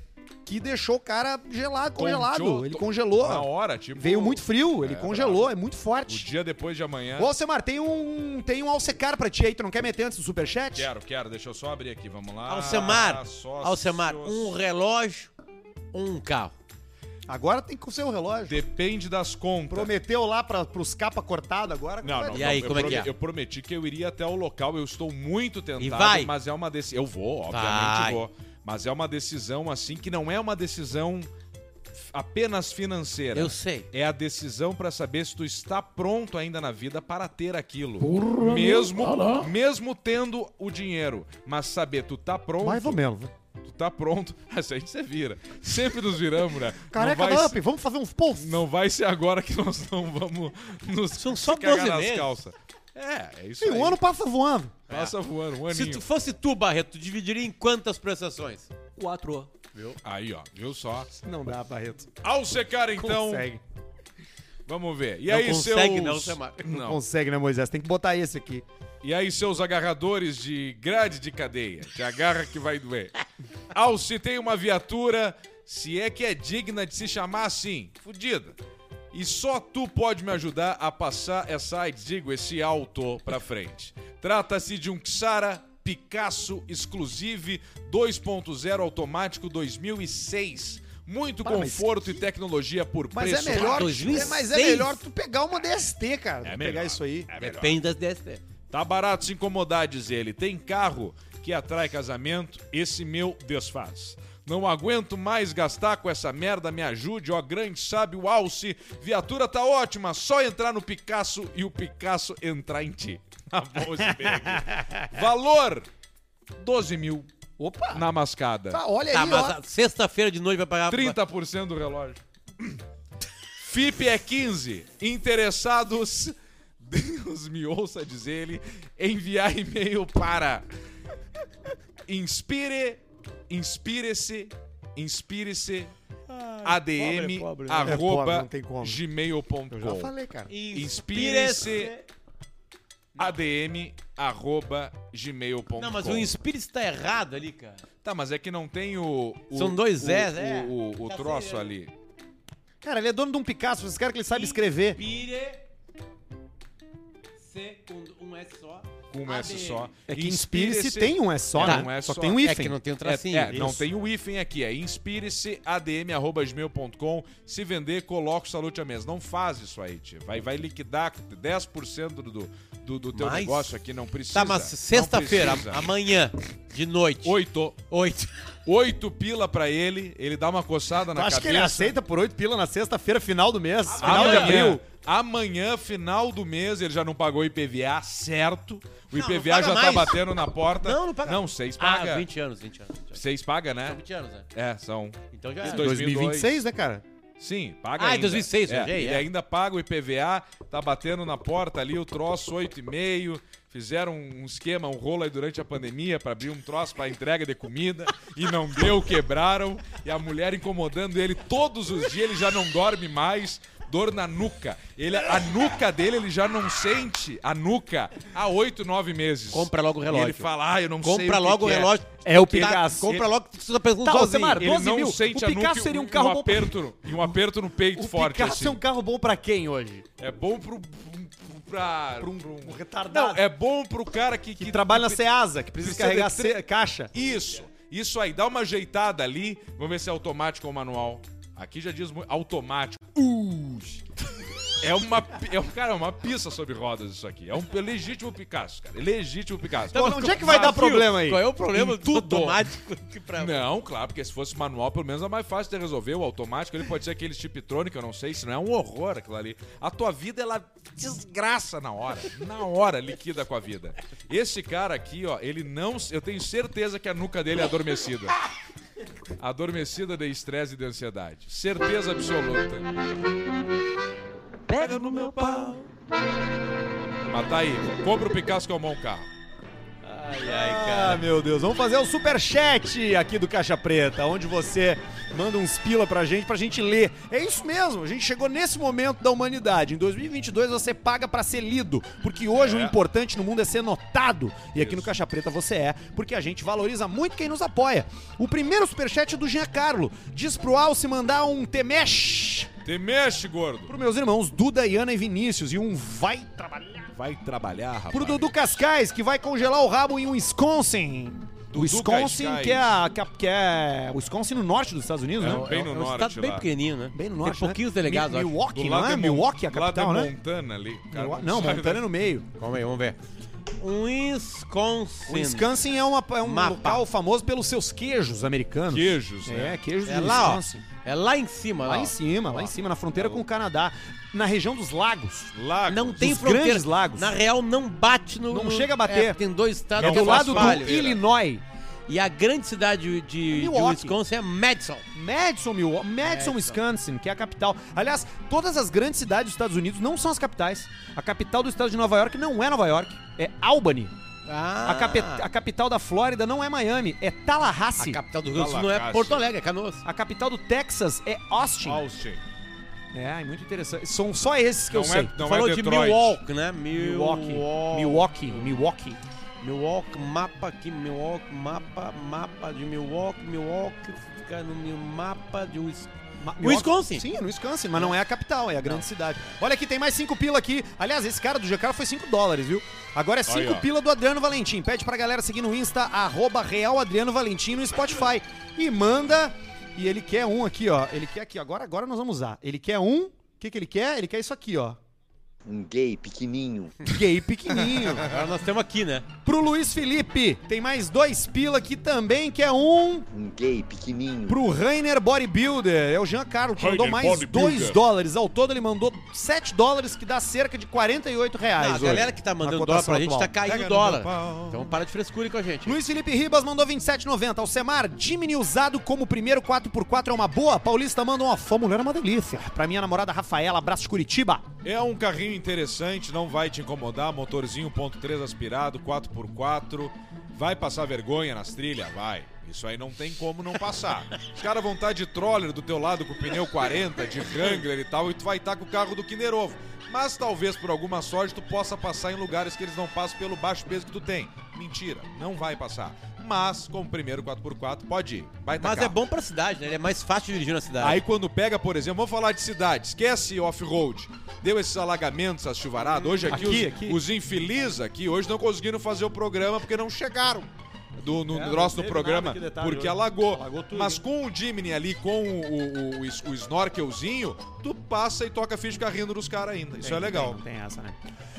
[SPEAKER 2] que deixou o cara gelado, congelado.
[SPEAKER 1] Congelou,
[SPEAKER 2] ele
[SPEAKER 1] to-
[SPEAKER 2] congelou.
[SPEAKER 1] Na hora, tipo.
[SPEAKER 2] Veio muito frio, ele
[SPEAKER 1] É,
[SPEAKER 2] congelou, é muito
[SPEAKER 1] O
[SPEAKER 2] forte.
[SPEAKER 1] dia depois de amanhã.
[SPEAKER 2] Ô, Alcemar, tem um, tem um Alcecar pra ti aí, tu não quer meter antes do superchat?
[SPEAKER 1] Quero, quero. Deixa eu só abrir aqui. Vamos lá. Ah,
[SPEAKER 3] Alcemar.
[SPEAKER 1] Sócios.
[SPEAKER 3] Alcemar, um relógio, um carro.
[SPEAKER 2] Agora tem que ser o relógio.
[SPEAKER 1] Depende das contas.
[SPEAKER 2] Prometeu lá pra, pros capa cortada agora.
[SPEAKER 1] Não, não,
[SPEAKER 3] E
[SPEAKER 1] não,
[SPEAKER 3] aí,
[SPEAKER 1] eu
[SPEAKER 3] como é que
[SPEAKER 1] prome-
[SPEAKER 3] é?
[SPEAKER 1] Eu prometi que eu iria até o local, eu estou muito tentado,
[SPEAKER 3] E vai?
[SPEAKER 1] mas é uma decisão. Eu vou, obviamente
[SPEAKER 3] Vai.
[SPEAKER 1] vou. Mas é uma decisão assim que não é uma decisão f- apenas financeira.
[SPEAKER 3] Eu sei.
[SPEAKER 1] É a decisão para saber se tu está pronto ainda na vida para ter aquilo. mesmo, mesmo tendo o dinheiro, mas saber tu tá pronto,
[SPEAKER 2] Mais ou menos.
[SPEAKER 1] tu tá pronto. Essa aí você vira. Sempre nos viramos, né?
[SPEAKER 2] Careca
[SPEAKER 1] não vai,
[SPEAKER 2] Dump, vamos fazer uns posts.
[SPEAKER 1] não vai ser agora que nós não vamos nos
[SPEAKER 3] São só
[SPEAKER 1] cagar
[SPEAKER 3] 12
[SPEAKER 1] nas
[SPEAKER 3] meses.
[SPEAKER 1] calças. É, é isso
[SPEAKER 2] Sim,
[SPEAKER 1] aí.
[SPEAKER 2] um ano passa voando.
[SPEAKER 1] Passa voando, um
[SPEAKER 3] Se
[SPEAKER 1] aninho.
[SPEAKER 3] tu fosse tu, Barreto, tu dividiria em quantas prestações? Quatro.
[SPEAKER 1] Aí, ó, viu só?
[SPEAKER 2] Não dá, Barreto.
[SPEAKER 1] Ao secar, então,
[SPEAKER 2] Consegue.
[SPEAKER 1] vamos ver. E
[SPEAKER 3] Não
[SPEAKER 1] aí,
[SPEAKER 3] consegue,
[SPEAKER 1] seus...
[SPEAKER 3] não, Samar.
[SPEAKER 1] Não.
[SPEAKER 2] Consegue, né, Moisés? Tem que botar esse aqui.
[SPEAKER 1] E aí, seus agarradores de grade de cadeia. Te agarra que vai doer. Ao se tem uma viatura, se é que é digna de se chamar assim, fudida. E só tu pode me ajudar a passar essa, ai, digo, esse alto pra frente. Trata-se de um Xara Picasso Exclusive 2.0 automático 2006. Muito
[SPEAKER 2] Pá, mas
[SPEAKER 1] conforto e tecnologia por
[SPEAKER 2] Mas
[SPEAKER 1] preço.
[SPEAKER 2] é melhor.
[SPEAKER 3] 2006.
[SPEAKER 2] é- mas é melhor tu pegar uma DST, cara.
[SPEAKER 1] É
[SPEAKER 2] tu
[SPEAKER 1] melhor.
[SPEAKER 2] pegar isso aí.
[SPEAKER 1] É melhor.
[SPEAKER 3] Depende das né? DST.
[SPEAKER 1] Tá barato se incomodar, diz ele. Tem carro que atrai casamento, esse meu desfaz. Não aguento mais gastar com essa merda, me ajude, ó grande sábio Alce. Viatura tá ótima, só entrar no Picasso e o Picasso entrar em ti. Tá bom esse bag. Valor, 12 mil
[SPEAKER 2] Opa!
[SPEAKER 1] na mascada.
[SPEAKER 2] Tá, olha
[SPEAKER 3] Tá,
[SPEAKER 2] aí,
[SPEAKER 3] mas
[SPEAKER 2] ó.
[SPEAKER 3] a- sexta-feira de noite vai pagar...
[SPEAKER 1] 30% do relógio. FIP é 15. Interessados, Deus me ouça diz ele, enviar e-mail para inspire, inspire-se, inspire-se, adm,
[SPEAKER 3] pobre, pobre.
[SPEAKER 1] arroba,
[SPEAKER 2] É pobre, não tem como. Eu já
[SPEAKER 1] gmail.com.
[SPEAKER 2] falei, cara.
[SPEAKER 1] Inspire-se, adm, arroba, gmail.com.
[SPEAKER 3] Não, mas o Inspire tá errado ali, cara.
[SPEAKER 1] Tá, mas é que não tem o... o-
[SPEAKER 3] São dois
[SPEAKER 1] o-
[SPEAKER 3] S, é.
[SPEAKER 1] O, o- o
[SPEAKER 3] Já sei,
[SPEAKER 1] troço
[SPEAKER 3] é.
[SPEAKER 1] ali.
[SPEAKER 2] Cara, ele é dono de um Picasso, vocês querem que ele saiba escrever.
[SPEAKER 3] Inspire... C com um S só.
[SPEAKER 1] com um S
[SPEAKER 3] ADM.
[SPEAKER 1] só.
[SPEAKER 2] É que inspire-se tem um S só,
[SPEAKER 1] Tá.
[SPEAKER 2] né?
[SPEAKER 1] Um S
[SPEAKER 2] só
[SPEAKER 1] só.
[SPEAKER 2] tem um
[SPEAKER 1] É
[SPEAKER 2] hífen.
[SPEAKER 3] É que não tem o
[SPEAKER 1] É,
[SPEAKER 3] tracinho.
[SPEAKER 1] é, não
[SPEAKER 3] Isso.
[SPEAKER 1] tem o hífen aqui, é inspire-se, adm.gmail.com. Se vender, coloca o salute à mesa. Não faz isso aí, tio. Vai, vai liquidar 10% do, do, do, do teu
[SPEAKER 3] Mas-
[SPEAKER 1] negócio aqui, não precisa.
[SPEAKER 3] Tá, mas sexta-feira,
[SPEAKER 1] Não precisa.
[SPEAKER 3] amanhã, de noite.
[SPEAKER 1] Oito.
[SPEAKER 3] Oito.
[SPEAKER 1] Oito pila pra ele, ele dá uma coçada
[SPEAKER 2] Tu
[SPEAKER 1] na
[SPEAKER 2] acha
[SPEAKER 1] cabeça. Ah,
[SPEAKER 2] que ele aceita por 8 pila na sexta-feira, final do mês? Final de
[SPEAKER 1] Amanhã,
[SPEAKER 2] abril.
[SPEAKER 1] Amanhã, final do mês, ele já não pagou IPVA, certo? O
[SPEAKER 3] Não, não
[SPEAKER 1] IPVA
[SPEAKER 3] paga
[SPEAKER 1] já tá
[SPEAKER 3] mais.
[SPEAKER 1] batendo na porta.
[SPEAKER 3] Não, não paga.
[SPEAKER 1] Não, seis
[SPEAKER 3] Ah,
[SPEAKER 1] paga.
[SPEAKER 3] 20 anos, 20 anos. 20 anos.
[SPEAKER 1] Seis paga,
[SPEAKER 3] São
[SPEAKER 1] né?
[SPEAKER 3] 20 anos, né?
[SPEAKER 1] É, são.
[SPEAKER 3] Então já
[SPEAKER 1] Em
[SPEAKER 3] era.
[SPEAKER 4] 2026, né, cara?
[SPEAKER 1] Sim, paga
[SPEAKER 3] Ah, em
[SPEAKER 1] ainda.
[SPEAKER 3] 2006
[SPEAKER 1] é,
[SPEAKER 3] hoje, é,
[SPEAKER 1] Ele
[SPEAKER 3] é.
[SPEAKER 1] ainda paga o IPVA, tá batendo na porta ali o troço 8,5. Fizeram um esquema, um rolo aí durante a pandemia pra abrir um troço pra entrega de comida e não deu, quebraram. E a mulher incomodando ele todos os dias, ele já não dorme mais. Dor na nuca. Ele, a nuca dele, ele já não sente a nuca há oito, nove meses.
[SPEAKER 3] Compra logo o
[SPEAKER 1] E
[SPEAKER 3] relógio.
[SPEAKER 1] ele fala, ah, eu não sei
[SPEAKER 3] Compra
[SPEAKER 1] que
[SPEAKER 3] logo o
[SPEAKER 1] que
[SPEAKER 3] relógio.
[SPEAKER 2] É o
[SPEAKER 3] Tá,
[SPEAKER 2] Picasso.
[SPEAKER 3] Compra logo, você tá pensando
[SPEAKER 2] Tá,
[SPEAKER 3] sozinho.
[SPEAKER 2] Alcemar,
[SPEAKER 1] Ele
[SPEAKER 2] 12
[SPEAKER 1] não
[SPEAKER 2] mil.
[SPEAKER 1] sente
[SPEAKER 2] O
[SPEAKER 1] a
[SPEAKER 2] Picasso
[SPEAKER 1] nuca, e
[SPEAKER 2] seria um
[SPEAKER 1] um
[SPEAKER 2] carro bom pra- é
[SPEAKER 1] aperto, no- e um aperto no peito forte. assim.
[SPEAKER 2] um
[SPEAKER 4] carro bom pra quem hoje?
[SPEAKER 1] É bom pro. pro- pra,
[SPEAKER 4] Pra um, um
[SPEAKER 1] Não,
[SPEAKER 4] retardado.
[SPEAKER 1] é bom pro cara que.
[SPEAKER 2] Que trabalha na Ceasa, que precisa
[SPEAKER 1] precisa
[SPEAKER 2] carregar
[SPEAKER 1] de tre-
[SPEAKER 2] ce- caixa.
[SPEAKER 1] Isso, isso aí. Dá uma ajeitada ali. Vamos ver se é automático ou manual. Aqui já diz mu- automático. Ux. É uma. pi- É um, cara, é uma pista sobre rodas isso aqui. É um legítimo Picasso, cara. Legítimo Picasso.
[SPEAKER 2] Pô, onde é que vai dar problema aí?
[SPEAKER 3] Qual é o problema
[SPEAKER 1] Em
[SPEAKER 3] do
[SPEAKER 1] tudo.
[SPEAKER 3] automático que pra...
[SPEAKER 1] Não, claro, porque se fosse manual, pelo menos é mais fácil de resolver. O automático, ele pode ser aquele tiptrônico, eu não sei, se não é um horror aquilo ali. A tua vida, ela desgraça na hora. Na hora, liquida com a vida. Esse cara aqui, ó, ele não. Eu tenho certeza que a nuca dele é adormecida. Adormecida de estresse e de ansiedade. Certeza absoluta. Pega no meu pau. Mas tá aí, compra o Picasso que é um bom carro.
[SPEAKER 3] Ai, ai,
[SPEAKER 2] Ah, meu Deus. Vamos fazer o superchat aqui do Caixa Preta, onde você manda uns pila pra gente, pra gente ler. É isso mesmo. A gente chegou nesse momento da humanidade. Em 2022 você paga pra ser lido, porque hoje o importante no mundo é ser notado. E aqui no Caixa Preta você é, porque a gente valoriza muito quem nos apoia. O primeiro superchat é do Jean Carlo. Diz pro Alce mandar um temesh
[SPEAKER 1] Te mexe, gordo.
[SPEAKER 2] Pro meus irmãos Duda, Iana e Vinícius. E um vai trabalhar.
[SPEAKER 1] Vai trabalhar, rapaz.
[SPEAKER 2] Pro Dudu Cascais, que vai congelar o rabo em Wisconsin.
[SPEAKER 1] Dudu
[SPEAKER 2] Wisconsin,
[SPEAKER 1] Cascais.
[SPEAKER 2] que é, a cap- que é. Wisconsin no norte dos Estados Unidos,
[SPEAKER 1] É,
[SPEAKER 2] né?
[SPEAKER 1] bem no
[SPEAKER 3] um
[SPEAKER 1] norte
[SPEAKER 3] estado bem
[SPEAKER 1] lá.
[SPEAKER 3] pequenininho, né?
[SPEAKER 2] Bem no norte.
[SPEAKER 3] Tem pouquinhos
[SPEAKER 2] né?
[SPEAKER 3] delegados,
[SPEAKER 2] Mi-
[SPEAKER 3] eu acho.
[SPEAKER 1] Do
[SPEAKER 2] Milwaukee,
[SPEAKER 1] lado
[SPEAKER 2] não é?
[SPEAKER 1] de Mon-
[SPEAKER 2] Milwaukee, é a
[SPEAKER 1] do lado
[SPEAKER 2] capital,
[SPEAKER 1] de
[SPEAKER 2] né?
[SPEAKER 1] Montana ali. o cara
[SPEAKER 2] Milwa- Não,
[SPEAKER 1] sabe
[SPEAKER 2] Montana é no meio.
[SPEAKER 3] Calma aí, vamos ver. Um Wisconsin.
[SPEAKER 2] Wisconsin é, uma, é um
[SPEAKER 3] Mapa.
[SPEAKER 2] local famoso pelos seus queijos americanos.
[SPEAKER 1] Queijos, né?
[SPEAKER 2] É, queijos
[SPEAKER 3] É
[SPEAKER 2] de
[SPEAKER 3] lá, ó.
[SPEAKER 2] Wisconsin.
[SPEAKER 3] É lá em cima,
[SPEAKER 2] Lá
[SPEAKER 3] ó.
[SPEAKER 2] em cima, lá em cima, na fronteira com o Canadá. Na região dos lagos.
[SPEAKER 1] Lago.
[SPEAKER 3] Não tem
[SPEAKER 2] Dos
[SPEAKER 3] fronteira.
[SPEAKER 2] grandes lagos.
[SPEAKER 3] Na real, não bate no...
[SPEAKER 2] Não
[SPEAKER 3] no-
[SPEAKER 2] chega a bater.
[SPEAKER 3] É, tem dois estados
[SPEAKER 2] é
[SPEAKER 3] que
[SPEAKER 2] do lado
[SPEAKER 3] falham.
[SPEAKER 2] do Illinois.
[SPEAKER 3] E a grande cidade de, de
[SPEAKER 2] Milwaukee.
[SPEAKER 3] Wisconsin é Madison.
[SPEAKER 2] Madison, Milwaukee, Madison, Wisconsin, que é a capital. Aliás, todas as grandes cidades dos Estados Unidos não são as capitais. A capital do estado de Nova York não é Nova York, é Albany.
[SPEAKER 3] Ah,
[SPEAKER 2] A, capi- a capital da Flórida não é Miami, é Tallahassee.
[SPEAKER 3] a
[SPEAKER 2] A,
[SPEAKER 3] capital do Rio do Sul
[SPEAKER 1] Lá,
[SPEAKER 3] não é
[SPEAKER 1] Cássio.
[SPEAKER 3] Porto Alegre, é Canoas.
[SPEAKER 2] capital do Texas é Austin.
[SPEAKER 1] Austin.
[SPEAKER 2] É, é muito interessante. São só esses que
[SPEAKER 1] Não
[SPEAKER 2] eu
[SPEAKER 1] é-
[SPEAKER 2] sei.
[SPEAKER 1] não
[SPEAKER 3] Falou
[SPEAKER 1] é
[SPEAKER 3] de
[SPEAKER 1] Detroit.
[SPEAKER 3] Milwaukee, né?
[SPEAKER 2] Milwaukee,
[SPEAKER 3] Milwaukee.
[SPEAKER 2] Milwaukee, Milwaukee.
[SPEAKER 3] Milwaukee, mapa aqui, Milwaukee, mapa, mapa de Milwaukee, Milwaukee, fica no meu mapa de um Wisconsin.
[SPEAKER 2] Ma-
[SPEAKER 3] Wisconsin?
[SPEAKER 2] Sim, é no Wisconsin, mas não é a capital, é a grande cidade. Olha aqui, tem mais cinco pila aqui. Aliás, esse cara do Giancarlo foi 5 dólares, viu? Agora é
[SPEAKER 1] Aí,
[SPEAKER 2] 5
[SPEAKER 1] ó.
[SPEAKER 2] pila do Adriano Valentim. Pede pra galera seguir no Insta, arroba Real Adriano Valentim no Spotify. E manda. E ele quer um aqui, ó. Ele quer aqui, agora, agora nós vamos usar. Ele quer um. O que, que ele quer? Ele quer isso aqui, ó.
[SPEAKER 6] Um gay pequenininho.
[SPEAKER 2] Gay pequenininho.
[SPEAKER 3] Agora nós temos aqui, né?
[SPEAKER 2] Pro Luiz Felipe, tem mais dois pila aqui também, que é um.
[SPEAKER 6] Um gay pequenininho.
[SPEAKER 2] Pro Rainer Bodybuilder, é o Jean Carlo que mandou
[SPEAKER 1] Rainer
[SPEAKER 2] mais
[SPEAKER 1] Bodybuilder.
[SPEAKER 2] 2 dólares. Ao todo ele mandou 7 dólares, que dá cerca de 48 reais.
[SPEAKER 3] Ah, a
[SPEAKER 2] hoje.
[SPEAKER 3] galera que tá mandando
[SPEAKER 2] Na
[SPEAKER 3] dólar
[SPEAKER 2] cotação
[SPEAKER 3] pra gente tá
[SPEAKER 2] atual.
[SPEAKER 3] caindo dólar. Então para de frescura aí com a gente.
[SPEAKER 2] Luiz Felipe Ribas mandou 27,90. Alcemar, Jimmy usado como primeiro 4x4 é uma boa. Paulista manda uma fã, mulher é uma delícia. Pra minha namorada Rafaela, abraço de Curitiba.
[SPEAKER 1] É um carrinho interessante, não vai te incomodar. Motorzinho 1.3 aspirado, 4x4. Vai passar vergonha nas trilhas? Vai. Isso aí não tem como não passar. Os caras vão estar de troller do teu lado com pneu 40, de Wrangler e tal, e tu vai estar com o carro do Kinder Ovo. Mas talvez por alguma sorte tu possa passar em lugares que eles não passam pelo baixo peso que tu tem. Mentira, não vai passar. Mas com o primeiro 4x4 pode ir. Vai
[SPEAKER 3] Mas é bom pra cidade, né? Ele é mais fácil de dirigir na cidade.
[SPEAKER 1] Aí quando pega, por exemplo, vamos falar de cidade, esquece off-road. Deu esses alagamentos, as chuvaradas. Hoje aqui,
[SPEAKER 2] Aqui,
[SPEAKER 1] os,
[SPEAKER 2] aqui.
[SPEAKER 1] os infelizes aqui hoje não conseguiram fazer o programa porque não chegaram. do, no
[SPEAKER 7] É, não
[SPEAKER 1] nosso do
[SPEAKER 7] teve
[SPEAKER 1] programa,
[SPEAKER 7] nada de detalhe
[SPEAKER 1] porque
[SPEAKER 7] hoje.
[SPEAKER 1] alagou.
[SPEAKER 7] Alagou tudo.
[SPEAKER 1] Mas com o Jimny ali, com o, o, o, es- o snorkelzinho, tu passa e toca ficha e fica rindo dos caras ainda. Isso é legal.
[SPEAKER 2] Não tem essa, né?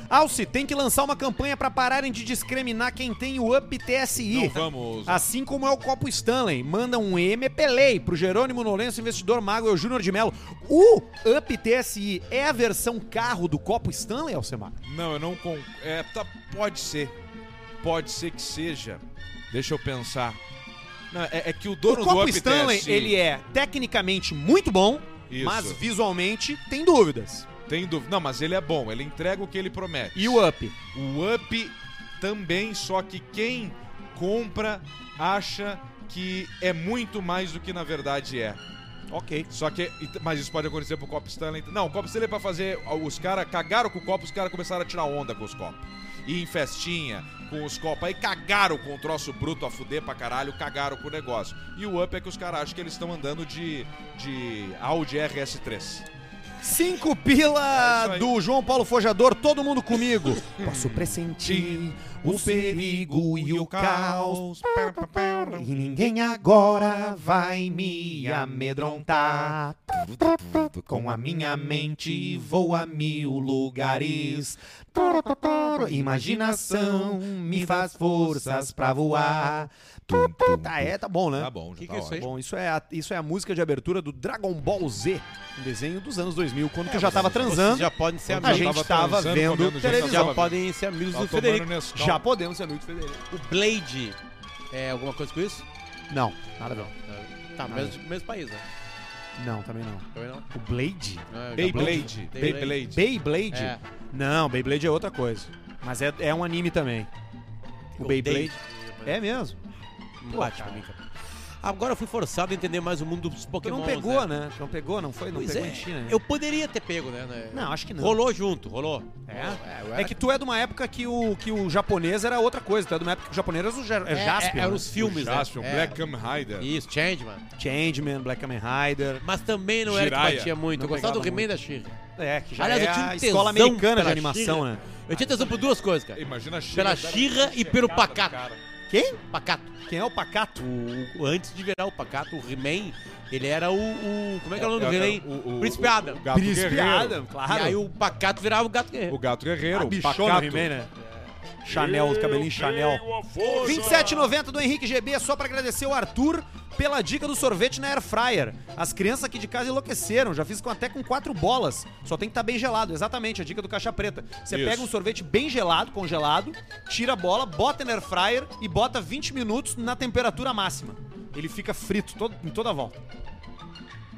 [SPEAKER 2] Alce, tem que lançar uma campanha pra pararem de discriminar quem tem o Up TSI.
[SPEAKER 1] Não
[SPEAKER 3] tá
[SPEAKER 1] vamos.
[SPEAKER 2] Assim como é o Copo Stanley, manda um MPLEI pro Jerônimo Nolenço, investidor mago e o Júnior de Melo. O Up TSI é a versão carro do Copo Stanley, Alcemar?
[SPEAKER 1] Não, eu não. Con... É, tá, pode ser. Pode ser que seja. Deixa eu pensar. Não, é, é que o
[SPEAKER 2] O
[SPEAKER 1] dono do
[SPEAKER 2] Copo
[SPEAKER 1] Up
[SPEAKER 2] Stanley,
[SPEAKER 1] TSI,
[SPEAKER 2] ele é tecnicamente muito bom,
[SPEAKER 1] Isso.
[SPEAKER 2] mas visualmente tem dúvidas.
[SPEAKER 1] Tem dúvida. Não, mas ele é bom. Ele entrega o que ele promete.
[SPEAKER 2] E o Up?
[SPEAKER 1] O Up também, só que quem compra acha que é muito mais do que na verdade é.
[SPEAKER 2] Ok.
[SPEAKER 1] Só que, mas isso pode acontecer pro Cop Stanley. Não, o Cop Stanley é pra fazer. Os caras cagaram com o copo, os caras começaram a tirar onda com os copos. E em festinha, com os copos. Aí cagaram com o troço bruto a fuder pra caralho, cagaram com o negócio. E o up é que os caras acham que eles estão andando de, de Audi RS3.
[SPEAKER 2] Cinco
[SPEAKER 1] É isso
[SPEAKER 2] pila
[SPEAKER 1] aí.
[SPEAKER 2] do João Paulo Fojador, todo mundo comigo. Posso pressentir o perigo e o caos. E ninguém agora vai me amedrontar. Com a minha mente vou a mil lugares. Imaginação me faz forças pra voar. Tá, é, tá bom, né?
[SPEAKER 1] Tá bom, já
[SPEAKER 3] Que
[SPEAKER 1] tá
[SPEAKER 3] que é isso
[SPEAKER 1] ótimo.
[SPEAKER 3] aí?
[SPEAKER 2] Bom, isso é, a, isso é a música de abertura do Dragon Ball Z, um desenho dos anos 2000, quando que eu É, já tava transando.
[SPEAKER 3] Vocês já podem ser
[SPEAKER 2] a
[SPEAKER 3] amigos.
[SPEAKER 2] gente
[SPEAKER 1] tava
[SPEAKER 2] tava
[SPEAKER 1] transando,
[SPEAKER 2] vendo
[SPEAKER 1] comendo junto,
[SPEAKER 3] Vocês
[SPEAKER 2] televisão.
[SPEAKER 3] já podem ser amigos
[SPEAKER 1] Tá
[SPEAKER 3] do
[SPEAKER 1] tomando
[SPEAKER 3] Federico.
[SPEAKER 1] Nescau.
[SPEAKER 2] Já podemos ser amigos do Federico.
[SPEAKER 3] O Blade é alguma coisa com isso?
[SPEAKER 2] Não, nada não.
[SPEAKER 3] Tá, mesmo, mesmo país, né?
[SPEAKER 2] Não, também não.
[SPEAKER 3] Também não.
[SPEAKER 2] O Blade?
[SPEAKER 3] Não é
[SPEAKER 1] Beyblade.
[SPEAKER 3] Beyblade.
[SPEAKER 1] Beyblade.
[SPEAKER 2] Beyblade?
[SPEAKER 3] É.
[SPEAKER 2] Não, Beyblade é outra coisa. Mas é, é um anime também. O Beyblade. É mesmo.
[SPEAKER 3] Não bate pra mim, cara. Agora eu fui forçado a entender mais o mundo dos
[SPEAKER 2] Tu
[SPEAKER 3] Pokémon.
[SPEAKER 2] não pegou, né? Tu Não pegou, não foi? Não
[SPEAKER 3] Pois
[SPEAKER 2] pegou
[SPEAKER 3] é.
[SPEAKER 2] em China, né?
[SPEAKER 3] Eu poderia ter pego, né? né?
[SPEAKER 2] Não, acho que não.
[SPEAKER 3] Rolou junto, rolou.
[SPEAKER 2] É?
[SPEAKER 3] eu
[SPEAKER 2] É que tu é de uma época que o, que o japonês era outra coisa. Tu é de uma época que o japonês era o ja- é,
[SPEAKER 3] É,
[SPEAKER 2] Jaspion.
[SPEAKER 3] é, eram
[SPEAKER 2] né?
[SPEAKER 3] os filmes, né?
[SPEAKER 1] Jaspion,
[SPEAKER 3] É.
[SPEAKER 1] Black Kamen Rider.
[SPEAKER 3] Isso, Changeman.
[SPEAKER 2] Changeman, Black Kamen Rider.
[SPEAKER 3] Mas também não era
[SPEAKER 1] Jiraiya.
[SPEAKER 3] que batia muito.
[SPEAKER 2] Não
[SPEAKER 3] eu gostava do
[SPEAKER 2] pegava
[SPEAKER 3] He-Man da She-Ra.
[SPEAKER 2] É, que já
[SPEAKER 3] Aliás,
[SPEAKER 2] é
[SPEAKER 3] eu tinha um
[SPEAKER 2] a
[SPEAKER 3] tesão
[SPEAKER 2] escola americana de
[SPEAKER 3] pela
[SPEAKER 2] animação,
[SPEAKER 3] She-Ra.
[SPEAKER 2] né?
[SPEAKER 3] Eu tinha tesão por duas coisas, cara.
[SPEAKER 1] Imagina a Shira.
[SPEAKER 3] Pela She-Ra e pelo Pacato.
[SPEAKER 2] Quem?
[SPEAKER 3] Pacato.
[SPEAKER 2] Quem é o Pacato?
[SPEAKER 3] O- o- antes de virar o Pacato, o He-Man, ele era o, o- Como é que é o nome do He-Man?
[SPEAKER 1] O, o,
[SPEAKER 3] Príncipe Adam.
[SPEAKER 1] o gato guerreiro.
[SPEAKER 2] Adam,
[SPEAKER 3] E
[SPEAKER 2] claro.
[SPEAKER 3] aí o Pacato virava o gato guerreiro.
[SPEAKER 1] O gato guerreiro.
[SPEAKER 2] Ah,
[SPEAKER 1] o
[SPEAKER 2] bichona
[SPEAKER 1] pacato.
[SPEAKER 2] He-Man, né?
[SPEAKER 3] É.
[SPEAKER 2] Chanel, os cabelinhos Chanel. 27,90 do Henrique GB, só pra agradecer o Arthur pela dica do sorvete na Air Fryer. As crianças aqui de casa enlouqueceram, já fiz com, até com quatro bolas. Só tem que estar bem gelado, exatamente, a dica do Caixa Preta. Você
[SPEAKER 1] Isso.
[SPEAKER 2] pega um sorvete bem gelado, congelado, tira a bola, bota na Air Fryer e bota 20 minutos na temperatura máxima. Ele fica frito todo- em toda a volta.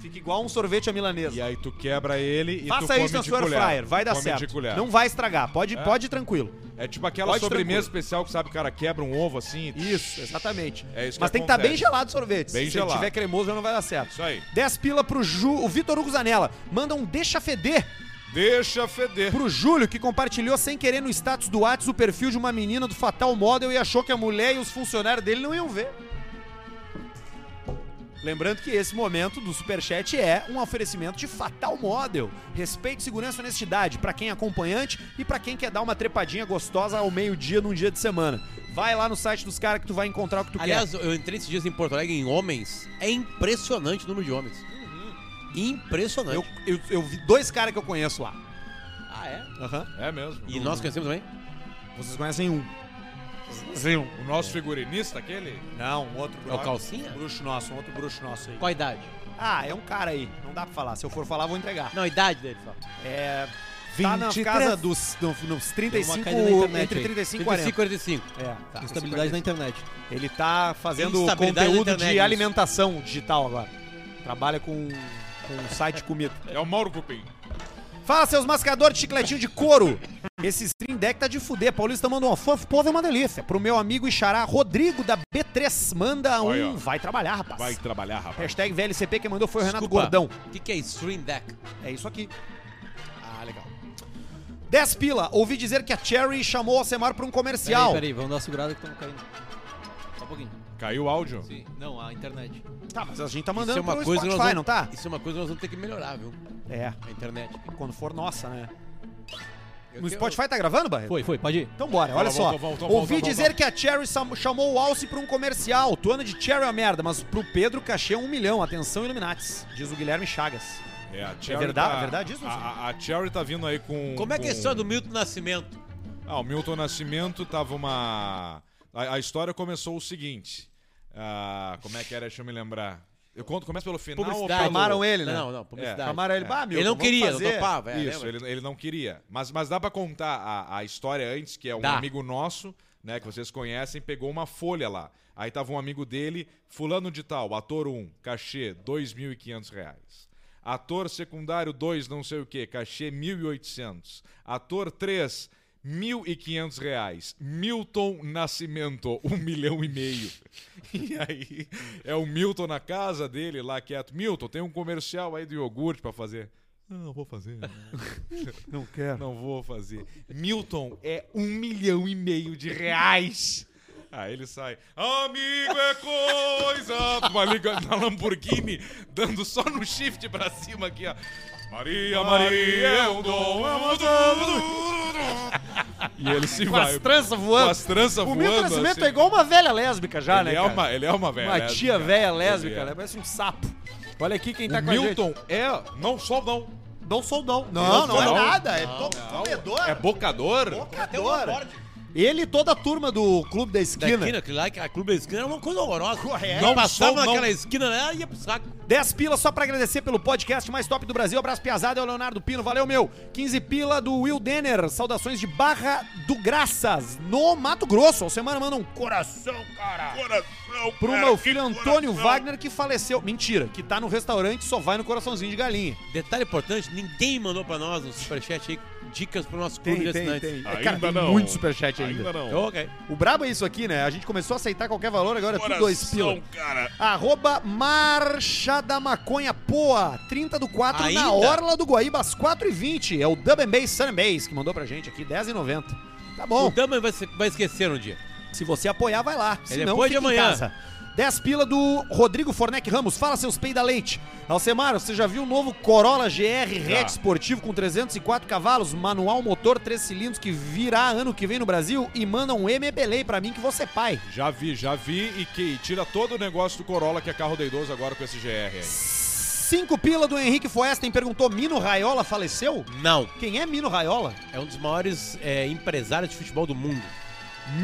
[SPEAKER 2] Fica igual um sorvete à milanesa.
[SPEAKER 1] E aí tu quebra ele e tu
[SPEAKER 2] Faça
[SPEAKER 1] come
[SPEAKER 2] isso na
[SPEAKER 1] de
[SPEAKER 2] sua air
[SPEAKER 1] colher.
[SPEAKER 2] fryer, vai dar
[SPEAKER 1] Come de
[SPEAKER 2] certo.
[SPEAKER 1] colher.
[SPEAKER 2] Não vai estragar, pode,
[SPEAKER 1] É.
[SPEAKER 2] pode ir tranquilo.
[SPEAKER 1] É tipo aquela
[SPEAKER 2] Pode
[SPEAKER 1] sobremesa
[SPEAKER 2] tranquilo.
[SPEAKER 1] especial que sabe o cara quebra um ovo assim. e-
[SPEAKER 2] Isso, exatamente.
[SPEAKER 1] É isso que
[SPEAKER 2] Mas tem que estar
[SPEAKER 1] acontece.
[SPEAKER 2] bem gelado o sorvete.
[SPEAKER 1] Bem
[SPEAKER 2] Se
[SPEAKER 1] gelado.
[SPEAKER 2] tiver cremoso, já não vai dar certo.
[SPEAKER 1] Isso aí.
[SPEAKER 2] 10 pila pro Ju, o Vitor Hugo Zanella. Manda um deixa feder
[SPEAKER 1] Deixa feder.
[SPEAKER 2] pro Júlio, que compartilhou sem querer no status do Whats o perfil de uma menina do Fatal Model e achou que a mulher e os funcionários dele não iam ver. Lembrando que esse momento do Superchat é um oferecimento de Fatal Model. Respeito, segurança e honestidade para quem é acompanhante e para quem quer dar uma trepadinha gostosa ao meio-dia num dia de semana. Vai lá no site dos caras que tu vai encontrar o que tu quer.
[SPEAKER 3] Aliás, eu entrei esses dias em Porto Alegre em homens. É impressionante o número de homens.
[SPEAKER 2] Uhum.
[SPEAKER 3] Impressionante.
[SPEAKER 2] Eu, eu, eu vi dois caras que eu conheço lá.
[SPEAKER 3] Ah, é?
[SPEAKER 1] É mesmo.
[SPEAKER 3] E nós conhecemos também?
[SPEAKER 2] Vocês conhecem um?
[SPEAKER 1] O nosso figurinista, aquele?
[SPEAKER 2] Não, um outro
[SPEAKER 3] um? É o Calcinha?
[SPEAKER 2] bruxo nosso, um outro bruxo nosso aí.
[SPEAKER 3] Qual a idade?
[SPEAKER 2] Ah, é um cara aí. Não dá pra falar. Se eu for falar, vou entregar.
[SPEAKER 3] Não, a idade dele só.
[SPEAKER 2] É. Tá na
[SPEAKER 7] 23.
[SPEAKER 2] casa dos no, nos
[SPEAKER 7] Deu
[SPEAKER 2] 35,
[SPEAKER 7] uma caída na internet
[SPEAKER 2] entre
[SPEAKER 7] aí.
[SPEAKER 2] 35 e
[SPEAKER 3] 45,
[SPEAKER 2] 40.
[SPEAKER 3] 45.
[SPEAKER 2] É, tá.
[SPEAKER 7] Estabilidade na internet.
[SPEAKER 2] Ele tá fazendo
[SPEAKER 3] Instabilidade
[SPEAKER 2] conteúdo
[SPEAKER 3] na internet,
[SPEAKER 2] de
[SPEAKER 3] isso.
[SPEAKER 2] alimentação digital agora. Trabalha com, com um site de comida.
[SPEAKER 1] É o Mauro Cupim.
[SPEAKER 2] Fala, seus mascadores de chicletinho de couro. Esse stream deck tá de fuder. Paulista manda um fofo, povo é uma delícia. Pro meu amigo e xará Rodrigo da B3, manda um.
[SPEAKER 1] Olha, ó.
[SPEAKER 2] Vai trabalhar, rapaz.
[SPEAKER 1] Vai trabalhar, rapaz.
[SPEAKER 2] Hashtag VLCP, quem mandou foi o Renato
[SPEAKER 3] Desculpa.
[SPEAKER 2] Gordão.
[SPEAKER 3] O que, que é Stream Deck?
[SPEAKER 2] É isso aqui.
[SPEAKER 3] Ah, legal.
[SPEAKER 2] 10 pila. Ouvi dizer que a Cherry chamou o Alcemar pra um comercial.
[SPEAKER 7] Peraí, peraí, vamos dar uma segurada que estamos caindo. Só um pouquinho.
[SPEAKER 1] Caiu o áudio.
[SPEAKER 7] Sim. Não, a internet.
[SPEAKER 2] Tá, mas a gente tá
[SPEAKER 3] Isso
[SPEAKER 2] mandando
[SPEAKER 3] é uma
[SPEAKER 2] pro
[SPEAKER 3] coisa que nós
[SPEAKER 2] Spotify,
[SPEAKER 3] vamos-
[SPEAKER 2] não tá?
[SPEAKER 3] Isso é uma coisa que nós vamos ter que melhorar, viu?
[SPEAKER 2] É,
[SPEAKER 3] A internet.
[SPEAKER 2] quando for nossa, né? No Spotify tá gravando, Barreto?
[SPEAKER 7] Foi, foi, pode ir.
[SPEAKER 2] Então bora, olha
[SPEAKER 1] Volta,
[SPEAKER 2] só.
[SPEAKER 1] volta, volta,
[SPEAKER 2] Ouvi
[SPEAKER 1] volta,
[SPEAKER 2] dizer que a Cherry sam- chamou o Alce pra um comercial. Tuana de Cherry é uma merda, mas pro Pedro cachê é um milhão. Atenção, Illuminates, diz o Guilherme Chagas.
[SPEAKER 1] É, a
[SPEAKER 2] É
[SPEAKER 1] Cherry
[SPEAKER 2] verdade-
[SPEAKER 1] tá-
[SPEAKER 2] é verdade isso,
[SPEAKER 1] A, a- a Cherry tá vindo aí com.
[SPEAKER 3] Como é que é a
[SPEAKER 1] com-
[SPEAKER 3] história do Milton Nascimento?
[SPEAKER 1] Ah, o Milton Nascimento tava uma. A, a história começou o seguinte. Ah, como é que era? Deixa eu me lembrar. Eu conto, começa pelo final. ou
[SPEAKER 3] Publicidade.
[SPEAKER 1] pelo-
[SPEAKER 4] Chamaram ele, né?
[SPEAKER 3] Não, não, publicidade.
[SPEAKER 4] Chamaram ele,
[SPEAKER 1] É.
[SPEAKER 4] bah, meu,
[SPEAKER 3] ele não
[SPEAKER 4] vamos
[SPEAKER 3] queria,
[SPEAKER 4] fazer.
[SPEAKER 3] não topava. é,
[SPEAKER 1] Isso,
[SPEAKER 3] lembra?
[SPEAKER 1] ele, ele não queria. Mas, mas dá pra contar a, a história antes, que é um
[SPEAKER 3] Dá.
[SPEAKER 1] amigo nosso, né, que vocês conhecem, pegou uma folha lá. Aí tava um amigo dele, fulano de tal, ator 1, cachê R$ 2.500. reais. Ator secundário 2, não sei o quê, cachê 1.800. Ator 3, R$ 1.500. reais. Milton Nascimento, um milhão e meio. E aí, é o Milton na casa dele, lá quieto. Milton, tem um comercial aí do iogurte pra fazer. Não, vou fazer. né?
[SPEAKER 4] Não quero.
[SPEAKER 1] Não vou fazer. Milton é um milhão e meio de reais. Aí ele sai, amigo é coisa. Maliga na Lamborghini, dando só no shift pra cima aqui, ó. Maria, Maria, é um dom. é um dom. E ele se
[SPEAKER 2] Com
[SPEAKER 1] vai.
[SPEAKER 2] as
[SPEAKER 1] com
[SPEAKER 2] tranças voando.
[SPEAKER 1] as tranças
[SPEAKER 2] o
[SPEAKER 1] voando.
[SPEAKER 2] Milton Nascimento
[SPEAKER 1] assim.
[SPEAKER 2] é igual uma velha lésbica já,
[SPEAKER 1] Ele
[SPEAKER 2] né,
[SPEAKER 1] é
[SPEAKER 2] cara?
[SPEAKER 1] uma, ele é uma velha.
[SPEAKER 2] Uma
[SPEAKER 1] lésbica.
[SPEAKER 2] tia velha
[SPEAKER 1] Ele
[SPEAKER 2] lésbica,
[SPEAKER 1] é.
[SPEAKER 2] né? Parece um sapo. Olha aqui quem tá
[SPEAKER 1] O
[SPEAKER 2] com a gente.
[SPEAKER 1] Milton é não soldão.
[SPEAKER 4] Não sou não.
[SPEAKER 1] Não,
[SPEAKER 4] Não, não é
[SPEAKER 1] não.
[SPEAKER 4] nada. É to- comedor.
[SPEAKER 1] É bocador.
[SPEAKER 4] bocador. Ele e toda a turma do Clube da
[SPEAKER 3] Da
[SPEAKER 4] Esquina.
[SPEAKER 3] esquina, aquele lá, aquele clube da esquina era uma coisa horrorosa.
[SPEAKER 4] Correto.
[SPEAKER 3] Não
[SPEAKER 1] Não
[SPEAKER 3] passava
[SPEAKER 1] sou, não.
[SPEAKER 3] naquela esquina lá e ia pro saco.
[SPEAKER 2] 10 pila só pra agradecer pelo podcast mais top do Brasil. Abraço piazada, é o Leonardo Pino. Valeu, meu. 15 pila do Will Denner. Saudações de Barra do Graças, no Mato Grosso. Ao semana manda um coração, cara. Coração, Pro meu filho Antônio Wagner, que faleceu. Mentira, que tá no restaurante só vai no coraçãozinho de galinha.
[SPEAKER 3] Detalhe importante, ninguém mandou pra nós no superchat aí dicas pro nosso clube de assinantes.
[SPEAKER 2] É, cara, tem muito superchat ainda.
[SPEAKER 3] Ok.
[SPEAKER 2] O brabo é isso aqui, né? A gente começou a aceitar qualquer valor, agora é tudo dois pila.
[SPEAKER 1] cara.
[SPEAKER 2] Arroba Marcha da Maconha Poa, 30 do 4
[SPEAKER 3] Ainda?
[SPEAKER 2] na Orla do Guaíba, às 4 h 20 É o Dub and Bass Sun and Bass que mandou pra gente aqui, 10,90. Tá
[SPEAKER 3] O
[SPEAKER 2] bom,
[SPEAKER 3] Dama vai, se- vai esquecer um dia.
[SPEAKER 2] se você apoiar, vai lá. Se
[SPEAKER 3] É
[SPEAKER 2] não,
[SPEAKER 3] depois de
[SPEAKER 2] fica em
[SPEAKER 3] amanhã.
[SPEAKER 2] casa. 10 pila do Rodrigo Fornec Ramos. Fala seus peida leite. Alcemar, você já viu o novo Corolla GR
[SPEAKER 1] Já.
[SPEAKER 2] Red esportivo com 304 cavalos, manual motor 3 cilindros que virá ano que vem no Brasil? E manda um MBLA pra mim que você é pai.
[SPEAKER 1] Já vi, já vi e que tira todo o negócio do Corolla que é carro de idoso agora com esse GR aí.
[SPEAKER 2] Cinco pila do Henrique Foesten perguntou: Mino Raiola faleceu?
[SPEAKER 3] Não.
[SPEAKER 2] Quem é Mino Raiola?
[SPEAKER 3] É um dos maiores é, empresários de futebol do mundo.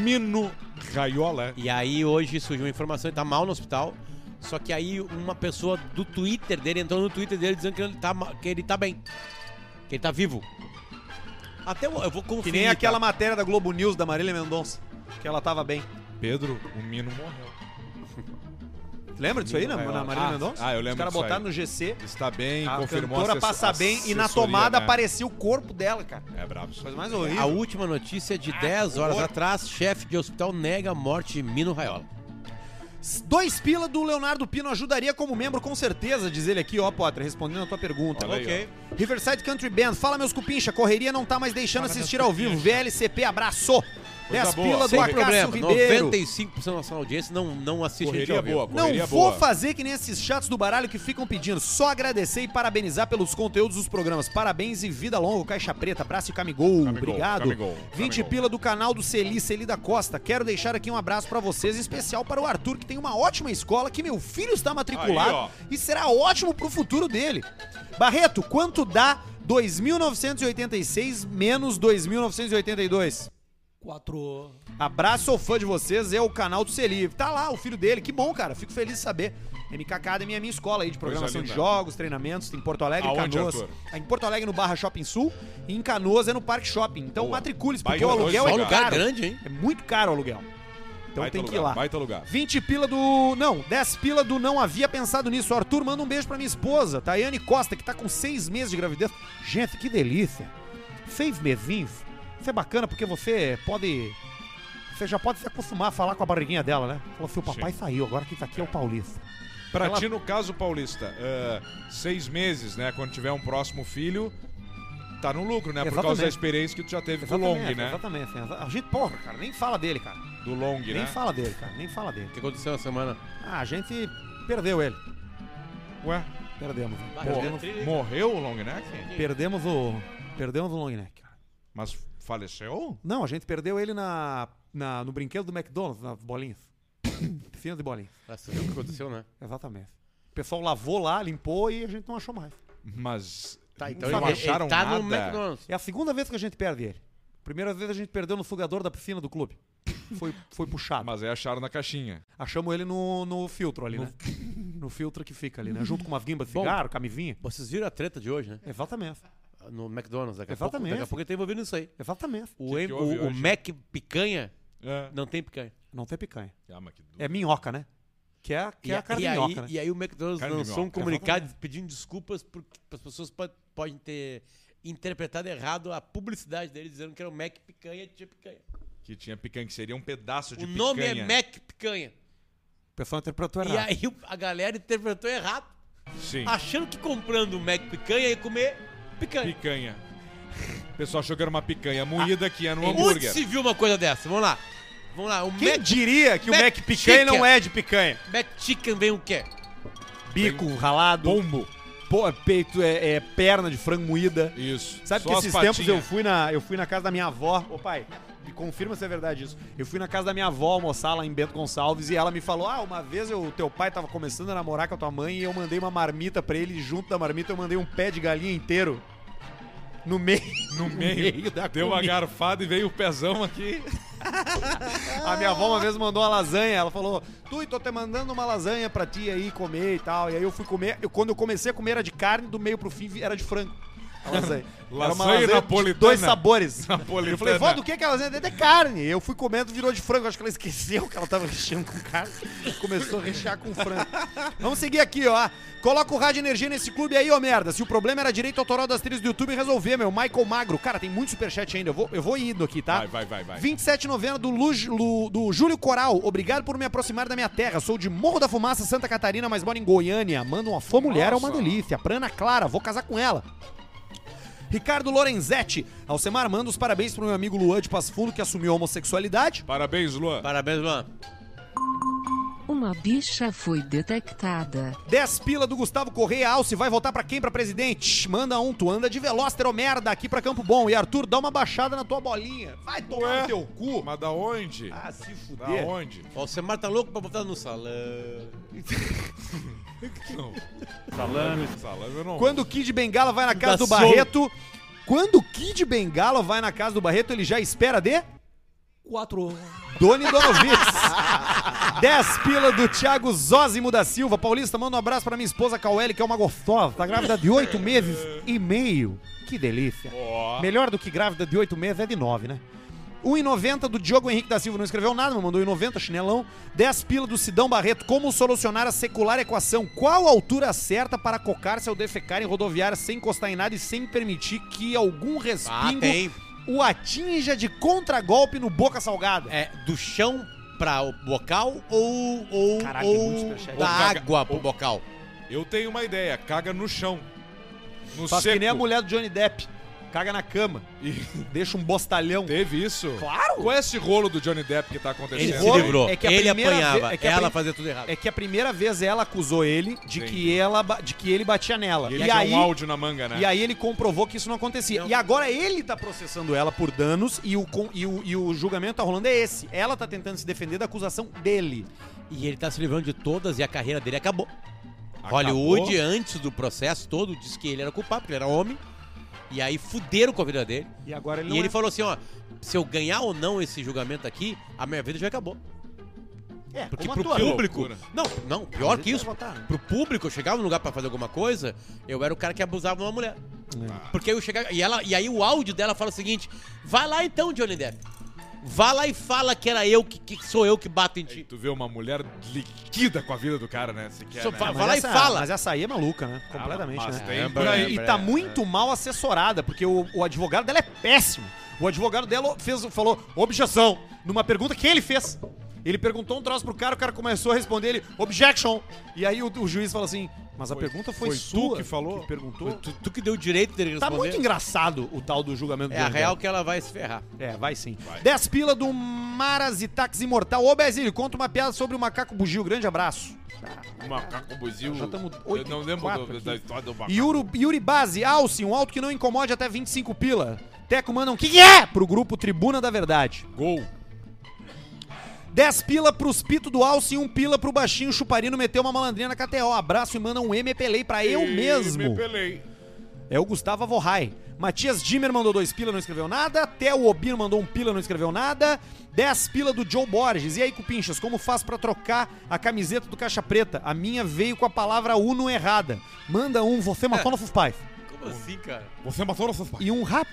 [SPEAKER 1] Mino Raiola.
[SPEAKER 3] E aí hoje surgiu uma informação, ele tá mal no hospital. Só que aí uma pessoa do Twitter dele entrou no Twitter dele dizendo que ele tá, ma- que ele tá bem. Que ele tá vivo. Até eu, eu vou conferir.
[SPEAKER 2] Que nem
[SPEAKER 3] tá?
[SPEAKER 2] aquela matéria da Globo News da Marília Mendonça, que ela tava bem.
[SPEAKER 1] Pedro, o Mino morreu.
[SPEAKER 2] Lembra disso aí, né, na, na Marília
[SPEAKER 1] Ah,
[SPEAKER 2] Mendonça?
[SPEAKER 1] ah, eu lembro
[SPEAKER 2] Os caras
[SPEAKER 1] disso
[SPEAKER 2] botaram
[SPEAKER 1] aí.
[SPEAKER 2] no GC,
[SPEAKER 1] Está bem,
[SPEAKER 2] a
[SPEAKER 1] confirmou
[SPEAKER 2] cantora
[SPEAKER 1] assess-
[SPEAKER 2] passa bem e na
[SPEAKER 1] assessoria,
[SPEAKER 2] tomada
[SPEAKER 1] né?
[SPEAKER 2] apareceu o corpo dela, cara.
[SPEAKER 1] É brabo. isso aí.
[SPEAKER 2] Coisa mais
[SPEAKER 3] A
[SPEAKER 2] horrível.
[SPEAKER 3] última notícia é de
[SPEAKER 1] Ah,
[SPEAKER 3] 10 horas atrás, chefe de hospital nega a morte de Mino Raiola.
[SPEAKER 2] Dois pila do Leonardo Pino ajudaria como membro, com certeza, diz ele aqui, ó, Potter, respondendo a tua pergunta.
[SPEAKER 1] Olha aí,
[SPEAKER 3] Ok.
[SPEAKER 2] Riverside Country Band, fala meus cupincha, correria não tá mais deixando
[SPEAKER 1] Fala,
[SPEAKER 2] assistir
[SPEAKER 1] meus
[SPEAKER 2] ao vivo.
[SPEAKER 1] cupincha.
[SPEAKER 2] VLCP, abraço. 10
[SPEAKER 1] boa,
[SPEAKER 2] pila do
[SPEAKER 1] sem
[SPEAKER 2] Acácio
[SPEAKER 3] Problema,
[SPEAKER 2] Ribeiro.
[SPEAKER 3] 95% da nossa audiência não, não assiste a gente
[SPEAKER 1] Correria
[SPEAKER 3] ao vivo.
[SPEAKER 1] boa,
[SPEAKER 2] Não
[SPEAKER 1] correria
[SPEAKER 2] vou
[SPEAKER 1] boa.
[SPEAKER 2] fazer que nem esses chatos do baralho que ficam pedindo. Só agradecer e parabenizar pelos conteúdos dos programas. Parabéns e vida longa, Caixa Preta, Abraço e Camigol.
[SPEAKER 1] Camigol,
[SPEAKER 2] Obrigado.
[SPEAKER 1] Camigol,
[SPEAKER 2] 20
[SPEAKER 1] Camigol.
[SPEAKER 2] pila do canal do Celi, Celi da Costa. Quero deixar aqui um abraço pra vocês, em especial para o Arthur, que tem uma ótima escola, que meu filho está matriculado
[SPEAKER 1] Aí, ó.
[SPEAKER 2] e será ótimo pro futuro dele. Barreto, quanto dá 2.986 menos 2.982?
[SPEAKER 7] Quatro.
[SPEAKER 2] Abraço, sou fã de vocês, é o canal do Celi. Tá lá o filho dele, que bom, cara. Fico feliz de saber. MK Academy é minha escola aí de programação de
[SPEAKER 1] linda.
[SPEAKER 2] jogos, treinamentos, tem em Porto Alegre,
[SPEAKER 1] Aonde,
[SPEAKER 2] Canoas.
[SPEAKER 1] Arthur?
[SPEAKER 2] Em Porto Alegre no Barra Shopping Sul e em Canoas é no Parque Shopping. Então
[SPEAKER 1] Boa.
[SPEAKER 2] matricule-se,
[SPEAKER 1] Baita
[SPEAKER 2] porque o aluguel
[SPEAKER 1] dois
[SPEAKER 2] é
[SPEAKER 3] É um
[SPEAKER 1] Olha,
[SPEAKER 2] caro.
[SPEAKER 1] lugares.
[SPEAKER 3] lugar grande, hein?
[SPEAKER 2] É muito caro o aluguel. Então
[SPEAKER 1] Baita
[SPEAKER 2] tem que ir
[SPEAKER 1] lugar,
[SPEAKER 2] lá.
[SPEAKER 1] Baita lugar.
[SPEAKER 2] 20 pila do. Não, 10 pila do não havia pensado nisso. Arthur, manda um beijo pra minha esposa, Tayane Costa, que tá com 6 meses de gravidez. Gente, que delícia. Seis mesinhos. Isso é bacana porque você pode. Você já pode se acostumar a falar com a barriguinha dela, né? Falou assim: o papai saiu, agora quem tá aqui é o Paulista.
[SPEAKER 1] Pra
[SPEAKER 2] Ela-
[SPEAKER 1] ti, no caso, Paulista, ah, seis meses, né? Quando tiver um próximo filho, tá no lucro, né? Por causa
[SPEAKER 2] Exatamente.
[SPEAKER 1] da experiência que tu já teve com o Long, né?
[SPEAKER 2] Exatamente. assim, A gente, porra, cara, nem fala dele, cara.
[SPEAKER 1] Do Long,
[SPEAKER 2] Nem
[SPEAKER 1] né?
[SPEAKER 2] fala dele, cara. Nem fala dele.
[SPEAKER 3] O que aconteceu na semana?
[SPEAKER 1] Tá,
[SPEAKER 2] Ah, a gente perdeu ele.
[SPEAKER 1] Ué,
[SPEAKER 2] Perdemos.
[SPEAKER 1] tá, morreu o Long Neck?
[SPEAKER 2] Perdemos o. Perdemos o long neck. cara.
[SPEAKER 1] Mas faleceu?
[SPEAKER 2] Não, a gente perdeu ele na, na- no brinquedo do McDonald's, nas bolinhas. Piscinas de bolinhas.
[SPEAKER 1] tá.
[SPEAKER 3] Nossa, viu o que aconteceu, né?
[SPEAKER 2] Exatamente. O pessoal lavou lá, limpou e a gente não achou mais.
[SPEAKER 1] Mas.
[SPEAKER 3] Tá,
[SPEAKER 1] então não acharam
[SPEAKER 3] tá
[SPEAKER 1] nada.
[SPEAKER 3] no McDonald's.
[SPEAKER 2] É a segunda vez que a gente perde ele. Primeira vez a gente perdeu no sugador da piscina do clube. Foi, foi puxado.
[SPEAKER 1] Ah, Mas aí acharam na caixinha.
[SPEAKER 2] Achamos ele no, no filtro ali, né? No filtro que fica ali, né? Junto com umas guimbas de
[SPEAKER 3] Bom.
[SPEAKER 2] cigarro, camisinha.
[SPEAKER 3] Vocês viram a treta de hoje, né?
[SPEAKER 2] Exatamente.
[SPEAKER 3] No McDonald's. Daqui a
[SPEAKER 2] Exatamente.
[SPEAKER 3] pouco, daqui a pouco eu tô envolvido nisso aí.
[SPEAKER 2] Exatamente.
[SPEAKER 3] O,
[SPEAKER 1] que
[SPEAKER 3] em-
[SPEAKER 1] que
[SPEAKER 3] o-
[SPEAKER 1] houve
[SPEAKER 3] o
[SPEAKER 1] hoje?
[SPEAKER 3] Mac picanha
[SPEAKER 1] É.
[SPEAKER 3] não tem picanha.
[SPEAKER 2] Não tem picanha.
[SPEAKER 1] Ah, mas que duro.
[SPEAKER 2] É minhoca, né? Que é, que é a carne
[SPEAKER 3] e, aí,
[SPEAKER 2] minhoca, né?
[SPEAKER 3] e aí o McDonald's
[SPEAKER 1] Carne
[SPEAKER 3] lançou um
[SPEAKER 1] minhoca.
[SPEAKER 3] comunicado pedindo desculpas porque as pessoas po- podem ter interpretado errado a publicidade dele dizendo que era o Mac picanha e tinha picanha.
[SPEAKER 1] Que tinha picanha, que seria um pedaço de
[SPEAKER 3] o
[SPEAKER 1] picanha.
[SPEAKER 3] nome é Mac picanha.
[SPEAKER 2] O pessoal interpretou errado.
[SPEAKER 3] E aí o- a galera interpretou errado,
[SPEAKER 1] Sim.
[SPEAKER 3] achando que comprando o Mac picanha ia comer picanha.
[SPEAKER 1] Picanha. O pessoal achou que era uma picanha moída que é no
[SPEAKER 3] Onde
[SPEAKER 1] hambúrguer.
[SPEAKER 3] se viu uma coisa dessa? Vamos lá. Vamos lá, o
[SPEAKER 2] Quem
[SPEAKER 3] Mac,
[SPEAKER 2] diria que
[SPEAKER 3] Mac
[SPEAKER 2] o Mac picanha não
[SPEAKER 3] Chicken.
[SPEAKER 2] é de picanha?
[SPEAKER 3] Mac Chicken vem o quê?
[SPEAKER 2] Bico ralado. Pombo. peito, é, é perna de frango moída.
[SPEAKER 1] Isso.
[SPEAKER 2] Sabe
[SPEAKER 1] Só
[SPEAKER 2] que
[SPEAKER 1] as
[SPEAKER 2] esses tempos
[SPEAKER 1] patinhas.
[SPEAKER 2] eu fui, na, eu fui na casa da minha avó. Ô pai, me confirma se é verdade isso. Eu fui na casa da minha avó almoçar lá em Bento Gonçalves e ela me falou: Ah, uma vez eu- o teu pai tava começando a namorar com a tua mãe e eu mandei uma marmita pra ele. E junto da marmita eu mandei um pé de galinha inteiro. No meio.
[SPEAKER 1] No meio, deu uma garfada e veio o pezão aqui.
[SPEAKER 2] A minha avó uma vez mandou uma lasanha, ela falou: Tui, tô te mandando uma lasanha pra ti aí comer e tal. E aí eu fui comer, eu, quando eu comecei a comer era de carne, do meio pro fim era de frango. A lasanha. era uma
[SPEAKER 1] Lasanha
[SPEAKER 2] lasanha de
[SPEAKER 1] napolitana.
[SPEAKER 2] dois sabores.
[SPEAKER 1] Napolitana.
[SPEAKER 2] Eu falei, vó, do que que é a lasanha? É de carne. Eu fui comendo, virou de frango. Acho que ela esqueceu que ela tava recheando com carne. Começou a rechear com frango. Vamos seguir aqui, ó. Coloca o Rádio Energia nesse clube aí, ô merda. Se o problema era direito autoral das trilhas do YouTube, resolver, meu. Michael Magro. Cara, tem muito superchat ainda. Eu vou, eu vou indo aqui, tá?
[SPEAKER 1] Vai, vai, vai, vai.
[SPEAKER 2] 27,90 do, Lu, Lu- do Júlio Coral. Obrigado por me aproximar da minha terra. Sou de Morro da Fumaça, Santa Catarina, mas moro em Goiânia. Manda uma fã mulher, é uma
[SPEAKER 1] Nossa.
[SPEAKER 2] delícia. Pra Ana Clara, vou casar com ela. Ricardo Lorenzetti. Alcemar, manda os parabéns pro meu amigo Luan de Passo Fundo, que assumiu a homossexualidade.
[SPEAKER 1] Parabéns, Luan.
[SPEAKER 3] Parabéns, Luan.
[SPEAKER 9] Uma bicha foi detectada.
[SPEAKER 2] 10 pila do Gustavo Correia Alce. Vai votar pra quem? Pra presidente? Manda um, tu anda de velóstero, merda, aqui pra Campo Bom. E Arthur, dá uma baixada na tua bolinha. Vai tomar
[SPEAKER 1] Ué?
[SPEAKER 2] no teu cu.
[SPEAKER 1] Mas da onde?
[SPEAKER 2] Ah, se
[SPEAKER 1] da
[SPEAKER 2] fuder.
[SPEAKER 1] onde?
[SPEAKER 3] Ó, O Semar tá louco pra botar no salão.
[SPEAKER 1] Salame eu não.
[SPEAKER 2] Quando o Kid Bengala vai na casa
[SPEAKER 3] Da
[SPEAKER 2] do
[SPEAKER 3] Soul.
[SPEAKER 2] Barreto. Quando o Kid Bengala vai na casa do Barreto, ele já espera de.
[SPEAKER 7] Quatro.
[SPEAKER 2] Doni Donovitz. 10 pila do Thiago Zózimo da Silva. Paulista, manda um abraço pra minha esposa Caueli, que é uma gostosa. Tá grávida de 8 meses e meio. Que delícia.
[SPEAKER 1] Ó.
[SPEAKER 2] Melhor do que grávida de 8 meses é de 9, né? 1,90 do Diogo Henrique da Silva não escreveu nada, mas mandou 1,90, chinelão. 10 pila do Sidão Barreto. Como solucionar a secular equação? Qual a altura certa para cocar-se ou defecar em rodoviária sem encostar em nada e sem permitir que algum
[SPEAKER 3] Ah,
[SPEAKER 2] respingo
[SPEAKER 3] tem.
[SPEAKER 2] o atinja de contragolpe no boca salgada?
[SPEAKER 3] É, do chão pra o bocal ou, ou,
[SPEAKER 2] Caraca, tem muito
[SPEAKER 3] ou
[SPEAKER 2] superchat.
[SPEAKER 3] da
[SPEAKER 1] Ou caga-
[SPEAKER 3] água pro
[SPEAKER 1] ou-
[SPEAKER 3] bocal?
[SPEAKER 1] Eu tenho uma ideia. Caga no chão. No
[SPEAKER 2] Faz
[SPEAKER 1] seco.
[SPEAKER 2] que nem a mulher do Johnny Depp. Caga na cama.
[SPEAKER 1] E-
[SPEAKER 2] Deixa um bostalhão.
[SPEAKER 1] Teve isso?
[SPEAKER 2] Claro.
[SPEAKER 1] Qual é esse rolo do Johnny Depp que tá
[SPEAKER 3] Ele
[SPEAKER 1] acontecendo?
[SPEAKER 3] se livrou.
[SPEAKER 2] é que a
[SPEAKER 3] ele
[SPEAKER 2] primeira
[SPEAKER 3] apanhava.
[SPEAKER 2] vez- é que a
[SPEAKER 3] ela
[SPEAKER 2] prim-
[SPEAKER 3] fazia tudo errado.
[SPEAKER 2] É que a primeira vez ela acusou ele de,
[SPEAKER 1] Sim.
[SPEAKER 2] que, ela, ba- de que ele batia nela.
[SPEAKER 1] E ele
[SPEAKER 2] E,
[SPEAKER 1] tinha
[SPEAKER 2] aí,
[SPEAKER 1] um áudio na manga, né?
[SPEAKER 2] e aí ele comprovou que isso É. não acontecia. E agora ele tá processando ela por danos e o, con- e o, e o julgamento tá rolando é esse. Ela tá tentando se defender da acusação dele.
[SPEAKER 3] E ele tá se livrando de todas e a carreira dele acabou. Hollywood, antes do processo todo, disse que ele era culpado, porque ele era homem. E aí fuderam com a vida dele.
[SPEAKER 2] E agora ele
[SPEAKER 3] e
[SPEAKER 2] não
[SPEAKER 3] ele
[SPEAKER 2] é.
[SPEAKER 3] falou assim, ó, se eu ganhar ou não esse julgamento aqui, a minha vida já acabou.
[SPEAKER 2] É,
[SPEAKER 3] Porque
[SPEAKER 2] como
[SPEAKER 3] pro
[SPEAKER 2] ator.
[SPEAKER 3] público...
[SPEAKER 1] Loucura.
[SPEAKER 3] Não, não, pior que
[SPEAKER 2] Ele
[SPEAKER 3] isso.
[SPEAKER 2] vai votar, né?
[SPEAKER 3] Pro público, eu chegava num lugar pra fazer alguma coisa, eu era o cara que abusava de uma mulher. Porque aí eu chegava. E, ela, e aí o áudio dela fala o seguinte: vai lá então, Johnny Depp. Vá lá e fala que era eu, que, que sou eu que bato em
[SPEAKER 1] Aí
[SPEAKER 3] ti.
[SPEAKER 1] Tu vê uma mulher liquida com a vida do cara, né? Se quer,
[SPEAKER 3] Só
[SPEAKER 1] né?
[SPEAKER 3] fa-
[SPEAKER 2] Mas
[SPEAKER 3] vai lá e
[SPEAKER 2] essa-
[SPEAKER 3] fala.
[SPEAKER 2] Mas essa aí é maluca, né? Completamente,
[SPEAKER 1] mas
[SPEAKER 2] né?
[SPEAKER 1] tem-
[SPEAKER 2] E- e, tá muito mal assessorada, porque o, o advogado dela é péssimo. O advogado dela fez, falou objeção numa pergunta que ele fez. Ele perguntou um troço pro cara, o cara começou a responder ele, objection. E aí o, o juiz falou assim, mas a
[SPEAKER 1] Foi-
[SPEAKER 2] pergunta foi,
[SPEAKER 1] foi tu
[SPEAKER 2] sua.
[SPEAKER 1] que falou?
[SPEAKER 2] perguntou.
[SPEAKER 3] Foi Tu, tu que deu o direito dele
[SPEAKER 2] Tá
[SPEAKER 3] responder.
[SPEAKER 2] muito engraçado o tal do julgamento
[SPEAKER 3] É
[SPEAKER 2] do
[SPEAKER 3] a
[SPEAKER 2] André.
[SPEAKER 3] real que ela vai se ferrar.
[SPEAKER 2] É, vai sim. 10 pila do Marazitax Imortal. Ô, Bezílio, conta uma piada sobre o macaco bugio. Grande abraço.
[SPEAKER 1] Macaco buzil.
[SPEAKER 2] Já tamo
[SPEAKER 1] Hum. Eu não lembro
[SPEAKER 2] 84
[SPEAKER 1] do-
[SPEAKER 2] aqui.
[SPEAKER 1] da história do macaco.
[SPEAKER 2] Yuri, Yuri Base, Alce, um alto que não incomode até 25 pila. Teco manda um que é pro grupo Tribuna da Verdade.
[SPEAKER 1] Gol.
[SPEAKER 2] 10 pila pros pito do alce e um pila pro baixinho chuparino meter uma malandrinha na KTO. Abraço e manda um MPLay pra eu
[SPEAKER 1] E
[SPEAKER 2] mesmo.
[SPEAKER 1] Me pelei.
[SPEAKER 2] É o Gustavo Vorrai. Matias Dimmer mandou dois pila, não escreveu nada. Theo Obir mandou um pila, não escreveu nada. 10 pila do Joe Borges. E aí, Cupinchas, como faz pra trocar a camiseta do Caixa Preta? A minha veio com a palavra Uno errada. Manda um, você matou no Fufpai.
[SPEAKER 3] Como assim, cara?
[SPEAKER 1] Você matou nossas pais.
[SPEAKER 2] E um rapaz.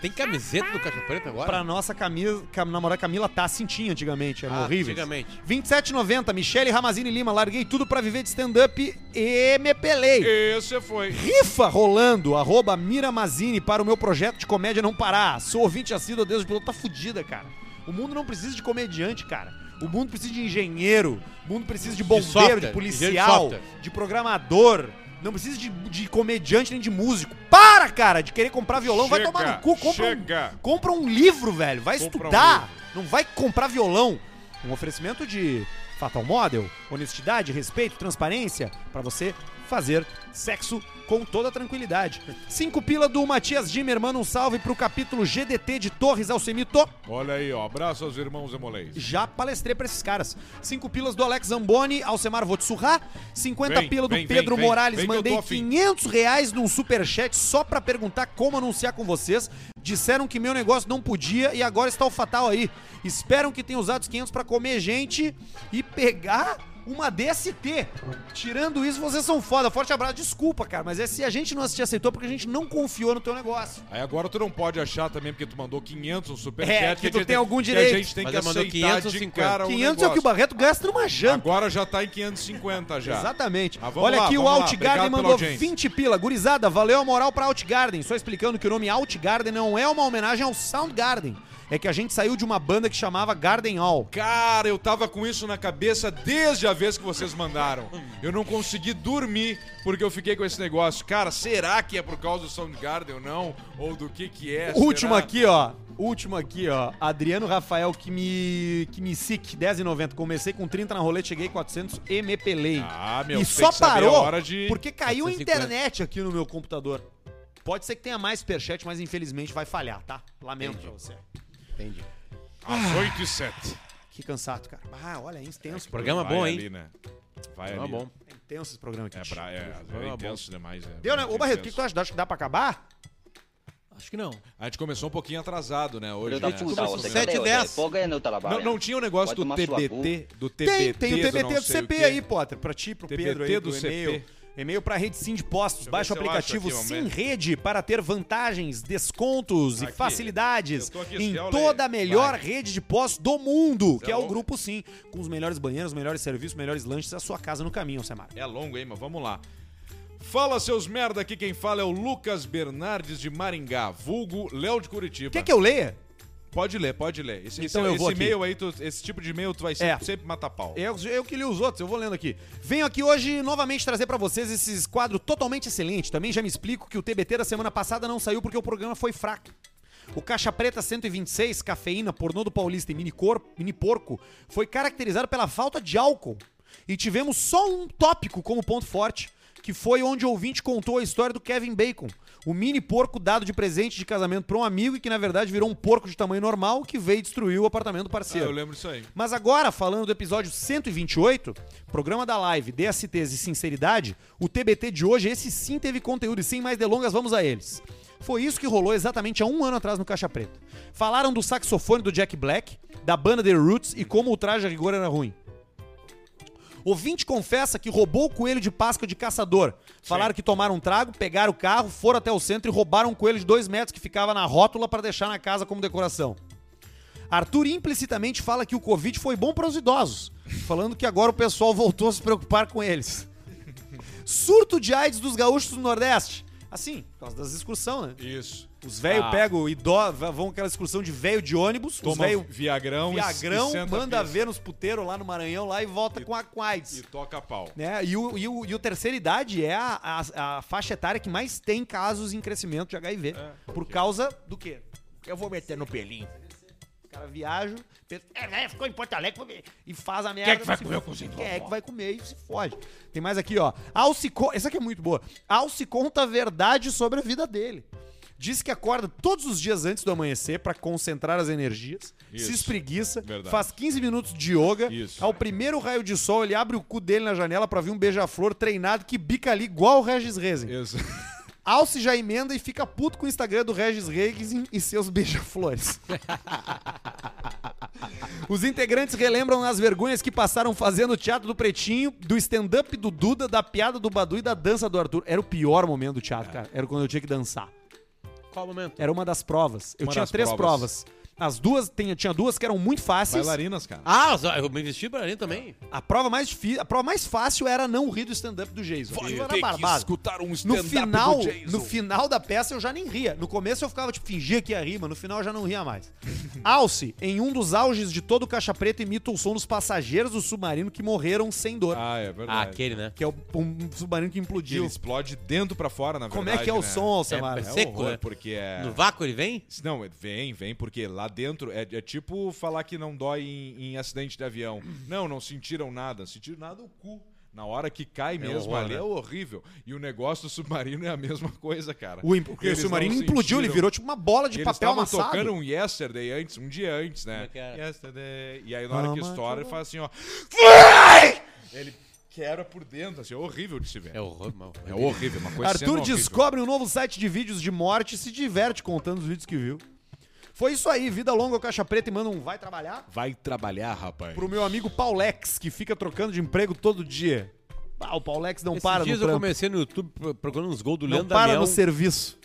[SPEAKER 3] Tem camiseta do Caixa Preta agora?
[SPEAKER 2] Pra nossa camisa, cam- namorada Camila Tassin tinha antigamente, era
[SPEAKER 3] Ah,
[SPEAKER 2] horrível.
[SPEAKER 3] antigamente.
[SPEAKER 2] 27,90, Michele Ramazini Lima, larguei tudo pra viver de stand-up e me pelei.
[SPEAKER 1] Esse foi.
[SPEAKER 2] Rifa rolando, arroba Mira Mazini para o meu projeto de comédia não parar. Sou ouvinte assíduo desde o piloto, tá fudida, cara. O mundo não precisa de comediante, cara. O mundo precisa de engenheiro, o mundo precisa de bombeiro, de,
[SPEAKER 3] software, engenheiro de
[SPEAKER 2] policial,
[SPEAKER 3] software.
[SPEAKER 2] de programador. Não precisa de, de comediante nem de músico. Para, cara, de querer comprar violão. vai
[SPEAKER 1] Chega,
[SPEAKER 2] tomar no cu, compra um
[SPEAKER 1] Chega.
[SPEAKER 2] Compra um livro, velho. Vai
[SPEAKER 1] Compra um
[SPEAKER 2] estudar. não vai comprar violão. Um oferecimento de Fatal Model, honestidade, respeito, transparência, pra você fazer sexo com toda tranquilidade. Cinco pila do Matias Dimmer, manda um salve pro capítulo GDT de Torres Alcemito.
[SPEAKER 1] Olha aí, ó. Abraço aos irmãos emolês.
[SPEAKER 2] Já palestrei pra esses caras. Cinco pilas do Alex Zamboni, Alcemar Votsurra. 50
[SPEAKER 1] Vem,
[SPEAKER 2] pila do
[SPEAKER 1] vem,
[SPEAKER 2] Pedro
[SPEAKER 1] vem, vem.
[SPEAKER 2] Morales,
[SPEAKER 1] Vem que eu tô
[SPEAKER 2] mandei
[SPEAKER 1] afim.
[SPEAKER 2] 500 reais num superchat só pra perguntar como anunciar com vocês. Disseram que meu negócio não podia e agora está o fatal aí. Esperam que tenha usado os 500 pra comer gente e pegar uma DST. Tirando isso, vocês são foda. Forte abraço. Desculpa, cara, mas é se a gente não assistir, aceitou porque a gente não confiou no teu negócio.
[SPEAKER 1] Aí agora tu não pode achar também, porque tu mandou 500 um
[SPEAKER 2] É,
[SPEAKER 1] superchat.
[SPEAKER 2] que
[SPEAKER 1] a
[SPEAKER 2] tu
[SPEAKER 1] gente
[SPEAKER 2] tem algum
[SPEAKER 1] que
[SPEAKER 2] direito.
[SPEAKER 1] a gente tem
[SPEAKER 3] Mas
[SPEAKER 1] que
[SPEAKER 3] ela mandou
[SPEAKER 1] aceitar de
[SPEAKER 3] 550.
[SPEAKER 1] cara o
[SPEAKER 2] 500 é o que o
[SPEAKER 1] um negócio.
[SPEAKER 2] Barreto gasta numa janta.
[SPEAKER 1] Agora já tá em 550 já.
[SPEAKER 2] Exatamente.
[SPEAKER 1] Tá. Mas vamos
[SPEAKER 2] Olha
[SPEAKER 1] lá,
[SPEAKER 2] aqui, o
[SPEAKER 1] vamos lá.
[SPEAKER 2] Outgarden
[SPEAKER 1] Obrigado pela
[SPEAKER 2] mandou
[SPEAKER 1] audiência.
[SPEAKER 2] 20 pila. Gurizada, valeu a moral pra Outgarden. Só explicando que o nome Outgarden não é uma homenagem ao Soundgarden. É que a gente saiu de uma banda que chamava Garden All.
[SPEAKER 1] Cara, eu tava com isso na cabeça desde a vez que vocês mandaram. Eu não consegui dormir porque eu fiquei com esse negócio. Cara, será que é por causa do Soundgarden ou não? Ou do que que é?
[SPEAKER 2] Último
[SPEAKER 1] Será?
[SPEAKER 2] aqui, ó. Último aqui, ó. Adriano Rafael Kimi, Kimisic, 10,90. Comecei com 30 na roleta, cheguei 400 e me pelei.
[SPEAKER 1] Ah, meu, tem
[SPEAKER 2] e só
[SPEAKER 1] que saber
[SPEAKER 2] parou
[SPEAKER 1] a hora de...
[SPEAKER 2] porque caiu a
[SPEAKER 3] 450.
[SPEAKER 2] internet aqui no meu computador. Pode ser que tenha mais superchat, mas infelizmente vai falhar, tá? Lamento pra você.
[SPEAKER 3] Entendi.
[SPEAKER 1] Às 8 Ah, e 7.
[SPEAKER 2] Que cansado, cara. Ah, olha, é intenso.
[SPEAKER 3] Programa
[SPEAKER 1] Vai
[SPEAKER 3] bom,
[SPEAKER 1] ali,
[SPEAKER 3] hein?
[SPEAKER 1] né? Vai
[SPEAKER 3] Programa
[SPEAKER 1] ali.
[SPEAKER 3] Tá bom.
[SPEAKER 2] É intenso esse programa aqui.
[SPEAKER 1] É, pra, é, às vezes é
[SPEAKER 3] Programa bom.
[SPEAKER 1] intenso demais, né?
[SPEAKER 2] Deu, né? Ô,
[SPEAKER 1] Muito
[SPEAKER 2] Barreto, o que, que
[SPEAKER 1] intenso.
[SPEAKER 2] tu acha? Acho que dá pra acabar?
[SPEAKER 7] Acho que não.
[SPEAKER 1] A gente começou um pouquinho atrasado, né? Hoje, né?
[SPEAKER 3] assim? Sete e dez.
[SPEAKER 1] Não, não tinha o negócio
[SPEAKER 6] Vai
[SPEAKER 1] do
[SPEAKER 6] tomar sua
[SPEAKER 1] TBT, do TBT,
[SPEAKER 2] Tem, tem o
[SPEAKER 1] do não
[SPEAKER 2] TBT do
[SPEAKER 1] sei o
[SPEAKER 2] CP
[SPEAKER 1] quê.
[SPEAKER 2] aí, Potter. Pra ti, pro
[SPEAKER 1] TBT
[SPEAKER 2] Pedro aí,
[SPEAKER 1] do
[SPEAKER 2] do
[SPEAKER 1] CP.
[SPEAKER 2] e-mail. E-mail pra Rede Sim de Postos.
[SPEAKER 1] eu
[SPEAKER 2] Baixa o
[SPEAKER 1] ver se eu
[SPEAKER 2] aplicativo
[SPEAKER 1] acho aqui,
[SPEAKER 2] Sim
[SPEAKER 1] homem.
[SPEAKER 2] Rede para ter vantagens, descontos e
[SPEAKER 1] Aqui.
[SPEAKER 2] facilidades
[SPEAKER 1] Eu tô aqui,
[SPEAKER 2] em
[SPEAKER 1] Céu,
[SPEAKER 2] toda a
[SPEAKER 1] Lê.
[SPEAKER 2] melhor
[SPEAKER 1] Vai.
[SPEAKER 2] rede de postos do mundo, que é o
[SPEAKER 1] Céu.
[SPEAKER 2] Grupo Sim. Com os melhores banheiros, melhores serviços, melhores lanches, a sua casa no caminho, Samara.
[SPEAKER 1] É longo, hein, mas vamos lá. Fala, seus merda, aqui quem fala é o Lucas Bernardes de Maringá, vulgo Léo de Curitiba.
[SPEAKER 2] Quer que eu leia?
[SPEAKER 1] Pode ler, pode ler. Esse,
[SPEAKER 2] Então
[SPEAKER 1] esse,
[SPEAKER 2] eu vou
[SPEAKER 1] esse
[SPEAKER 2] aqui.
[SPEAKER 1] e-mail aí, tu- esse tipo de e-mail tu vai
[SPEAKER 2] É.
[SPEAKER 1] sempre, sempre matar pau.
[SPEAKER 2] Eu, eu que li os outros, eu vou lendo aqui. Venho aqui hoje novamente trazer pra vocês esse quadro totalmente excelente. Também já me explico que o TBT da semana passada não saiu porque o programa foi fraco. O Caixa Preta 126, Cafeína, Pornô do Paulista e Mini, Cor- Mini Porco foi caracterizado pela falta de álcool. E tivemos só um tópico como ponto forte, que foi onde o ouvinte contou a história do Kevin Bacon. O mini porco dado de presente de casamento pra um amigo e que na verdade virou um porco de tamanho normal que veio destruir o apartamento do
[SPEAKER 1] Ah,
[SPEAKER 2] parceiro.
[SPEAKER 1] eu lembro disso aí.
[SPEAKER 2] Mas agora, falando do episódio 128, programa da live DSTs e Sinceridade, o TBT de hoje, esse sim teve conteúdo e sem mais delongas, vamos a eles. Foi isso que rolou exatamente há um ano atrás no Caixa Preta. Falaram do saxofone do Jack Black, da banda The Roots e como o traje a rigor era ruim. Ouvinte confessa que roubou o coelho de Páscoa de caçador. Falaram que tomaram um trago, pegaram o carro, foram até o centro e roubaram um coelho de dois metros que ficava na rótula para deixar na casa como decoração. Arthur implicitamente fala que o Covid foi bom para os idosos, falando que agora o pessoal voltou a se preocupar com eles. Surto de AIDS dos gaúchos do Nordeste. Assim, por causa das excursões, né?
[SPEAKER 1] Isso.
[SPEAKER 2] Os velhos
[SPEAKER 1] Ah.
[SPEAKER 2] pegam idosos, vão aquela excursão de velho de ônibus, os
[SPEAKER 1] Toma
[SPEAKER 2] velho
[SPEAKER 1] Viagrão, e-
[SPEAKER 2] viagrão,
[SPEAKER 1] e senta
[SPEAKER 2] manda
[SPEAKER 1] piso.
[SPEAKER 2] ver nos puteiros lá no Maranhão lá e volta com, a, com AIDS
[SPEAKER 1] E toca pau.
[SPEAKER 2] né? E o, e, o, e o terceira idade é a, a, a faixa etária que mais tem casos em crescimento de HIV.
[SPEAKER 5] É,
[SPEAKER 2] por causa do quê?
[SPEAKER 5] Eu vou meter no pelinho.
[SPEAKER 2] O cara viaja, pensa, é, né, ficou em Porto Alegre vou ver", e faz a merda.
[SPEAKER 5] Quem é que vai
[SPEAKER 2] se
[SPEAKER 5] comer
[SPEAKER 2] fode.
[SPEAKER 5] o cozinho do
[SPEAKER 2] Quem é
[SPEAKER 5] vovó?
[SPEAKER 2] que vai comer e se fode. Tem mais aqui, ó. Alce, co- essa aqui é muito boa. Alce conta a verdade sobre a vida dele. diz que acorda todos os dias antes do amanhecer pra concentrar as energias,
[SPEAKER 1] Isso.
[SPEAKER 2] se espreguiça,
[SPEAKER 1] Verdade.
[SPEAKER 2] faz 15 minutos de yoga,
[SPEAKER 1] Isso.
[SPEAKER 2] ao primeiro raio de sol ele abre o cu dele na janela pra ver um beija-flor treinado que bica ali igual o Regis Rezende.
[SPEAKER 1] Isso.
[SPEAKER 2] Alce já emenda e fica puto com o Instagram do Regis Reis e seus beija-flores. Os integrantes relembram as vergonhas que passaram fazendo o teatro do Pretinho, do stand-up do Duda, da piada do Badu e da dança do Arthur. Era o pior momento do
[SPEAKER 1] É.
[SPEAKER 2] teatro, cara. Era quando eu tinha que dançar.
[SPEAKER 3] Qual o momento?
[SPEAKER 2] Era uma das provas. Eu
[SPEAKER 1] Uma
[SPEAKER 2] tinha
[SPEAKER 1] das
[SPEAKER 2] três
[SPEAKER 1] provas.
[SPEAKER 2] provas. As duas, tinha, tinha duas que eram muito fáceis.
[SPEAKER 1] Bailarinas, cara.
[SPEAKER 3] Ah, eu me vesti pra ali também.
[SPEAKER 2] A prova mais difícil, a prova mais fácil era não rir do stand-up do Jason. Aquilo era barbado.
[SPEAKER 1] escutar um
[SPEAKER 2] No
[SPEAKER 1] stand-up do
[SPEAKER 2] final,
[SPEAKER 1] Jason.
[SPEAKER 2] no final da peça eu já nem ria. No começo eu ficava tipo fingia que ia rir, mas no final eu já não ria mais. Alce, em um dos auges de todo o Caixa Preta, imita o som dos passageiros do submarino que morreram sem dor,
[SPEAKER 1] Ah, é verdade.
[SPEAKER 3] Ah, aquele, né?
[SPEAKER 2] que é o, um submarino que
[SPEAKER 1] Que ele
[SPEAKER 2] implodiu.
[SPEAKER 1] explode dentro pra fora, na
[SPEAKER 2] Como
[SPEAKER 1] verdade.
[SPEAKER 2] é que é o
[SPEAKER 1] né?
[SPEAKER 2] som, Alcemar?
[SPEAKER 1] É
[SPEAKER 3] É seco,
[SPEAKER 1] horror,
[SPEAKER 3] né?
[SPEAKER 1] porque é...
[SPEAKER 3] No vácuo ele vem?
[SPEAKER 1] Não, é, vem, vem, porque lá dentro é, é tipo falar que não dói em, em acidente de avião. Não, não sentiram nada. Sentiram nada o cu. Na hora que cai mesmo
[SPEAKER 3] horror,
[SPEAKER 1] ali
[SPEAKER 3] né?
[SPEAKER 1] é horrível. E o negócio do submarino é a mesma coisa, cara.
[SPEAKER 2] O, imp- porque o
[SPEAKER 1] Eles não
[SPEAKER 2] submarino implodiu, ele
[SPEAKER 1] sentiram.
[SPEAKER 2] virou tipo uma bola de
[SPEAKER 1] Eles
[SPEAKER 2] papel
[SPEAKER 1] estavam
[SPEAKER 2] amassado.
[SPEAKER 1] tocando um yesterday antes, um dia antes, né? Yesterday. E aí na hora que estoura, ele faz assim, ó. Vai! Ele quebra por dentro, assim, é horrível de se ver.
[SPEAKER 3] É horror, mal.
[SPEAKER 2] um
[SPEAKER 1] É horrível, uma coisa
[SPEAKER 2] Arthur
[SPEAKER 1] horrível.
[SPEAKER 2] descobre um novo site de vídeos de morte e se diverte contando os vídeos que viu. Foi isso aí, vida longa ao Caixa Preta e manda um vai trabalhar
[SPEAKER 1] Vai trabalhar, rapaz.
[SPEAKER 2] pro meu amigo Paulex, que fica trocando de emprego todo dia. Ah, o Paulex não para
[SPEAKER 3] Esses
[SPEAKER 2] no
[SPEAKER 3] dias eu
[SPEAKER 2] trampo,
[SPEAKER 3] comecei no YouTube pro- procurando uns gols do
[SPEAKER 2] não
[SPEAKER 3] Leandro
[SPEAKER 2] para
[SPEAKER 3] Damião.
[SPEAKER 2] no serviço.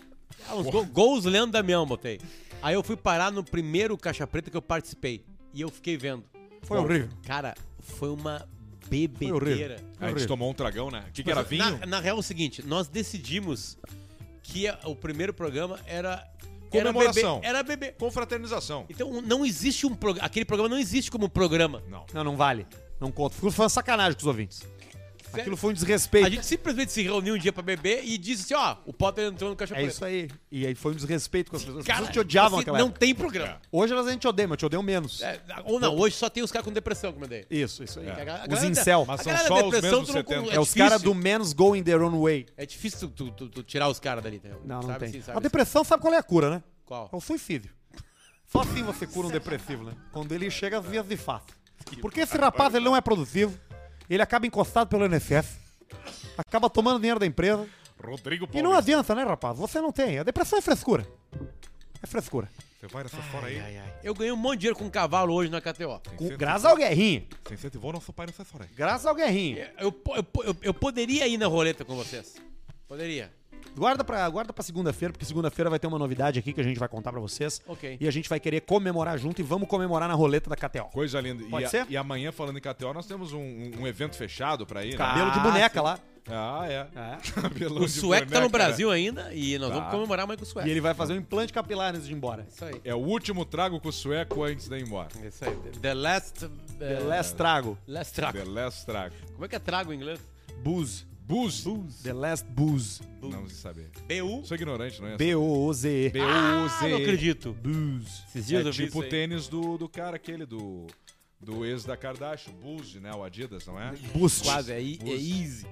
[SPEAKER 3] Ah, uns go- gols do Leandro Damião, botei. Aí eu fui parar no primeiro Caixa Preta que eu participei. E eu fiquei vendo.
[SPEAKER 2] Foi horrível.
[SPEAKER 3] Cara, foi uma
[SPEAKER 2] horrível.
[SPEAKER 3] bebedeira.
[SPEAKER 1] A gente tomou um tragão, né? O
[SPEAKER 2] Tipo
[SPEAKER 1] que, que
[SPEAKER 2] assim,
[SPEAKER 1] era vinho?
[SPEAKER 3] Na, na real é o seguinte, nós decidimos que a- o primeiro programa era...
[SPEAKER 1] Comemoração.
[SPEAKER 3] Era bebê. Era bebê.
[SPEAKER 1] Confraternização.
[SPEAKER 3] Então não existe um programa... Aquele programa não existe como programa.
[SPEAKER 1] Não.
[SPEAKER 2] Não, não vale. Não conta. Ficou foi uma sacanagem com os ouvintes. Aquilo foi um desrespeito.
[SPEAKER 3] A gente simplesmente se reuniu um dia pra beber e disse assim, ó, o Potter entrou no
[SPEAKER 2] É
[SPEAKER 3] Caixa Preta.
[SPEAKER 2] isso aí. E aí foi um desrespeito com as pessoas. As
[SPEAKER 3] Cara,
[SPEAKER 2] pessoas te odiavam
[SPEAKER 3] assim,
[SPEAKER 2] naquela
[SPEAKER 3] Não
[SPEAKER 2] época.
[SPEAKER 3] tem programa.
[SPEAKER 2] Hoje elas a gente odeia, mas eu te odeio menos.
[SPEAKER 3] É, ou não, hoje só tem os caras com depressão que eu mandei.
[SPEAKER 2] Isso, isso aí.
[SPEAKER 3] A ga- a
[SPEAKER 2] Os
[SPEAKER 3] galera-
[SPEAKER 2] incel.
[SPEAKER 1] Mas
[SPEAKER 3] a
[SPEAKER 1] são
[SPEAKER 3] galera
[SPEAKER 1] só os
[SPEAKER 3] depressão,
[SPEAKER 1] mesmos
[SPEAKER 3] tu não-
[SPEAKER 1] 70.
[SPEAKER 3] é
[SPEAKER 2] É, os
[SPEAKER 3] difícil.
[SPEAKER 2] caras do menos going their own way.
[SPEAKER 3] É difícil tu, tu- tu- tu tirar os caras dali, entendeu?
[SPEAKER 2] Não, não
[SPEAKER 3] sabe
[SPEAKER 2] tem.
[SPEAKER 3] assim, sabe
[SPEAKER 2] a depressão sabe qual é a cura, né?
[SPEAKER 3] assim. Qual?
[SPEAKER 2] É o suicídio. Só assim você cura um depressivo, né? Quando ele chega às vias de fato. Porque esse rapaz, ele não é produtivo, ele acaba encostado pelo INSS, acaba tomando dinheiro da empresa.
[SPEAKER 1] Rodrigo
[SPEAKER 2] E não adianta, né, rapaz? Você não tem. A depressão é frescura. É frescura.
[SPEAKER 1] Você vai nessa fora aí. Ai, ai.
[SPEAKER 3] Eu ganhei um monte de dinheiro com um cavalo hoje na KTO.
[SPEAKER 2] Com- é graças ao Guerrinho.
[SPEAKER 1] Você incentivou nosso pai nessa fora aí.
[SPEAKER 2] Graças ao Guerrinho.
[SPEAKER 3] Eu, po- eu po- eu- eu poderia ir na roleta com vocês. Poderia.
[SPEAKER 2] Guarda pra, guarda pra segunda-feira, porque segunda-feira vai ter uma novidade aqui que a gente vai contar pra vocês.
[SPEAKER 3] Ok.
[SPEAKER 2] E a gente vai querer comemorar junto e vamos comemorar na roleta da KTO.
[SPEAKER 1] Coisa linda.
[SPEAKER 2] Pode
[SPEAKER 1] e, a-
[SPEAKER 2] ser?
[SPEAKER 1] e amanhã, falando em KTO, nós temos um, um- um evento fechado pra ir, né?
[SPEAKER 2] Cabelo de boneca lá.
[SPEAKER 1] Ah, é.
[SPEAKER 2] É.
[SPEAKER 1] Cabelão
[SPEAKER 3] Tá. O
[SPEAKER 1] de
[SPEAKER 3] sueco tá no
[SPEAKER 1] boneca, né?
[SPEAKER 3] Brasil ainda e nós
[SPEAKER 1] Tá.
[SPEAKER 3] vamos comemorar mais com o sueco.
[SPEAKER 2] E ele vai fazer um implante capilar antes de ir embora.
[SPEAKER 3] Isso aí.
[SPEAKER 1] né? É o último trago com o sueco antes de ir embora.
[SPEAKER 3] Isso aí. The last... eh,
[SPEAKER 2] The Last Trago.
[SPEAKER 3] last trago.
[SPEAKER 1] The last trago.
[SPEAKER 3] Como é que é trago em inglês?
[SPEAKER 2] Booze.
[SPEAKER 1] Booze.
[SPEAKER 2] The Last Booze.
[SPEAKER 1] Não sei saber.
[SPEAKER 3] B-U?
[SPEAKER 1] Sou ignorante, não é?
[SPEAKER 2] B-O-O-Z-E.
[SPEAKER 1] B-U-Z.
[SPEAKER 3] Ah, não acredito.
[SPEAKER 2] Booze.
[SPEAKER 3] Esses dias
[SPEAKER 1] É
[SPEAKER 3] eu vi
[SPEAKER 1] tipo
[SPEAKER 3] isso
[SPEAKER 1] o
[SPEAKER 3] aí.
[SPEAKER 1] tênis do, do cara aquele do... Do ex da Kardashian, Booze, né? O Adidas, não é?
[SPEAKER 2] Boost.
[SPEAKER 3] Quase, é, i- é easy.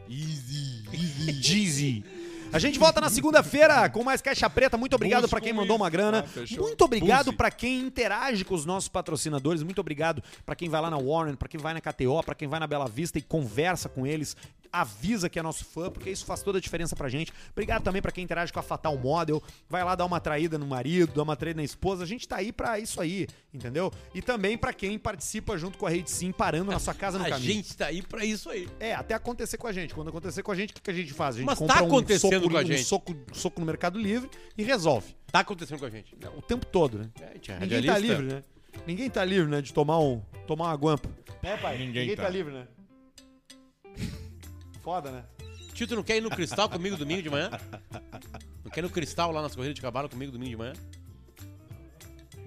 [SPEAKER 2] Jeezy. A gente volta na segunda-feira com mais Caixa Preta. Muito obrigado
[SPEAKER 1] Booze,
[SPEAKER 2] pra quem
[SPEAKER 1] booze.
[SPEAKER 2] mandou uma grana.
[SPEAKER 1] Ah, fechou.
[SPEAKER 2] Muito obrigado
[SPEAKER 1] Booze.
[SPEAKER 2] pra quem interage com os nossos patrocinadores. Muito obrigado pra quem vai lá na Warren, pra quem vai na KTO, pra quem vai na Bela Vista e conversa com eles. Avisa que é nosso fã, porque isso faz toda a diferença pra gente. Obrigado também pra quem interage com a Fatal Model. Vai lá dar uma traída no marido, dar uma traída na esposa. A gente tá aí pra isso aí, entendeu? E também pra quem participa junto com a Rede Sim, parando na sua casa no
[SPEAKER 3] A
[SPEAKER 2] caminho.
[SPEAKER 3] gente tá aí pra isso aí.
[SPEAKER 2] É, até acontecer com a gente. Quando acontecer com a gente, o que, que a gente faz? A gente
[SPEAKER 3] Mas tá
[SPEAKER 2] um
[SPEAKER 3] acontecendo
[SPEAKER 2] soco,
[SPEAKER 3] com a
[SPEAKER 2] um
[SPEAKER 3] gente.
[SPEAKER 2] soco, um soco no Mercado Livre e resolve.
[SPEAKER 3] Tá acontecendo com a gente.
[SPEAKER 2] O tempo todo, né?
[SPEAKER 3] É, a gente é
[SPEAKER 2] Ninguém tá
[SPEAKER 3] radialista.
[SPEAKER 2] livre, né? Ninguém tá livre, né? De tomar um. tomar uma guampa. É, pai.
[SPEAKER 1] Ninguém Ninguém tá tá.
[SPEAKER 2] livre, né? Foda, né?
[SPEAKER 3] Tio, tu não quer ir no cristal comigo domingo de manhã? Não quer ir no cristal lá nas corridas de cavalo comigo domingo de manhã?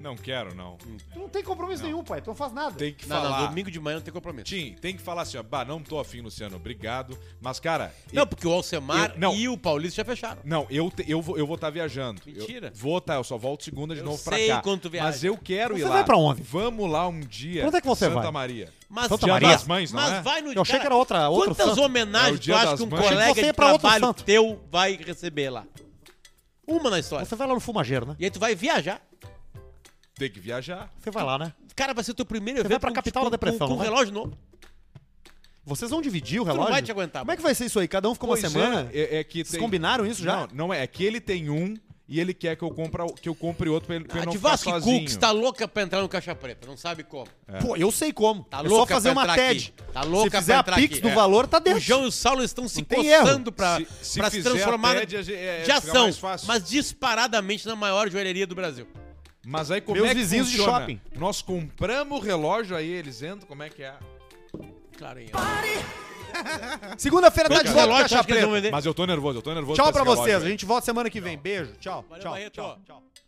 [SPEAKER 1] Não quero, não.
[SPEAKER 2] Tu não tem compromisso nenhum, pai. Tu não faz nada.
[SPEAKER 1] Tem que
[SPEAKER 3] Não,
[SPEAKER 1] falar.
[SPEAKER 3] não, domingo de manhã não tem compromisso.
[SPEAKER 1] Tim, tem que falar assim, ó. Bah, não tô afim, Luciano, obrigado. Mas, cara,
[SPEAKER 3] Não, porque o Alcemar
[SPEAKER 1] Eu- não.
[SPEAKER 3] e o Paulista já fecharam.
[SPEAKER 1] Não, eu, te- eu, vou, eu vou estar viajando.
[SPEAKER 3] Mentira.
[SPEAKER 1] Eu vou estar, eu só volto segunda de
[SPEAKER 3] Eu
[SPEAKER 1] novo pra
[SPEAKER 3] sei
[SPEAKER 1] cá.
[SPEAKER 3] quando tu viaja.
[SPEAKER 1] Mas eu quero
[SPEAKER 2] Você
[SPEAKER 1] ir lá.
[SPEAKER 2] vai pra onde?
[SPEAKER 1] Vamos lá um dia.
[SPEAKER 2] Pra onde é que você
[SPEAKER 1] Santa
[SPEAKER 2] vai?
[SPEAKER 1] Maria.
[SPEAKER 3] Mas,
[SPEAKER 2] Santa
[SPEAKER 1] Dia
[SPEAKER 2] Maria.
[SPEAKER 1] das Mães, não
[SPEAKER 3] mas
[SPEAKER 1] é?
[SPEAKER 3] vai no
[SPEAKER 2] Eu achei que era outra- outro
[SPEAKER 3] Quantas
[SPEAKER 2] santo.
[SPEAKER 1] É o
[SPEAKER 3] homenagens
[SPEAKER 1] dia
[SPEAKER 3] tu acha
[SPEAKER 1] das
[SPEAKER 3] que um
[SPEAKER 1] mães.
[SPEAKER 2] Achei que
[SPEAKER 3] colega
[SPEAKER 2] você ia
[SPEAKER 3] de
[SPEAKER 2] pra outro
[SPEAKER 3] trabalho
[SPEAKER 2] santo.
[SPEAKER 3] teu vai receber lá? Uma na história.
[SPEAKER 2] Você vai lá no fumageiro, né?
[SPEAKER 3] E aí tu vai viajar.
[SPEAKER 1] Tem que viajar.
[SPEAKER 2] Você vai lá, né?
[SPEAKER 3] Cara, vai ser o teu primeiro
[SPEAKER 2] Você vai pra capital da depressão, né? não
[SPEAKER 3] com, com um
[SPEAKER 2] vai?
[SPEAKER 3] relógio novo.
[SPEAKER 2] Vocês vão dividir o
[SPEAKER 3] não
[SPEAKER 2] relógio?
[SPEAKER 3] vai te aguentar,
[SPEAKER 2] Como é que vai ser isso aí? Cada um ficou
[SPEAKER 1] Pois
[SPEAKER 2] uma semana?
[SPEAKER 1] É, é, é que
[SPEAKER 2] Vocês
[SPEAKER 1] tem-
[SPEAKER 2] combinaram isso já?
[SPEAKER 1] Não, não é. É que ele tem um e ele quer que eu, compra, que eu compre outro pra ele, pra eu
[SPEAKER 3] A
[SPEAKER 1] não ficar
[SPEAKER 3] Divaski
[SPEAKER 1] sozinho.
[SPEAKER 3] Cooks tá louca pra entrar no Caixa Preta, não sabe como.
[SPEAKER 2] Pô, eu sei como.
[SPEAKER 3] É. Tá
[SPEAKER 2] é
[SPEAKER 3] louca
[SPEAKER 2] só
[SPEAKER 3] pra
[SPEAKER 2] fazer uma
[SPEAKER 3] entrar
[SPEAKER 2] TED.
[SPEAKER 3] aqui. Tá louca
[SPEAKER 2] Se fizer
[SPEAKER 3] pra
[SPEAKER 2] a
[SPEAKER 3] entrar
[SPEAKER 2] Pix
[SPEAKER 3] aqui.
[SPEAKER 2] do
[SPEAKER 3] É.
[SPEAKER 2] valor, tá dentro.
[SPEAKER 3] O João e o Saulo estão se
[SPEAKER 2] Não tem
[SPEAKER 3] coçando pra
[SPEAKER 1] Se- se
[SPEAKER 3] pra se
[SPEAKER 1] fizer a
[SPEAKER 3] transformar
[SPEAKER 1] TED, a ge- é,
[SPEAKER 3] de
[SPEAKER 1] fica
[SPEAKER 3] ação,
[SPEAKER 1] mais fácil.
[SPEAKER 3] mas disparadamente na maior joalheria do Brasil.
[SPEAKER 1] Mas aí como
[SPEAKER 2] Meus
[SPEAKER 1] é que
[SPEAKER 2] vizinhos de
[SPEAKER 1] funciona?
[SPEAKER 2] shopping.
[SPEAKER 1] Nós compramos o relógio aí, eles entram, como é que é?
[SPEAKER 3] Claro, hein?
[SPEAKER 2] Segunda-feira tá de
[SPEAKER 3] Quantos
[SPEAKER 2] volta no
[SPEAKER 3] relógios tu
[SPEAKER 2] Caixa
[SPEAKER 3] acha que eles vão
[SPEAKER 2] Preta.
[SPEAKER 3] vender?
[SPEAKER 1] Mas eu tô nervoso, eu tô nervoso.
[SPEAKER 2] Tchau
[SPEAKER 1] com
[SPEAKER 2] pra
[SPEAKER 1] esse relógio
[SPEAKER 2] vocês.
[SPEAKER 1] aí.
[SPEAKER 2] A gente volta semana que vem. Beijo. Tchau.
[SPEAKER 3] Valeu,
[SPEAKER 2] Tchau.
[SPEAKER 3] Barreto.
[SPEAKER 2] Tchau. Tchau.